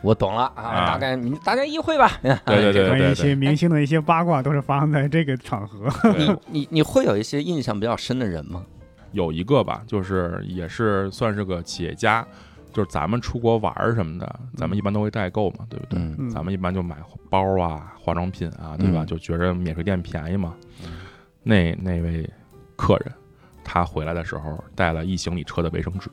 S1: 我懂了啊，
S3: 啊
S1: 大概你大家意会吧。
S3: 对对对
S2: 关于
S3: 对
S2: 一些
S3: 对
S2: 明星的一些八卦都是发生在这个场合。
S3: 对，
S1: 你你会有一些印象比较深的人吗？
S3: 有一个吧，就是也是算是个企业家，就是咱们出国玩儿什么的，咱们一般都会代购嘛，对不对？
S1: 嗯
S3: 咱们一般就买包啊、化妆品啊，对吧？
S1: 嗯
S3: 就觉着免税店便宜嘛。那那位客人，他回来的时候带了一行李车的卫生纸，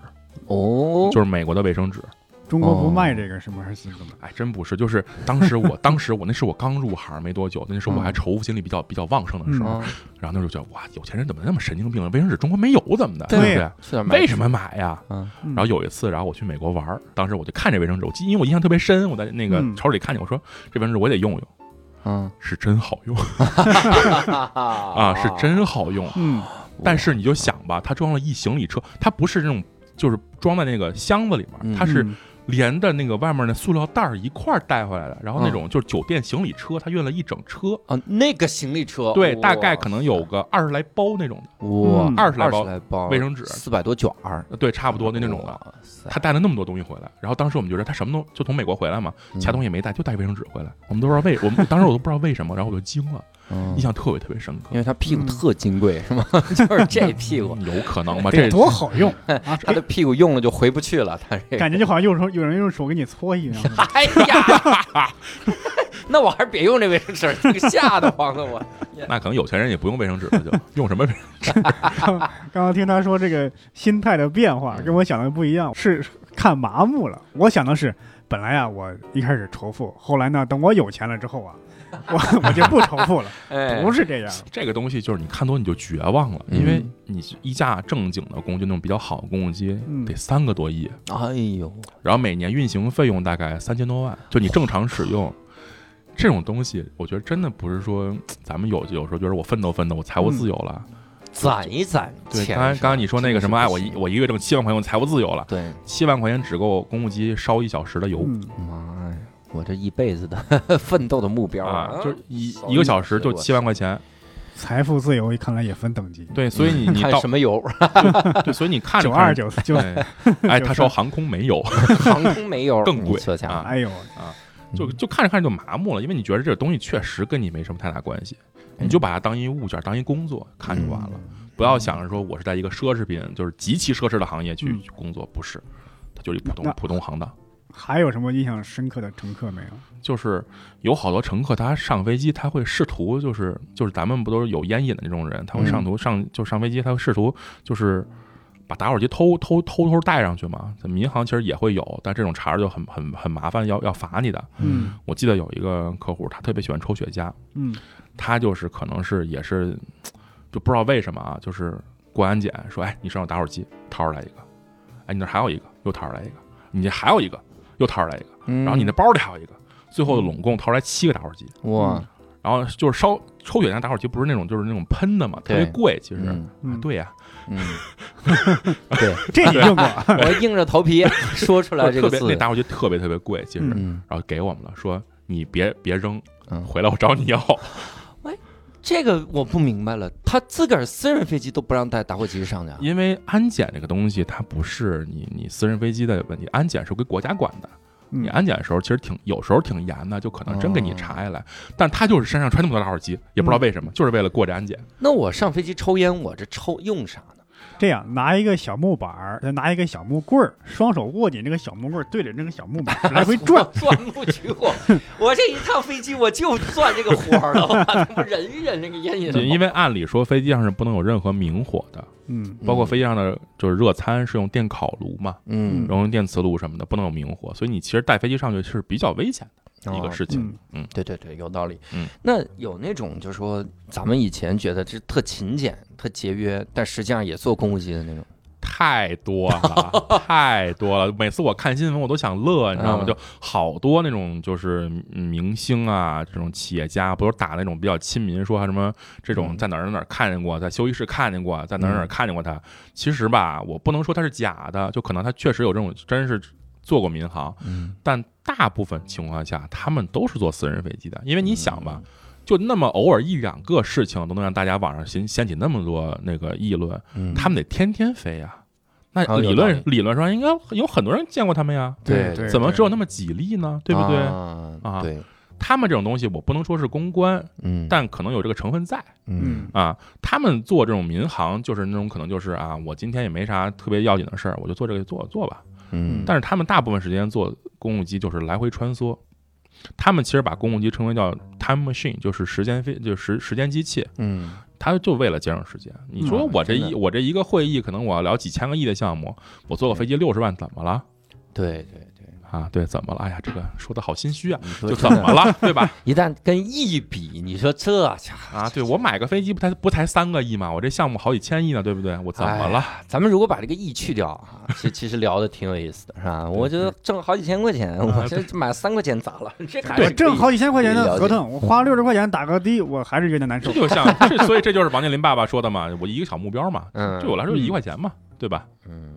S1: 哦，
S3: 就是美国的卫生纸。
S2: 中国不卖这个是吗？还是怎么？
S3: 哎，真不是，就是当时 我，当时我那是我刚入行没多久，那时候我还
S1: 嗯
S3: 仇富心理比较比较旺盛的时候，
S1: 啊
S3: 然后那时候觉得哇，有钱人怎么那么神经病啊？卫生纸中国没有怎么的，
S2: 对
S3: 对不对？
S1: 去哪儿买？
S3: 为什么买呀？
S1: 嗯？
S3: 然后有一次，然后我去美国玩儿，当时我就看这卫生纸，我记因为我印象特别深，我在那个
S2: 嗯
S3: 超市里看见，我说这卫生纸我得用用，
S1: 嗯
S3: 是真好用啊，
S1: 啊
S3: 是真好用。
S2: 嗯，
S3: 但是你就想吧，它装了一行李车，它不是那种就是装在那个箱子里面，
S1: 嗯
S3: 它是连着那个外面的塑料袋儿一块儿带回来的。然后
S1: 嗯
S3: 那种就是酒店行李车，它运了一整车，
S1: 啊，那个行李车，
S3: 对，
S1: 哇
S3: 大概可能有个二十来包那种的，
S1: 哇
S2: 嗯
S3: 二十来包，
S1: 来嗯包
S3: 卫生纸
S1: 四百多卷儿，
S3: 对，差不多的那种的。
S1: 哇塞，
S3: 他带了那么多东西回来，然后当时我们觉得他什么都就从美国回来嘛，
S1: 嗯
S3: 其他东西也没带，就带卫生纸回来。我们都不知道为，我们当时我都不知道为什么，然后我就惊了，
S1: 西
S3: 印象特别特别深刻
S1: 嗯因。为他屁股特金贵，是吗？ 就是这屁股，
S3: 嗯有可 能吧？
S2: 得
S3: 这
S2: 多好 用啊！
S1: 他的屁股用了就回不去了，他这个。
S2: 感觉就好像有时候有人用手给你搓 一样。
S1: 哎呀，那我还是别用这卫生纸，这个吓得慌的 我。
S3: 那可能有钱人也不用卫生纸了，就用什么卫生
S2: 刚刚听他说这个心态的变
S3: 嗯
S2: 化，跟我想的不一样，是看麻木了。我想的是，本来啊，我一开始仇富，后来呢，等我有钱了之后啊， 我我就不仇富 了，
S1: 哎，
S2: 不是这样。
S3: 这个东西就是你看多你就绝望了，
S2: 嗯
S3: 因为你一架正经的公务机，那种比较好的公务机
S2: 嗯
S3: 得三个多亿，
S1: 哎呦，
S3: 然后每年运行费用大概三千多万，就你正常使用。这种东西，我觉得真的不是说咱们有有时候觉得我奋斗奋斗，我财务自由了，
S2: 嗯
S1: 攒一攒
S3: 对，
S1: 钱。
S3: 刚才刚才你说那个什么，哎，我一
S1: 一
S3: 我一个月挣七万块钱，我财务自由了，
S1: 对，
S3: 七万块钱只够公务机烧一小时的油、
S2: 嗯，
S1: 妈呀，我这一辈子的 奋斗的目标
S3: 啊，就是一
S1: 烧
S3: 一个小时就
S1: 一小时
S3: 七万块钱，
S2: 财富自由看来也分等级，
S3: 对，所 以你你
S1: 看
S3: 到
S1: 什么油？
S3: 对，所以你看着
S2: 九二
S3: 看着
S2: 九四 九，
S3: 对，哎，他说航空没有，
S1: 航空煤油
S3: 更贵
S1: 你说下
S3: 啊
S2: 哎呦，
S3: 就
S2: 嗯
S3: 就看着看着就麻木了，因为你觉得这个东西确实跟你没什么太大关系，
S2: 嗯
S3: 你就把它当一物件，当一工作看就完了，不要想着说我是在一个奢侈品，就是极其奢侈的行业去
S2: 嗯
S3: 去工作，不是，它就是一普
S2: 那
S3: 通普通行当。
S2: 还有什么印象深刻的乘客没有？
S3: 就是有好多乘客，他上飞机他会试图就是就是咱们不都是有烟瘾的那种人，他会
S2: 嗯
S3: 上图上就上飞机，他会试图就是把打火机偷偷偷偷带上去嘛。咱们银行其实也会有，但这种茬儿就很很很麻烦，要要罚你的。
S2: 嗯
S3: 我记得有一个客户，他特别喜欢抽雪茄，
S2: 嗯，
S3: 他就是可能是也是就不知道为什么啊，就是过安检说，哎，你身上有打火机，掏出来一个，哎，你那儿还有一个，又掏出来一个，你这还有一个，又掏出来一个。
S1: 然
S3: 然后你那包里还有一个，最后拢共掏出来七个打火机。
S1: 哇，
S3: 然后就是烧抽雪茄打火机，不是那种就是那种喷的嘛，特别
S1: 对
S3: 贵。其实，
S1: 嗯
S3: 啊
S2: 嗯
S3: 对呀、
S1: 嗯，对
S2: 这你用过？
S1: 我硬着头 皮说出来这
S3: 特
S1: 个
S3: 别
S1: 字
S3: 那，打火机特别特别贵，其实。
S1: 嗯，
S3: 然后给我们了，说你别别扔，
S1: 嗯
S3: 回来我找你要。
S1: 这个我不明白了，他自个儿私人飞机都不让带打火机上去啊，
S3: 因为安检这个东西，它不是你你私人飞机的问题，安检是归国家管的。你
S2: 嗯，
S3: 安检的时候，其实挺有时候挺严的，就可能真给你查下来。但他就是身上穿那么多打火机，也不知道为什么，就是为了过这安检。
S1: 那我上飞机抽烟，我这抽用啥呢？
S2: 这样拿一个小木板儿，再拿一个小木棍儿，双手握紧这个小木棍儿，对着那个小木板儿来 回转。
S1: 钻木取 火。我这一趟飞机我就钻这个火了， 我他妈忍一忍这个烟瘾
S3: 就。因为按理说飞机上是不能有任何明火的，
S2: 嗯，
S3: 包括飞机上的就是热餐是用电烤炉嘛，
S1: 嗯
S3: 然后用电磁炉什么的，不能有明火，所以你其实带飞机上去是比较危险的一
S1: 哦
S3: 个事情。
S2: 嗯，
S1: 对对对，有道理。
S3: 嗯，
S1: 那有那种就说咱们以前觉得这特勤俭、特节约，但实际上也坐公务机的那种。
S3: 太多 了，太多了！每次我看新闻，我都想乐，你知道吗？
S1: 嗯
S3: 就好多那种就是明星啊，这种企业家，不是打那种比较亲民，说什么这种
S1: 嗯
S3: 在哪儿哪儿看见过，在休息室看见过，在哪儿哪儿看见过他。其实吧，我不能说他是假的，就可能他确实有这种，真是做过民航，
S1: 嗯，
S3: 但大部分情况下，他们都是坐私人飞机的，因为你想
S1: 嗯
S3: 吧，就那么偶尔一两个事情都能让大家网上掀掀起那么多那个议论，
S1: 嗯
S3: 他们得天天飞呀。那
S1: 啊有
S3: 理
S1: 道
S3: 论
S1: 理
S3: 理论上应该有很多人见过他们呀，
S1: 对
S2: 对，
S3: 怎么只有那
S2: 么？
S3: 么几例呢？对不对？
S1: 啊
S3: 啊
S1: 对，
S3: 他们这种东西，我不能说是公关，
S1: 嗯，
S3: 但可能有这个成分在
S1: 嗯
S2: 嗯
S3: 啊。他们做这种民航，就是那种可能就是啊，我今天也没啥特别要紧的事儿，我就做这个做做吧。
S1: 嗯，
S3: 但是他们大部分时间坐公务机就是来回穿梭，他们其实把公务机称为叫 time machine，就是时间飞，就是时时间机器，
S1: 嗯
S3: 它就为了节省时间。你说
S1: 嗯
S3: 我这
S1: 真
S3: 一
S1: 的
S3: 我这一个会议，可能我要聊几千个亿的项目，我
S1: 嗯
S3: 坐个飞机六十万，怎么了？
S1: 对对对，
S3: 啊，对，怎么了？哎呀，这个说的好心虚啊，
S1: 你说
S3: 就
S1: 真
S3: 怎
S1: 的
S3: 么了，对吧？
S1: 一旦跟亿比，你说这家伙
S3: 啊，对我买个飞机不才不才三个亿嘛，我这项目好几千亿呢，对不对？我怎么了？
S1: 咱们如果把这个亿去掉啊，其其实聊的挺有意思的，是吧？我觉得挣好几千块钱，
S3: 啊
S1: 我这买三块钱咋了？这还
S2: 对，
S1: 是
S2: 挣
S1: 可以
S2: 好几千块钱
S1: 了
S2: 的
S1: 解
S2: 合同，我花六十块钱打个的，我还是有点难受
S3: 这。就像这，所以这就是王健林爸爸说的嘛，我一个小目标嘛，
S1: 嗯
S3: 对我来说就一块钱嘛，对吧？
S1: 嗯，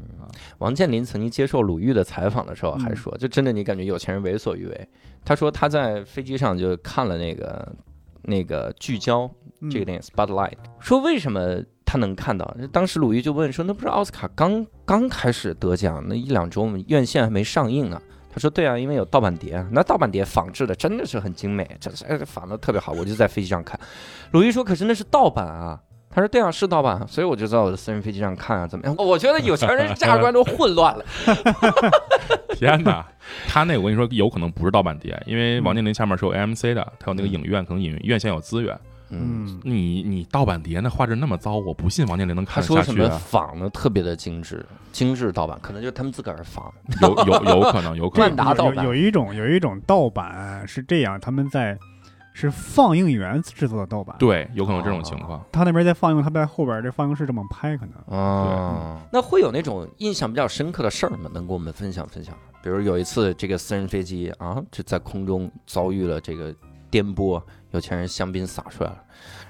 S1: 王健林曾经接受鲁豫的采访的时候
S3: 嗯
S1: 还说，就真的你感觉有钱人为所欲为。他说他在飞机上就看了那个那个聚焦
S2: 嗯
S1: 这个电影《Spotlight》，说为什么他能看到？当时鲁豫就问说，那不是奥斯卡刚刚开始得奖那一两周，我们院线还没上映呢。他说：“对啊，因为有盗版碟啊，那盗版碟仿制的真的是很精美，这是哎仿的特别好，我就在飞机上看。”鲁豫说：“可是那是盗版啊。”他说：“对啊，是盗版，所以我就在我的私人飞机上看啊，怎么样？” 我觉得有钱人价值观都混乱 了。嗯
S3: 天哪，他那我跟你说，有可能不是盗版碟，因
S1: 嗯
S3: 为王健林下面是有 AMC 的，他有那个影院，可能影院线有资源。
S1: 嗯，
S2: 嗯，
S3: 你你盗版碟那画质那么糟，我不信王健林能
S1: 他
S3: 看得
S1: 说
S3: 下
S1: 什
S3: 去、
S1: 么
S3: 啊。
S1: 仿的特别的精致，精致盗版，可能就是他们自个儿仿。
S3: 有有有可能，有可
S1: 万
S3: 能。
S1: 达盗
S2: 有
S1: 版
S2: 有一种有一种盗版是这样，他们在是放映员制作的盗版，
S3: 对，有可能有这种情况。
S2: 他那边在放映，他们在后边儿这放映室这么拍，可能
S1: 哦，那会有那种印象比较深刻的事儿吗？能跟我们分享分享？比如有一次这个私人飞机啊，这在空中遭遇了这个颠簸，有钱人香槟洒出来了，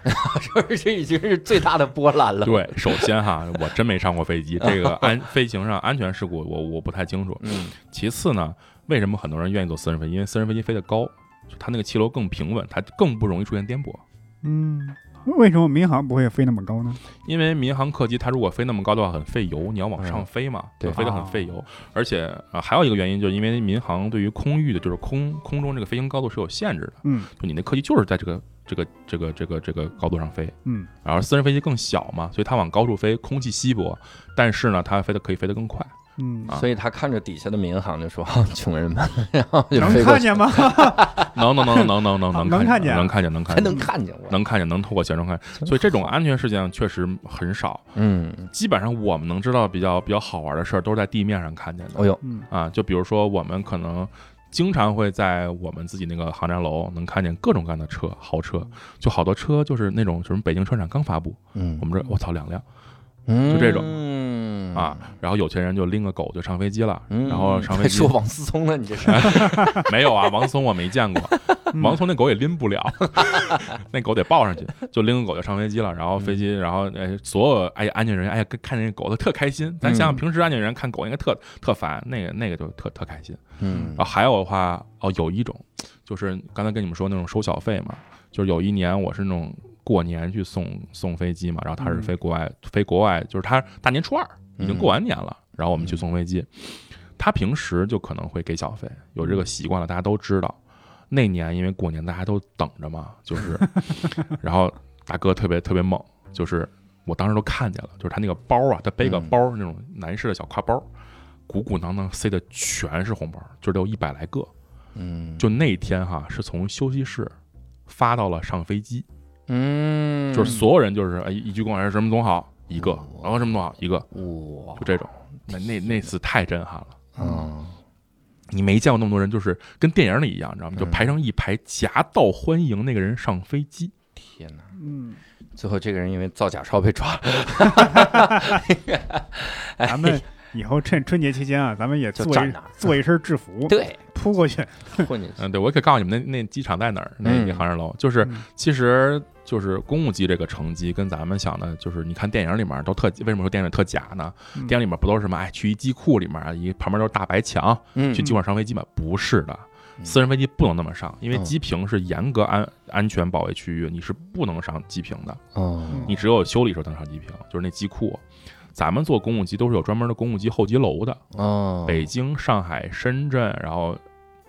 S1: 说这已经是最大的波澜了。
S3: 对，首先哈，我真没上过飞机，这个安飞行上安全事故我我不太清楚。
S1: 嗯
S3: 其次呢，为什么很多人愿意坐私人飞机？因为私人飞机飞得高，就它那个气流更平稳，它更不容易出现颠簸。
S2: 嗯，为什么民航不会飞那么高呢？
S3: 因为民航客机它如果飞那么高的话，很费油，你要往上飞嘛，
S1: 对
S3: 就飞得很费油。而且啊，还有一个原因，就是因为民航对于空域的，就是空空中这个飞行高度是有限制的，
S2: 嗯
S3: 就你那客机就是在这个这个这个这个这个高度上飞。
S2: 嗯
S3: 然后私人飞机更小嘛，所以它往高处飞，空气稀薄，但是呢，它飞得可以飞得更快。
S2: 嗯，
S3: 啊
S1: 所以他看着底下的民航就说：“啊穷人们， 然后就
S2: 能
S1: 飞过
S2: 看
S1: 去，
S2: 见吗？
S3: 能能能能能能能
S2: 能看见啊
S3: 能看见能看
S1: 还嗯
S3: 见
S1: 能看见我。
S3: 能看见能透过全程看见，所以这种安全事件确实很少。”
S1: 嗯，
S3: 基本上我们能知道比较比较好玩的事儿，都是在地面上看见的。
S1: 哦呦，
S2: 嗯
S3: 啊，就比如说我们可能经常会在我们自己那个航站楼能看见各种各样的车，豪车，就好多车就是那种什么北京车展刚发布，
S1: 嗯
S3: 我们这我操两辆
S1: 嗯，
S3: 就这种
S1: 嗯
S3: 啊，，然后有钱人就拎个狗就上飞机了，
S1: 嗯
S3: 然后上飞机
S1: 说王思聪了，你这是
S3: 没有啊，王松我没见过，王松那狗也拎不了， 那狗得抱上去，就拎个狗就上飞机了，然后飞机，然后哎，所有哎安全人哎呀看见那狗他特开心，咱想想
S1: 嗯
S3: 平时安全人看狗应该特特烦，那个那个就特特开心。
S1: 嗯
S3: 然后还有的话，哦，有一种就是刚才跟你们说那种收小费嘛，就是有一年我是那种过年去送送飞机嘛，然后他是
S2: 嗯
S3: 飞国外，飞国外就是他大年初二已经
S1: 嗯
S3: 过完年了，然后我们去
S1: 嗯
S3: 送飞机，他平时就可能会给小费，有这个习惯了，大家都知道。那年因为 过年大家都等着嘛，就是，然后大哥特别特别猛，就是我当时都看见了，就是他那个包啊，他背个
S1: 嗯
S3: 包、那种男士的小挎包，鼓鼓囊囊塞的全是红包，就得有一百来个。
S1: 嗯，
S3: 就那天哈，是从休息室发到了上飞机，
S1: 嗯，哦
S3: 就是所有人就是哎一句公喊什么总好一个，然后什么总好一个，
S1: 哇
S3: 就，这种。那那那次太震撼了。
S1: 嗯，
S3: 你没见过那么多人，就是跟电影里一样，你知道吗？就
S1: 嗯
S3: 排成一排，夹道欢迎那个人上飞机。
S1: 天哪！
S2: 嗯，
S1: 最后这个人因为造假钞被抓了，
S2: 咱们以后趁春节期间啊，咱们也
S1: 就
S2: 做
S1: 站
S2: 一
S1: 那儿
S2: 做一身制服，
S1: 对，
S2: 扑过去，
S1: 混进去，
S3: 嗯，对，我可告诉你们，那那机场在哪儿？那
S1: 嗯
S3: 那航站楼，就是
S2: 嗯
S3: 其实就是公务机这个乘机跟咱们想的，就是你看电影里面都特，为什么说电影里特假呢？
S2: 嗯
S3: 电影里面不都是什么？哎，去一机库里面，一旁边都是大白墙，
S1: 嗯
S3: 去机场上飞机吗？不是的。
S1: 嗯
S3: 私人飞机不能那么上，因为
S1: 嗯
S3: 机坪是严格安安全保卫区域，你是不能上机坪的。
S1: 哦
S3: 你只有修理时候能上机坪，就是那机库。咱们做公务机都是有专门的公务机候机楼的，
S1: 哦，
S3: 北京、上海、深圳，然后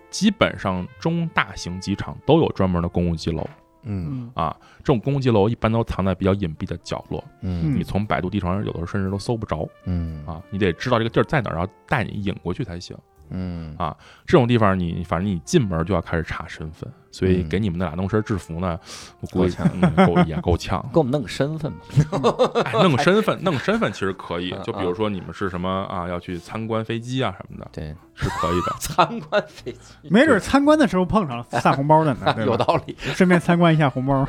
S3: 基本上中大型机场都有专门的公务机楼
S1: 嗯
S2: 嗯
S3: 啊。这种公务机楼一般都藏在比较隐蔽的角落，
S1: 嗯
S3: 你从百度地图上有的时候甚至都搜不着
S1: 嗯
S3: 啊。你得知道这个地儿在哪儿，然后带你引过去才行。
S1: 嗯
S3: 啊这种地方你反正你进门就要开始查身份，所以
S1: 嗯
S3: 给你们那俩弄身制服呢，我估计
S1: 够
S3: 嗯够也够呛。
S1: 给我们弄个身份吧，
S3: 哎，弄 身份，弄身份其实可以
S1: 嗯，
S3: 就比如说你们是什么啊，要去参观飞机啊什么的，
S1: 对，。
S3: 是可以的
S1: 参观飞机
S2: 没准参观的时候碰上了散红包的 呢，对
S1: 啊有
S2: 吧？
S1: 道理，
S2: 顺便参观一下红包。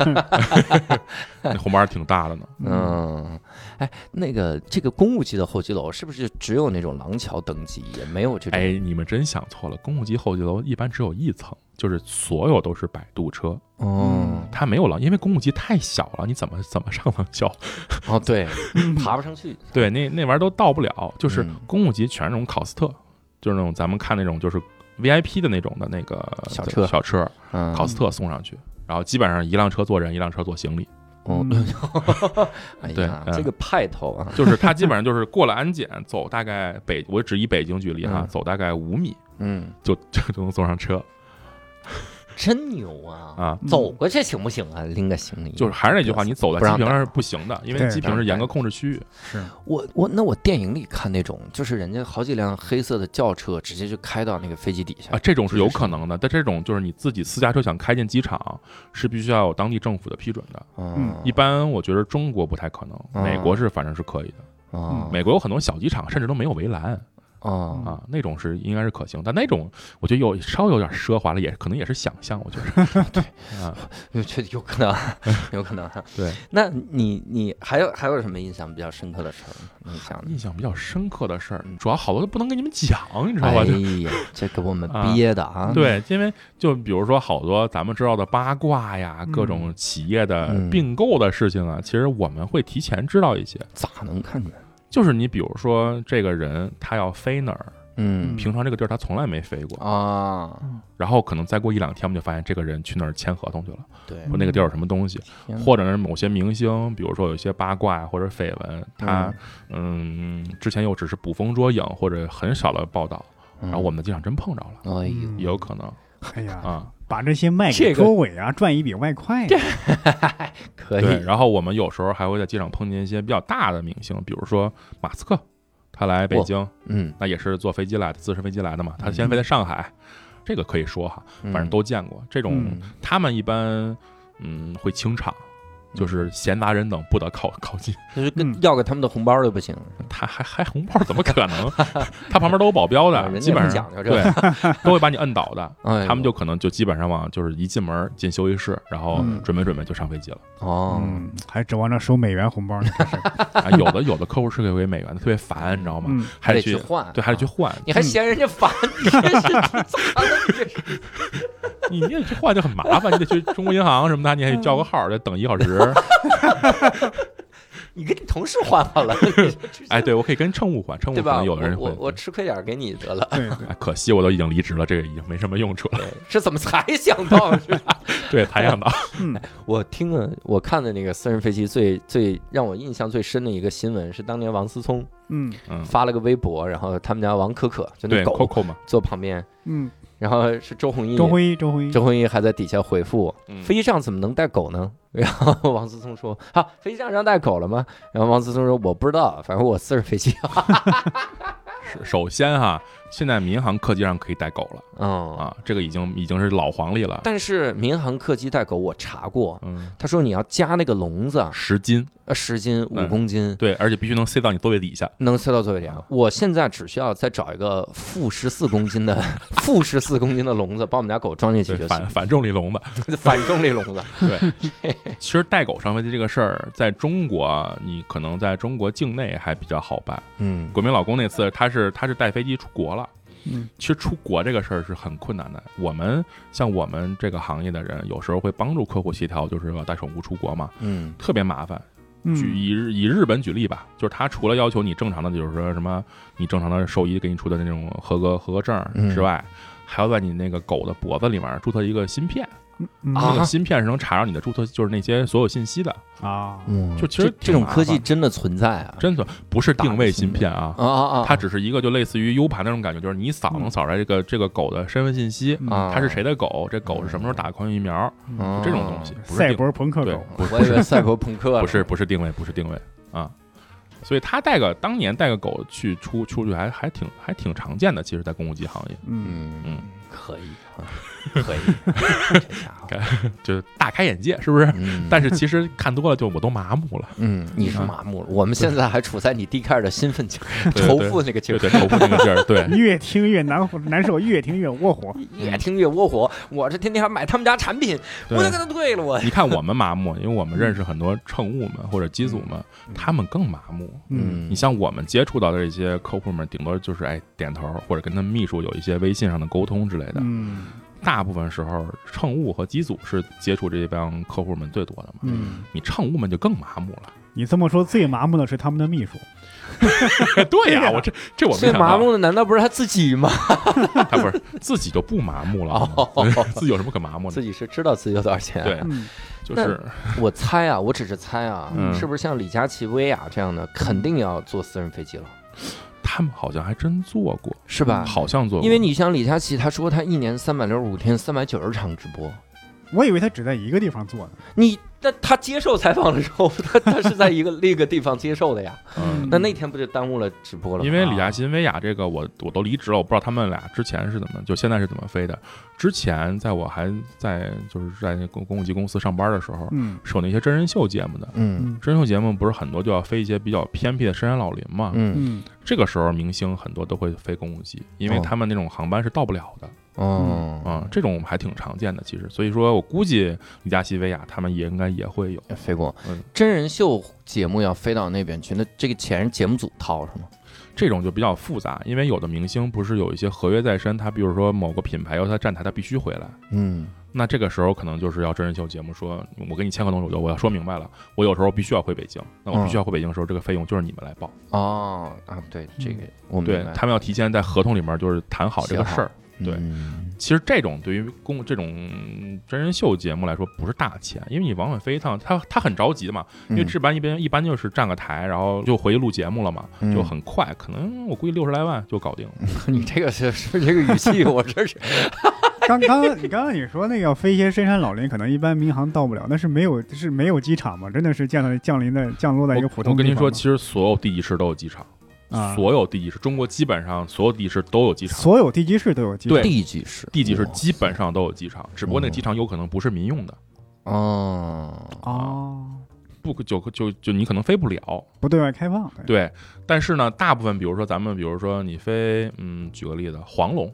S3: 那红包还挺大的 呢，
S2: 嗯，
S1: 嗯，哎，那个这个公务机的候机楼是不是只有那种廊桥登记，也没有这种？
S3: 哎，你们真想错了，公务机候机楼一般只有一层，就是所有都是摆渡车，
S2: 嗯
S1: 哦，
S3: 它没有廊，因为公务机太小了，你怎么怎么上廊桥？
S1: 哦，对，
S2: 嗯
S1: 爬不上去。
S3: 对，那那玩意儿都到不了，就是
S1: 嗯
S3: 公务机全是那种考斯特，就是那种咱们看那种就是 VIP 的那种的那个
S1: 小车
S3: 小车
S1: 嗯，
S3: 考斯特送上去，然后基本上一辆车坐人，一辆车坐行李。
S1: 哦，哎
S3: 对
S1: 呀，
S3: 嗯
S1: 这个派头啊，
S3: 就是它基本上就是过了安检，走大概北，我只以北京距离哈，
S1: 嗯
S3: 走大概五米
S1: 嗯，
S3: 就就就能坐上车
S1: 真牛啊！
S3: 啊。
S1: 走过去行不行啊？拎个行李，
S3: 就是还是那句话，你走在机
S1: 不
S3: 坪
S1: 让
S3: 上是不行的，因为
S2: 对
S3: 机坪是严格控制区域。
S1: 我我那我电影里看那种，就是人家好几辆黑色的轿车直接就开到那个飞机底下
S3: 啊，这种是有可能的，但这种就是你自己私家车想开进机场，是必须要有当地政府的批准的。
S1: 嗯，
S3: 一般我觉得中国不太可能，
S1: 嗯
S3: 美国是反正是可以的。
S1: 啊，
S3: 美国有很多小机场甚至都没有围栏
S1: 啊，
S3: 啊，那种是应该是可行，但那种我觉得有稍微有点奢华了，也可能也是想象，我觉得。 对啊，
S1: 有确有可 能，有可能。
S3: 对，
S1: 那你你还有还有什么印象比较深刻的事儿吗？你想
S3: 印象比较深刻的事儿，主要好多都不能跟你们讲，你知道吧？
S1: 哎
S3: 就
S1: 呀，这给我们憋的啊！
S3: 对，因为就比如说好多咱们知道的八卦呀，
S2: 嗯
S3: 各种企业的
S1: 嗯
S3: 并购的事情啊，其实我们会提前知道一些。
S1: 咋能看见？
S3: 就是你比如说这个人他要飞哪儿，
S1: 嗯
S3: 平常这个地儿他从来没飞过，
S1: 啊，
S3: 然后可能再过一两天我们就发现这个人去那儿签合同去了，
S1: 对，
S3: 说那个地儿有什么东西，
S1: 嗯天哪
S3: 或者是某些明星，比如说有一些八卦呀或者绯闻，他嗯之前又只是捕风捉影或者很少的报道。
S1: 嗯
S3: 然后啊我们机场真碰着了，
S1: 哎呦，
S3: 也有可能
S2: 哎
S1: 嗯
S2: 呀，
S3: 啊。
S2: 把这些卖
S1: 这
S2: 给
S1: 个
S2: 周伟啊，赚一笔外快呀。
S1: 可
S3: 对，
S1: 以，
S3: 然后我们有时候还会在机场碰见一些比较大的明星，比如说马斯克，他来北京，
S1: 嗯，
S3: 那也是坐飞机来的，自身飞机来的嘛。他先飞的上海，这个可以说哈，
S1: 嗯
S3: 反正都见过。这种
S1: 嗯
S3: 他们一般嗯会清场，
S1: 嗯
S3: 就是闲杂人等不得靠靠近。
S1: 就是
S2: 嗯
S1: 跟要个他们的红包就不行，
S3: 他还还红包怎么 可能？他旁边都有保镖的，
S1: 啊人
S3: 基
S1: 家
S3: 本
S1: 不
S3: 上
S1: 讲究这
S3: 对
S1: 个，
S3: 都会把你摁倒的。
S1: 哎呦
S3: 他们就可能就基本上往就是一进门进休息室，然后
S2: 嗯
S3: 准备准备就上飞机了。
S1: 哦，
S2: 嗯，还指望着收美元红包呢。这是
S3: 啊，有的有的客户是给美元的，特别烦，你知道吗？
S2: 嗯，
S3: 还得
S1: 去换，
S3: 对，还得去
S1: 啊，
S3: 换，
S1: 你还嫌人家烦，你这是你咋了？你这是
S3: 你你也去换就很麻烦，你得去中国银行什么的，你还得叫个号，得等一 小时。
S1: 你跟你同事换换了，你这这
S3: 哎，对我可以跟乘务换，乘务
S1: 对
S3: 可
S1: 吧？
S3: 能
S1: 我
S3: 有的人
S1: 我
S3: 会。
S1: 我吃亏点儿给你得了，
S2: 对对，
S3: 哎，可惜我都已经离职了，这个已经没什么用处了。
S1: 这怎么才想到？ 是吧
S3: 对，才想到，
S2: 嗯
S1: 我听了我看的那个私人飞机最最让我印象最深的一个新闻是当年王思聪
S2: 嗯
S3: 嗯，
S1: 发了个微博，然后他们家王可可就那
S3: 对
S1: 狗
S3: ，Coco 嘛，
S1: 坐旁边，
S2: 嗯
S1: 然后是周鸿祎，
S2: 周鸿祎，周鸿祎，
S1: 周鸿祎还在底下回复
S3: 嗯：“
S1: 飞机上怎么能带狗呢？” 然后王思聪说：“啊，飞机上让带狗了吗？”然后王思聪说：“我不知道，反正我私人飞机。
S3: 是首先哈，现在民航客机上可以带狗了”
S1: 嗯，
S3: 啊，这个已经已经是老黄历了。
S1: 但是民航客机带狗我查过，
S3: 嗯，
S1: 他说你要加那个笼子，
S3: 十斤，
S1: 呃，十斤五
S3: 嗯
S1: 公斤。
S3: 对，而且必须能塞到你座位底下。
S1: 能塞到座位里啊！我现在只需要再找一个负十四公斤的 负十四公斤的笼子，把我们家狗装进去
S3: 对
S1: 就，
S3: 反
S1: 行。
S3: 反重力笼子。
S1: 反重力笼子，
S3: 其实带狗上飞机这个事儿，在中国，你可能在中国境内还比较好办。
S1: 嗯，
S3: 国民老公那次，他是他是带飞机出国了。
S2: 嗯，
S3: 其实出国这个事儿是很困难的。我们像我们这个行业的人，有时候会帮助客户协调，就是要带宠物出国嘛，
S1: 嗯
S3: 特别麻烦。举
S2: 嗯，
S3: 以日以日本举例吧，就是他除了要求你正常的，就是说什么你正常的兽医给你出的那种合格合格证儿
S1: 嗯
S3: 之外，还要在你那个狗的脖子里面注册一个芯片，
S2: 嗯
S1: 啊
S3: 那个芯片是能查到你的注册就是那些所有信息的，
S2: 啊，
S1: 嗯，
S3: 就其实
S1: 这这种
S3: 挺麻
S1: 科技
S3: 烦
S1: 真的存在啊！
S3: 真的不是定位芯片啊。
S1: 啊啊啊！
S3: 它只是一个就类似于 U 盘那种感觉，就是你扫能扫出来这个这个狗的身份信息，
S2: 嗯
S1: 啊，
S3: 它是谁的狗，这狗是什么时候打狂犬疫苗，
S1: 嗯？
S3: 这种东西哦不是
S2: 赛
S3: 定
S2: 博朋克
S3: 对
S2: 狗，，
S3: 不是
S1: 我以为赛博朋克呢
S3: 不是不是定位，不是定位啊。所以他带个当年带个狗去出出去还还挺还挺常见的，其实，在公务机行业
S2: 嗯，
S1: 嗯
S3: 嗯，
S1: 可以啊， 可以，这家伙，
S3: 就是大开眼界，是不是？
S1: 嗯
S3: 但是其实看多了就我都麻 木了，
S1: 嗯，你是麻木了，我们现在还处在你 D 开始的兴奋劲儿、
S3: 对
S1: 仇富那个劲
S3: 对
S1: 儿，
S3: 对，头部那个劲儿， 对
S2: 越听越难火难受，越听越窝火。
S1: 越听越窝火。我这天天还买他们家产品，
S3: 对
S1: 我。就给他退了我。
S3: 你看我们麻木，因为我们认识很多乘务们或者机组们，他们更麻木。
S2: 嗯，
S3: 你像我们接触到的这些客户们，顶多就是哎点头，或者跟他们秘书有一些微信上的沟通之类的。
S2: 嗯
S3: 大部分时候，乘务和机组是接触这帮客户们最多的嘛。
S2: 嗯，
S3: 你乘务们就更麻木 了。
S2: 你这么说最麻木的是他们的秘书，
S3: 对呀、
S2: 对呀
S3: 我这这我没
S1: 最
S3: 想
S1: 麻
S3: 到，
S1: 木的难道不是他自己吗？
S3: 他不是自己就不麻木了吗，
S1: 哦
S3: 自己有什么可麻木
S1: 自
S3: 的？
S1: 己是知道自己有多少钱。
S3: 对，
S2: 嗯
S3: 就是
S1: 我猜啊，我只是猜啊，
S3: 嗯
S1: 是不是像李佳琦、薇娅这样的，肯定要坐私人飞机了，
S3: 嗯他们好像还真做过，
S1: 是吧？
S3: 好像做
S1: 啊
S3: 过，
S1: 因为你像李佳琦，他说他一年三百六十五天，三百九十场直播，
S2: 我以为他只在一个地方做呢。
S1: 你那他接受采访的时候，他他是在一个另一个地方接受的呀，
S3: 嗯
S1: 那那天不就啊耽误了直播了吗？
S3: 因为李亚新、薇娅这个我我都离职了，我不知道他们俩之前是怎么，就现在是怎么飞的。之前在我还在就是在那公公务机公司上班的时候，
S2: 嗯
S3: 是有那些真人秀节目的。
S1: 嗯
S3: 真人秀节目不是很多就要飞一些比较偏僻的深山老林嘛？
S1: 嗯
S2: 嗯
S3: 这个时候明星很多都会飞公务机，因为
S1: 哦
S3: 他们那种航班是到不了的
S1: 哦，
S3: 啊、这种还挺常见的，其实，所以说我估计李佳琦、薇娅他们也应该也会有。
S1: 飞过
S3: 嗯
S1: 真人秀节目要飞到那边去，那这个钱是节目组掏是吗？
S3: 这种就比较复杂，因为有的明星不是有一些合约在身，他比如说某个品牌要他站台，他必须回来。
S1: 嗯
S3: 那这个时候可能就是要真人秀节目说，我跟你签合同，我就我要说明白了，我有时候必须要回北京，那我必须要回北京的时候，这个费用就是你们来报。
S1: 哦啊，对这个我明
S3: 对
S1: 白
S3: 他们要提前在合同里面就是谈好这个事儿。对
S1: 嗯
S3: 其实这种对于公这种嗯真人秀节目来说不是大钱，因为你往返飞一趟，他他很着急的嘛，因为
S1: 嗯
S3: 这班一般一般就是站个台，然后就回去录节目了嘛，
S1: 嗯
S3: 就很快，可能我估计六十来万就搞定了。
S1: 你这个是是这个语 气，我这是
S2: 刚刚你刚刚你说那个飞一些深山老林，可能一般民航到不了，那是没有是没有机场吗？真的是降在降临在降落在一个
S3: 我
S2: 普
S3: 我
S2: 通地方吗。
S3: 跟您说，其实所有地级市都有机场，
S2: 啊
S3: 所有地级市，中国基本上所有地级市都有机场。
S2: 所有地级市都有机场。
S3: 对
S1: 地级市，
S3: 地级市
S1: 哇
S3: 基本上都有机场，只不过那个机场有可能不是民用的，
S1: 哦，
S2: 哦，
S3: 不就就就你可能飞不了。
S2: 不对外开放。对
S3: 对，但是呢，大部分比如说咱们，比如说你飞，嗯，举个例子，黄龙，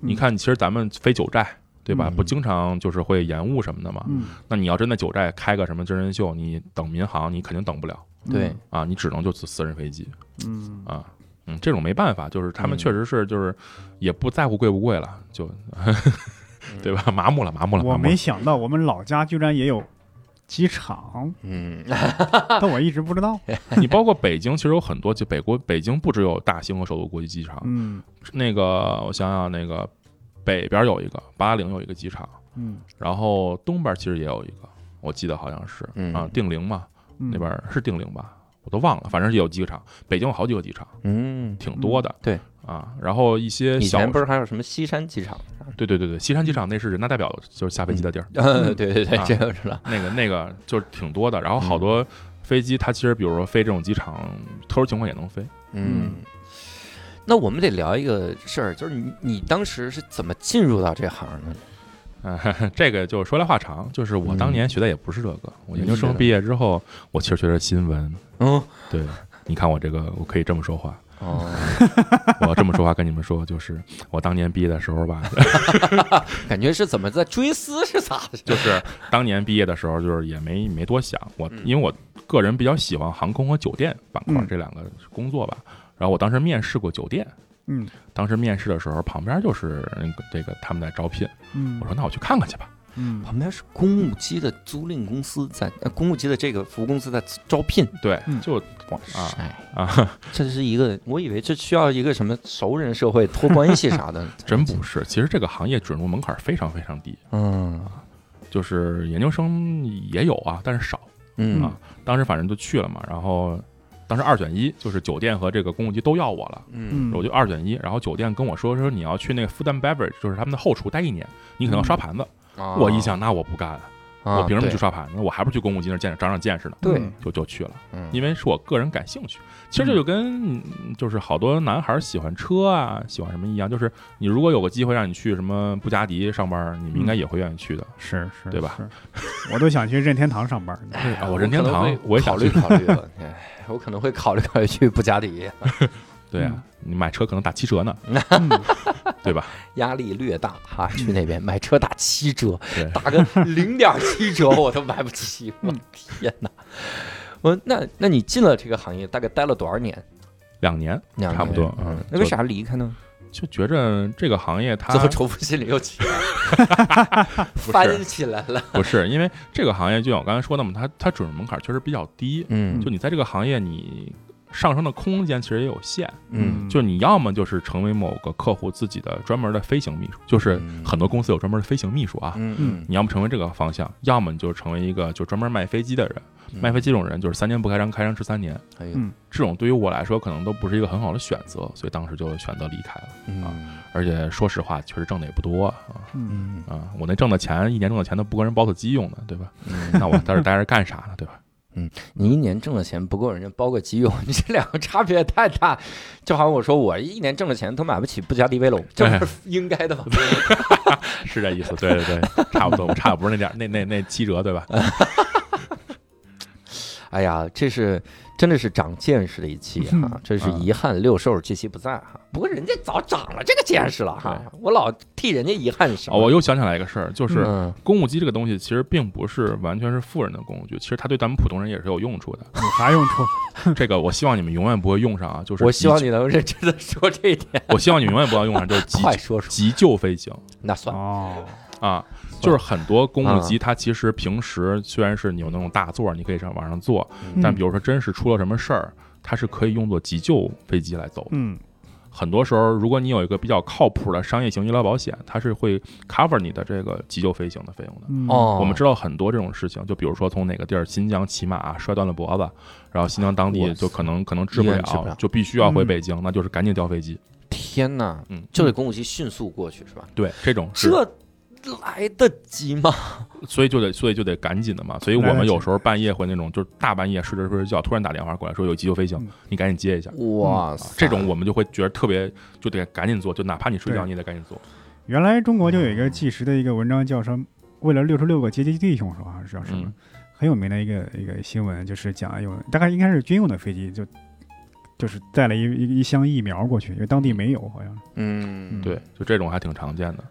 S3: 你看，其实咱们飞九寨。对吧？
S1: 嗯
S3: 不经常就是会延误什么的嘛。
S2: 嗯，
S3: 那你要真在九寨开个什么真人秀，你等民航，你肯定等不了
S2: 嗯
S1: 对，
S3: 啊，你只能就私私人飞机
S2: 嗯，
S3: 啊。嗯，这种没办法，就是他们
S1: 嗯
S3: 确实是就是也不在乎贵不贵了，就 对吧？麻木了，麻木了。啊
S2: 我
S3: 麻木了
S2: 没想到我们老家居然也有机场，
S1: 嗯，
S2: 但我一直不知道。
S3: 哎你包括北京，其实有很多，就北国北京不只有大兴和首都国际机场，
S2: 嗯
S3: 那个我想想，那个北边有一个八零有一个机场，
S2: 嗯
S3: 然后东边其实也有一个，我记得好像是、
S1: 嗯
S3: 啊，定陵嘛，
S2: 嗯，
S3: 那边是定陵吧？我都忘了，反正是有几个厂，北京有好几个机场，
S1: 嗯，
S3: 挺多的。
S1: 对
S3: 啊，然后一些
S1: 以
S3: 小
S1: 前不是还有什么西山机场？
S3: 对对对对，西山机场那是人大代表就是下飞机的地儿，
S1: 嗯，对对对，
S3: 啊
S1: 这个我知道。
S3: 那个那个就是挺多的。然后
S1: 嗯
S3: 好多飞机，它其实比如说飞这种机场，特殊情况也能飞。
S1: 嗯，那我们得聊一个事儿，就是你你当时是怎么进入到这行的？
S3: 嗯， 这个就说来话长，就是我当年学的也不是这个，我嗯研究
S1: 你学
S3: 生
S1: 的
S3: 毕业之后，我其实学的是新闻。
S1: 嗯，
S3: 对，你看我这个，我可以这么说话。
S1: 哦，
S3: 我要这么说话跟你们说，就是我当年毕业的时候吧，
S1: 感觉是怎么在追思是咋的？
S3: 就是当年毕业的时候，就是也没没多想，我
S1: 嗯
S3: 因为我个人比较喜欢航空和酒店板块
S2: 嗯
S3: 这两个工作吧。然后我当时面试过酒店，
S2: 嗯
S3: 当时面试的时候旁边就是那个这个他们在招聘，
S2: 嗯
S3: 我说那我去看看去吧。
S2: 嗯
S1: 旁边是公务机的租赁公司在，呃公务机的这个服务公司在招聘。
S3: 对，
S2: 嗯
S3: 就
S1: 哇塞，
S3: 啊，
S1: 这是一个，我以为这需要一个什么熟人社会托关系啥的，
S3: 真不是，其实这个行业准入门槛非常非常低，
S1: 嗯
S3: 就是研究生也有啊，但是少。
S1: 嗯
S3: 啊当时反正就去了嘛，然后当时二选一，就是酒店和这个公务机都要我了。
S1: 嗯
S2: 嗯，
S3: 我就二选一，然后酒店跟我说说你要去那个 food and beverage，就是他们的后厨待一年，你可能要刷盘子。
S1: 啊
S3: 我一想，那我不干，
S1: 啊
S3: 我凭什么去
S1: 对
S3: 刷盘子？我还不如去公务机那儿见长长见识呢，
S1: 对
S2: 嗯
S3: 就就去了，
S1: 嗯
S3: 因为是我个人感兴趣。其实这就跟嗯就是好多男孩喜欢车啊，喜欢什么一样，就是你如果有个机会让你去什么布加迪上班，你们
S1: 嗯
S3: 应该也会愿意去的。
S2: 是是，
S3: 对吧
S2: 是？我都想去任天堂上班呢。
S1: 哎
S3: 啊我任天
S1: 可能
S3: 堂
S1: 会
S3: 我也想
S1: 考虑考虑了， 哎我可能会考虑考虑去布加迪，
S3: 对
S1: 嗯
S3: 啊，你买车可能打七折呢，
S2: 嗯
S3: 对吧？
S1: 压力略大哈，去那边买车打七折，
S3: 嗯对嗯
S1: 打个零点七 折我都买不起，我天哪！我那那你进了这个行业大概待了多少年？
S3: 两年
S1: 两年
S3: 差不多，嗯
S1: 嗯，那为啥离开呢？
S3: 就觉着这个行业它
S1: 最后仇富心理又起来 了，翻起来了。
S3: 不是，因为这个行业就像我刚才说的嘛，它它准入门槛确实比较低，
S1: 嗯
S3: 就你在这个行业你上升的空间其实也有限，
S1: 嗯
S3: 就是你要么就是成为某个客户自己的专门的飞行秘书，就是
S1: 嗯
S3: 很多公司有专门的飞行秘书啊，
S1: 嗯
S3: 你要么成为这个方向，要么你就成为一个就专门卖飞机的人，
S1: 嗯
S3: 卖飞机这种人就是三年不开张，开张十三年，
S1: 哎呦
S2: 嗯
S3: 这种对于我来说可能都不是一个很好的选择，所以当时就选择离开了，
S1: 嗯
S3: 而且说实话，确实挣的也不多啊
S2: 嗯，
S1: 嗯
S3: 啊，我那挣的钱一年挣的钱都不够人包子鸡用的，对吧？
S1: 嗯，
S3: 那我在这待着干啥呢？对吧？
S1: 你一年挣的钱不够人家包个机油，你这两个差别太大。就好像我说我一年挣的钱都买不起布加迪威龙，这
S3: 哎
S1: 不是应该的吗？
S3: 是这意思，对对对，差不多，我差的不是那点儿那那那七折，对 吧？
S1: 哎呀，这是真的是长见识的一期哈、
S2: 嗯
S1: 真是遗憾六兽这期不在哈、不过人家早长了这个见识了哈、我老替人家遗憾什么。
S3: 哦，我又想起来一个事儿，就是
S1: 嗯，
S3: 公务机这个东西其实并不是完全是富人的工具，其实它对咱们普通人也是有 用处的。
S2: 有啥用 处？
S3: 这个我希望你们永远不会用上啊，就是
S1: 我希望
S3: 急
S1: 你能认真的说这一点，
S3: 我希望你永远不要用上，就是 急
S1: 快说说。
S3: 急救飞行
S1: 那算了，
S2: 哦，
S3: 啊，
S1: 嗯
S3: 就是很多公务机它其实平时虽然是你有那种大座儿，你可以上往上坐，
S1: 嗯
S3: 但比如说真是出了什么事儿，它是可以用作急救飞机来走的。
S2: 嗯
S3: 很多时候，如果你有一个比较靠谱的商业型医疗保险，它是会 cover 你的这个急救飞行的费用的。
S2: 嗯，
S1: 哦，
S3: 我们知道很多这种事情，就比如说从哪个地儿新疆骑马、摔断了脖子，然后新疆当
S1: 哇
S3: 地
S1: 塞
S3: 就可能可能治
S1: 医
S3: 不
S1: 院
S3: 了，
S1: 治不了
S3: 就必须要回
S2: 嗯
S3: 北京，那就是赶紧调飞机。
S1: 天哪，
S3: 嗯
S1: 就得公务机迅速过去是吧？
S3: 对，这种是，
S1: 这来得及吗？
S3: 所以就得所以就得赶紧的嘛。所以我
S2: 来得
S3: 们
S2: 及
S3: 有时候半夜会那种，就是大半夜睡着睡着觉，突然打电话过来说有急救飞行
S2: 嗯，
S3: 你赶紧接一下。
S1: 哇塞，
S3: 啊这种我们就会觉得特别，就得赶紧做，就哪怕你睡觉，
S2: 对
S3: 你也得赶紧做。
S2: 原来中国就有一个纪实的一个文章，叫什么？为了六十六个劫机弟兄，是吧？还是叫什么？
S3: 嗯
S2: 很有名的一个一个新闻，就是讲有大概应该是军用的飞机，就就是带了一一一箱疫苗过去，因为当地没有，好像是。
S1: 嗯，
S3: 对，就这种还挺常见的。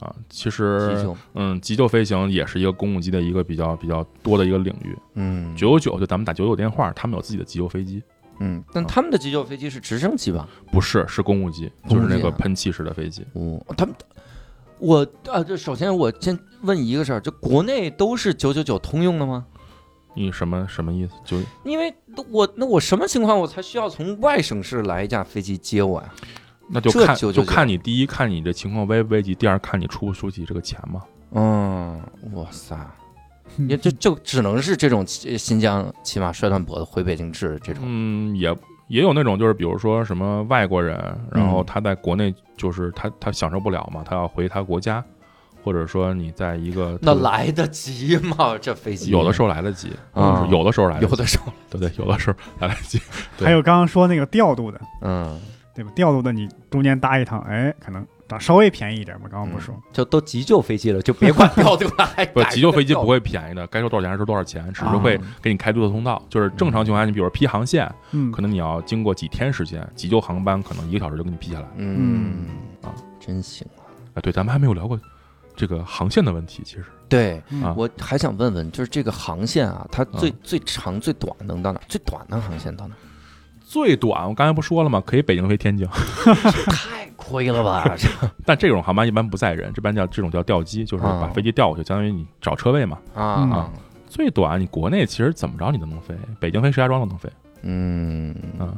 S3: 啊，其实
S1: 急救，
S3: 嗯，急救飞行也是一个公务机的一个比较比较多的一个领域。
S1: 嗯，
S3: 九九九就咱们打九九电话，他们有自己的急救飞机，
S1: 嗯，
S3: 啊
S1: 但他们的急救飞机是直升机吧？
S3: 不是是公务机，
S1: 公
S3: 就
S1: 务机啊
S3: 是那个喷气式的飞机。
S1: 哦，他们，我啊，这首先我先问一个事儿，就国内都是九九九通用的吗？
S3: 你什么什么意思？就
S1: 因为我那我什么情况我才需要从外省市来一架飞机接我呀、
S3: 那就
S1: 这
S3: 看
S1: 999
S3: 就看你第一看你这情况危不危急，第二看你出不出起这个钱嘛。
S1: 嗯，哇塞，也就就只能是这种呃新疆骑马摔断脖子回北京治这种。
S3: 嗯，也也有那种就是比如说什么外国人，然
S1: 嗯
S3: 后他在国内就是他他享受不了嘛，他要回他国家，或者说你在一个
S1: 那
S3: 特别
S1: 来得及吗？这飞机
S3: 有的时候来得及，
S1: 啊
S3: 有的时候来得
S1: 有
S3: 及，
S1: 的时候，
S3: 对对，有的时候来得及，对
S2: 还有刚刚说那个调度的，
S1: 嗯，
S2: 对吧？调度的你中间搭一趟，哎，可能搭稍微便宜一点嘛。刚刚不是说，
S1: 就都急救飞机了，就别管掉对吧？还
S3: 不，
S1: 改
S3: 急救飞机
S1: 掉
S3: 不会便宜的，该收多少钱还收多少钱，只是会
S1: 啊嗯
S3: 给你开多的通道。就是正常情况下，你比如说批航线，
S2: 嗯，
S3: 可能你要经过几天时间，急救航班可能一个小时就给你批下来。
S1: 嗯
S3: 啊，
S1: 真行。
S3: 啊，对，咱们还没有聊过这个航线的问题，其实
S1: 对，
S2: 嗯
S3: 啊
S1: 我还想问问，就是这个航线啊，它最
S3: 嗯
S1: 最长、最短能到哪儿？最短的航线到哪儿？
S3: 最短我刚才不说了吗？可以北京飞天津，
S1: 太亏了 吧！这
S3: 但这种航班一般不载人，这班叫这种叫调机，就是把
S1: 哦
S3: 飞机调过去，相当于你找车位嘛。
S1: 啊，
S3: 最短你国内其实怎么着你都能飞，北京飞石家庄都能飞。
S1: 嗯
S3: 啊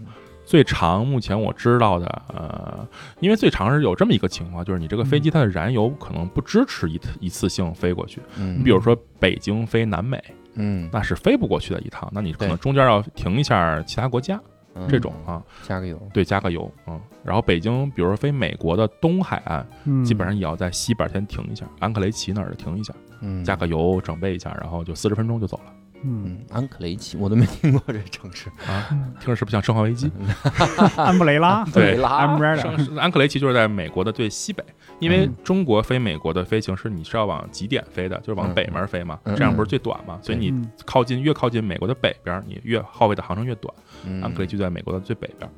S3: 最长目前我知道的，呃，因为最长是有这么一个情况，就是你这个飞机它的燃油可能不支持一次一次性飞过去。你
S1: 嗯
S3: 比如说北京飞南美，
S1: 嗯，
S3: 那是飞不过去的一趟，那你可能
S1: 对
S3: 中间要停一下其他国家
S1: 嗯
S3: 这种啊，
S1: 加个油，
S3: 对，加个油，嗯。然后北京，比如说飞美国的东海岸，
S2: 嗯
S3: 基本上也要在西边先停一下，安克雷奇那儿停一下，
S1: 嗯，
S3: 加个油，整备一下，然后就四十分钟就走了
S2: 嗯，
S1: 嗯，安克雷奇，我都没听过这城市。
S3: 啊。听着是不是像《生化危机》？
S2: 安布 雷拉，
S3: 对
S1: 拉
S2: 安布雷拉，
S3: 生安克雷奇就是在美国的最西北，因为
S1: 嗯
S3: 中国飞美国的飞行是你是要往极点飞的，就是往
S1: 嗯
S3: 北门飞嘛，
S1: 嗯
S3: 这样不是最短嘛？所以你
S2: 嗯
S3: 靠近越靠近美国的北边，你越耗费的航程越短。安克雷
S1: 奇，
S3: 奇就在美国的最北边。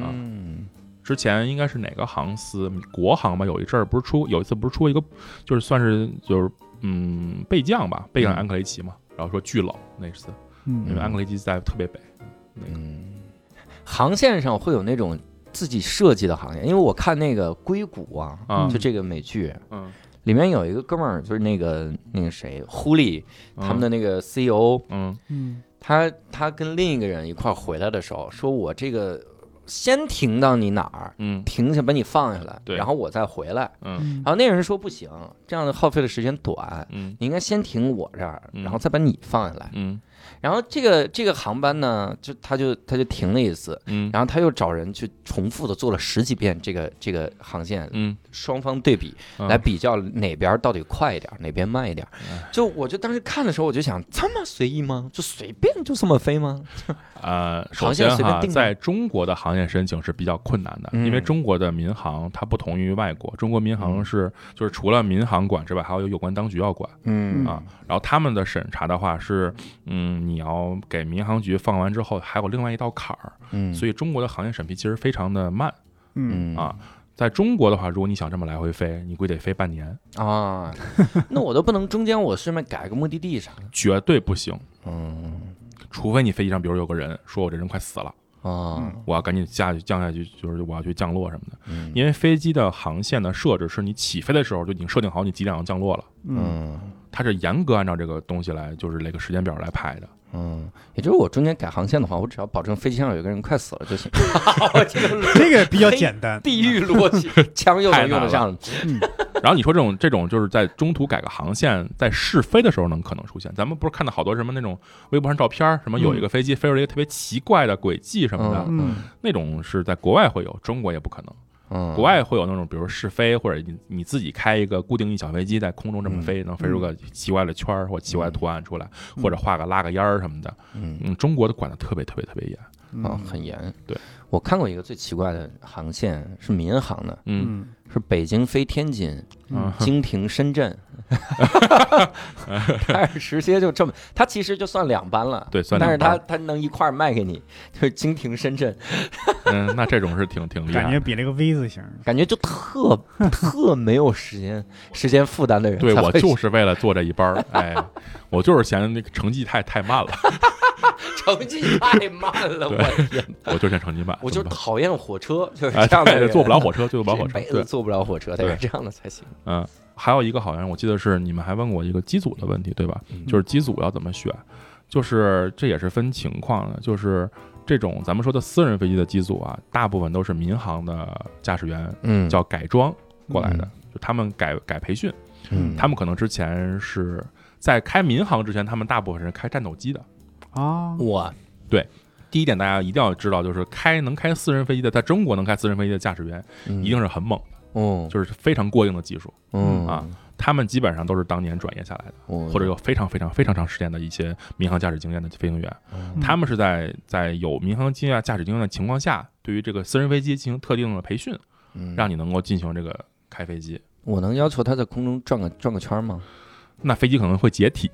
S3: 啊
S1: 嗯
S3: 之前应该是哪个航司，国航吧？有一阵儿不是出，有一次不是出一个，就是算是就是嗯备降吧，备降
S1: 嗯
S3: 安克雷奇嘛。然后说巨冷那次，因
S2: 嗯
S3: 为安克雷奇在特别北，
S1: 嗯，航线上会有那种自己设计的航线，因为我看那个硅谷啊，
S3: 啊
S1: 就这个美剧
S3: 嗯，
S1: 里面有一个哥们儿，就是那个那个谁，狐狸他们的那个 CEO，
S3: 嗯
S2: 嗯
S1: 他他跟另一个人一块儿回来的时候，说我这个先停到你哪儿，
S3: 嗯
S1: 停下把你放下来，
S3: 对
S1: 然后我再回来。
S3: 嗯
S1: 然后那人说不行，这样的耗费的时间短，
S3: 嗯
S1: 你应该先停我这儿，
S3: 嗯
S1: 然后再把你放下来。
S3: 嗯
S1: 然后这个这个航班呢，就他就他就停了一次，
S3: 嗯
S1: 然后他又找人去重复的做了十几遍这个这个航线，
S3: 嗯，
S1: 双方对比
S3: 嗯
S1: 来比较哪边到底快一点，哪边慢一点
S3: 哎。
S1: 就我就当时看的时候，我就想这么随意吗？就随便就这么飞吗？
S3: 呃，首
S1: 航线
S3: 先
S1: 随便
S3: 哈，
S1: 定吗
S3: 在中国的航线申请是比较困难的，
S1: 嗯
S3: 因为中国的民航它不同于外国，中国民航
S1: 嗯
S3: 是就是除了民航管之外，还有有关当局要管
S1: 嗯
S3: 啊。然后他们的审查的话是，嗯，你要给民航局放完之后，还有另外一道坎儿，
S1: 嗯，
S3: 所以中国的航线审批其实非常的慢。
S2: 嗯
S1: 嗯
S3: 啊在中国的话，如果你想这么来回飞，你估计得飞半年，
S1: 啊， 那我都不能中间我顺便改个目的地啥的。
S3: 绝对不行。
S1: 嗯
S3: 除非你飞机上，比如有个人说我这人快死了，
S1: 啊，
S3: 我要赶紧下去降下去，就是我要去降落什么的。
S1: 嗯
S3: 因为飞机的航线的设置是你起飞的时候就已经设定好你几点要降落了，
S2: 嗯
S1: 嗯
S3: 它是严格按照这个东西来，就是那个时间表来排的。
S1: 嗯，也就是我中间改航线的话，我只要保证飞机上有个人快死了就行。 我这个
S2: 这个比较简单，
S1: 地狱逻辑，枪又能用得上。
S3: 然后你说这种这种就是在中途改个航线，在试飞的时候能可能出现。咱们不是看到好多什么那种微博上照片儿，什么有一个飞机飞出了一个特别奇怪的轨迹什么的，
S1: 嗯
S2: 嗯
S3: 那种是在国外会有，中国也不可能。
S1: 嗯，
S3: 国外会有那种，比如试飞，或者你你自己开一个固定翼小飞机在空中这么飞，能飞出个奇怪的圈儿或奇怪的图案出来，
S2: 嗯
S3: 或者画个拉个烟儿什么的。
S1: 嗯
S3: 嗯，中国的管的特别特别特别严。
S2: 嗯
S1: 啊很严。
S3: 嗯对，
S1: 我看过一个最奇怪的航线是民航的，
S3: 嗯
S2: 嗯
S1: 是北京飞天津，
S3: 啊，
S1: 经停深 圳， 但是直接就这么，它其实就算两班了，
S3: 对算
S1: 但是
S3: 两
S1: 它
S3: 班
S1: 它能一块儿卖给你，就是经停深圳，
S3: 嗯，那这种是挺挺厉
S2: 感
S3: 害
S2: 觉
S3: 的。
S2: 比那个 V 字形，
S1: 感觉就 特特没有时间时间负担的人才
S3: 对
S1: 会，
S3: 我就是为了做这一班儿，哎，我就是嫌那个成绩太太慢了，
S1: 成绩太慢了，我
S3: 对
S1: 的 天，
S3: 我就嫌成绩慢。
S1: 我就是
S3: 怎么
S1: 讨厌火车，就是
S3: 办
S1: 这样
S3: 哎，
S1: 的
S3: 对
S1: 人，
S3: 坐不了火车，坐不了火
S1: 这
S3: 车
S1: 辈。子
S3: 对，
S1: 坐不了火车，得
S3: 对
S1: 是这样的才行，
S3: 嗯，还有一个好像我记得是你们还问过一个机组的问题，对吧？
S1: 嗯
S3: 就是机组要怎么选，就是这也是分情况的，就是。这种咱们说的私人飞机的机组啊，大部分都是民航的驾驶员
S1: 嗯
S3: 叫改装过来的，就他们改改培训，
S1: 嗯
S3: 他们可能之前是在开民航之前，他们大部分人开战斗机的。
S2: 啊，
S1: 嗯
S3: 哇，对。第一点，大家一定要知道，就是开能开私人飞机的，在中国能开私人飞机的驾驶员
S1: 嗯
S3: 一定是很猛的，
S1: 嗯
S3: 就是非常过硬的技术。
S1: 嗯
S3: 啊，他们基本上都是当年转业下来的，
S1: 或
S3: 或者有非常非常非常长时间的一些民航驾驶经验的飞行员。
S1: 嗯
S3: 他们是在在有民航经验、驾驶经验的情况下，对于这个私人飞机进行特定的培训，
S1: 嗯
S3: 让你能够进行这个开飞机。
S1: 我能要求他在空中转个转个圈吗？
S3: 那飞机可能会 解体，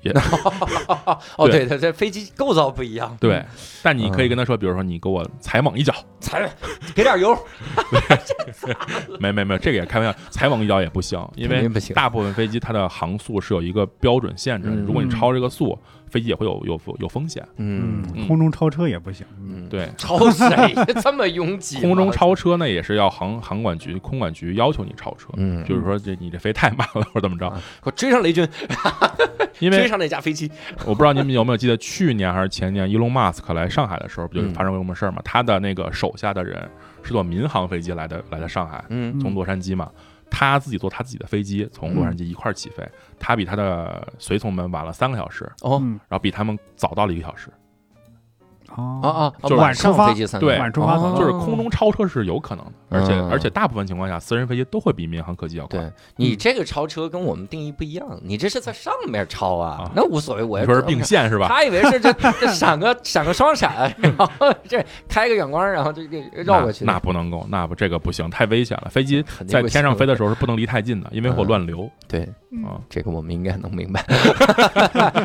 S1: 哦，对，
S3: 对
S1: 它这飞机构造不一样，
S3: 对。但你可以跟他说，比如说你给我踩猛一脚，
S1: 踩给点油，
S3: 没没没，这个也开玩笑，踩猛一脚也不行，因
S1: 肯
S3: 为
S1: 定不行
S3: 大部分飞机它的航速是有一个标准限制的，
S1: 嗯
S3: 如果你超这个速，飞机也会有有有风险。
S1: 嗯
S2: 嗯，
S3: 嗯
S2: 空中超车也不行。
S1: 嗯，
S3: 对，
S1: 超谁这么拥挤？
S3: 空中，超车呢也是要航航管局、空管局要求你超车，
S1: 嗯，
S3: 就是说这你这飞太慢了或者怎么着
S1: 啊，我追上雷军，
S3: 因
S1: 追
S3: 为
S1: 上那架飞机，
S3: 我不知道你们有没有记得去年还是前年，Elon Musk 来上海的时候，不就是
S1: 嗯
S3: 发生过什么事儿吗？他的那个手下的人是坐民航飞机来的，来的上海，
S1: 嗯嗯
S3: 从洛杉矶嘛，他自己坐他自己的飞机从洛杉矶一块儿起飞，他比他的随从们晚了三个小时，
S1: 哦
S2: 嗯
S3: 然后比他们早到了一个小时，
S1: 啊
S2: 啊
S1: 啊，
S3: 就是
S1: 晚
S2: 晚
S1: 上
S2: 出发
S1: 飞机三个
S3: 对
S2: 晚出发
S1: 哦
S3: 就是空中超车是有可能的，而且
S1: 嗯
S3: 而且大部分情况下，私人飞机都会比民航科技要快。
S1: 对你这个超车跟我们定义不一样，你这是在上面超啊
S3: 啊，
S1: 那无所谓，我
S3: 你说是并线是吧？
S1: 他以为是这 这闪个闪个双闪，然后这开个远光，然后就给绕过去
S3: 那，那不能够，那不这个不行，太危险了。飞机
S1: 肯定
S3: 在
S1: 不行
S3: 天上飞的时候是不能离太近的，因为会
S1: 嗯
S3: 乱流
S1: 对，
S3: 啊。
S1: 这个我们应该能 明白，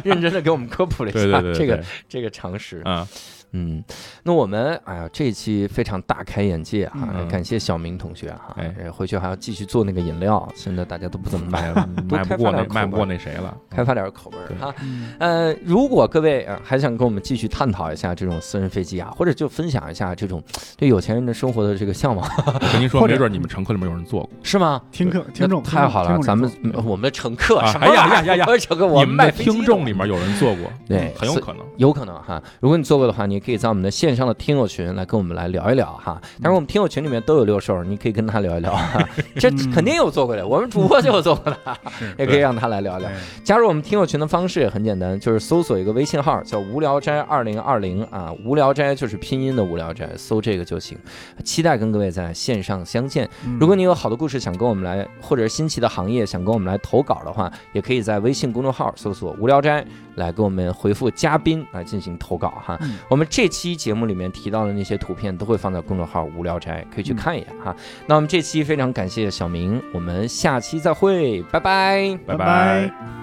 S1: 认真的给我们科普了一
S3: 对对
S1: 下
S3: 对，
S1: 这个
S3: 对
S1: 这个常识。
S3: 啊，
S1: 嗯，那我们哎呀，这一期非常大开眼界啊
S3: 嗯！
S1: 感谢小明同学哈
S3: 哎，
S1: 呃回去还要继续做那个饮料，现在大家都不怎么买了，多
S3: 迈
S1: 开
S3: 不
S1: 发
S3: 过那
S1: 点口
S3: 迈不
S1: 味
S3: 过那谁了。
S1: 开发点口味儿
S3: 对
S1: 哈。
S2: 嗯
S1: 呃，如果各位、呃、还想跟我们继续探讨一下这种私人飞机啊，或者就分享一下这种对有钱人的生活的这个向往，
S3: 我跟您说，
S2: 或者
S3: 没准你们乘客里面有人坐过。
S1: 是吗？
S2: 听课听众
S1: 那太好
S2: 听
S1: 了，
S2: 众
S1: 咱们
S2: 听
S1: 嗯我们的乘客
S3: 啊
S1: 什么
S3: 哎呀
S1: 玩意儿
S3: 呀呀呀
S1: 我们乘客，我
S3: 你
S1: 们
S3: 们
S1: 卖
S3: 的
S1: 飞机
S3: 听众里面有人坐过，
S1: 对
S3: 很有
S1: 所以
S3: 可能。
S1: 有可能哈，如果你做过的话，你也可以在我们的线上的听友群来跟我们来聊一聊哈。当然，我们听友群里面都有六兽，你可以跟他聊一聊，哈这
S2: 嗯
S1: 肯定有做过的，我们主播就有做过的，
S2: 是
S1: 也可以让他来聊聊。
S2: 哎
S1: 加入我们听友群的方式也很简单，就是搜索一个微信号叫“无聊斋二零二零”啊，“无聊斋”就是拼音的“无聊斋”，搜这个就行。期待跟各位在线上相见。
S2: 嗯
S1: 如果你有好的故事想跟我们来，或者是新奇的行业想跟我们来投稿的话，也可以在微信公众号搜索“无聊斋”来给我们回复“嘉宾”来进行投稿哈。
S2: 嗯
S1: 我们这期节目里面提到的那些图片都会放在公众号“无聊斋”，可以去看一眼哈。那我们这期非常感谢小明，我们下期再会，拜拜。
S3: 拜
S2: 拜。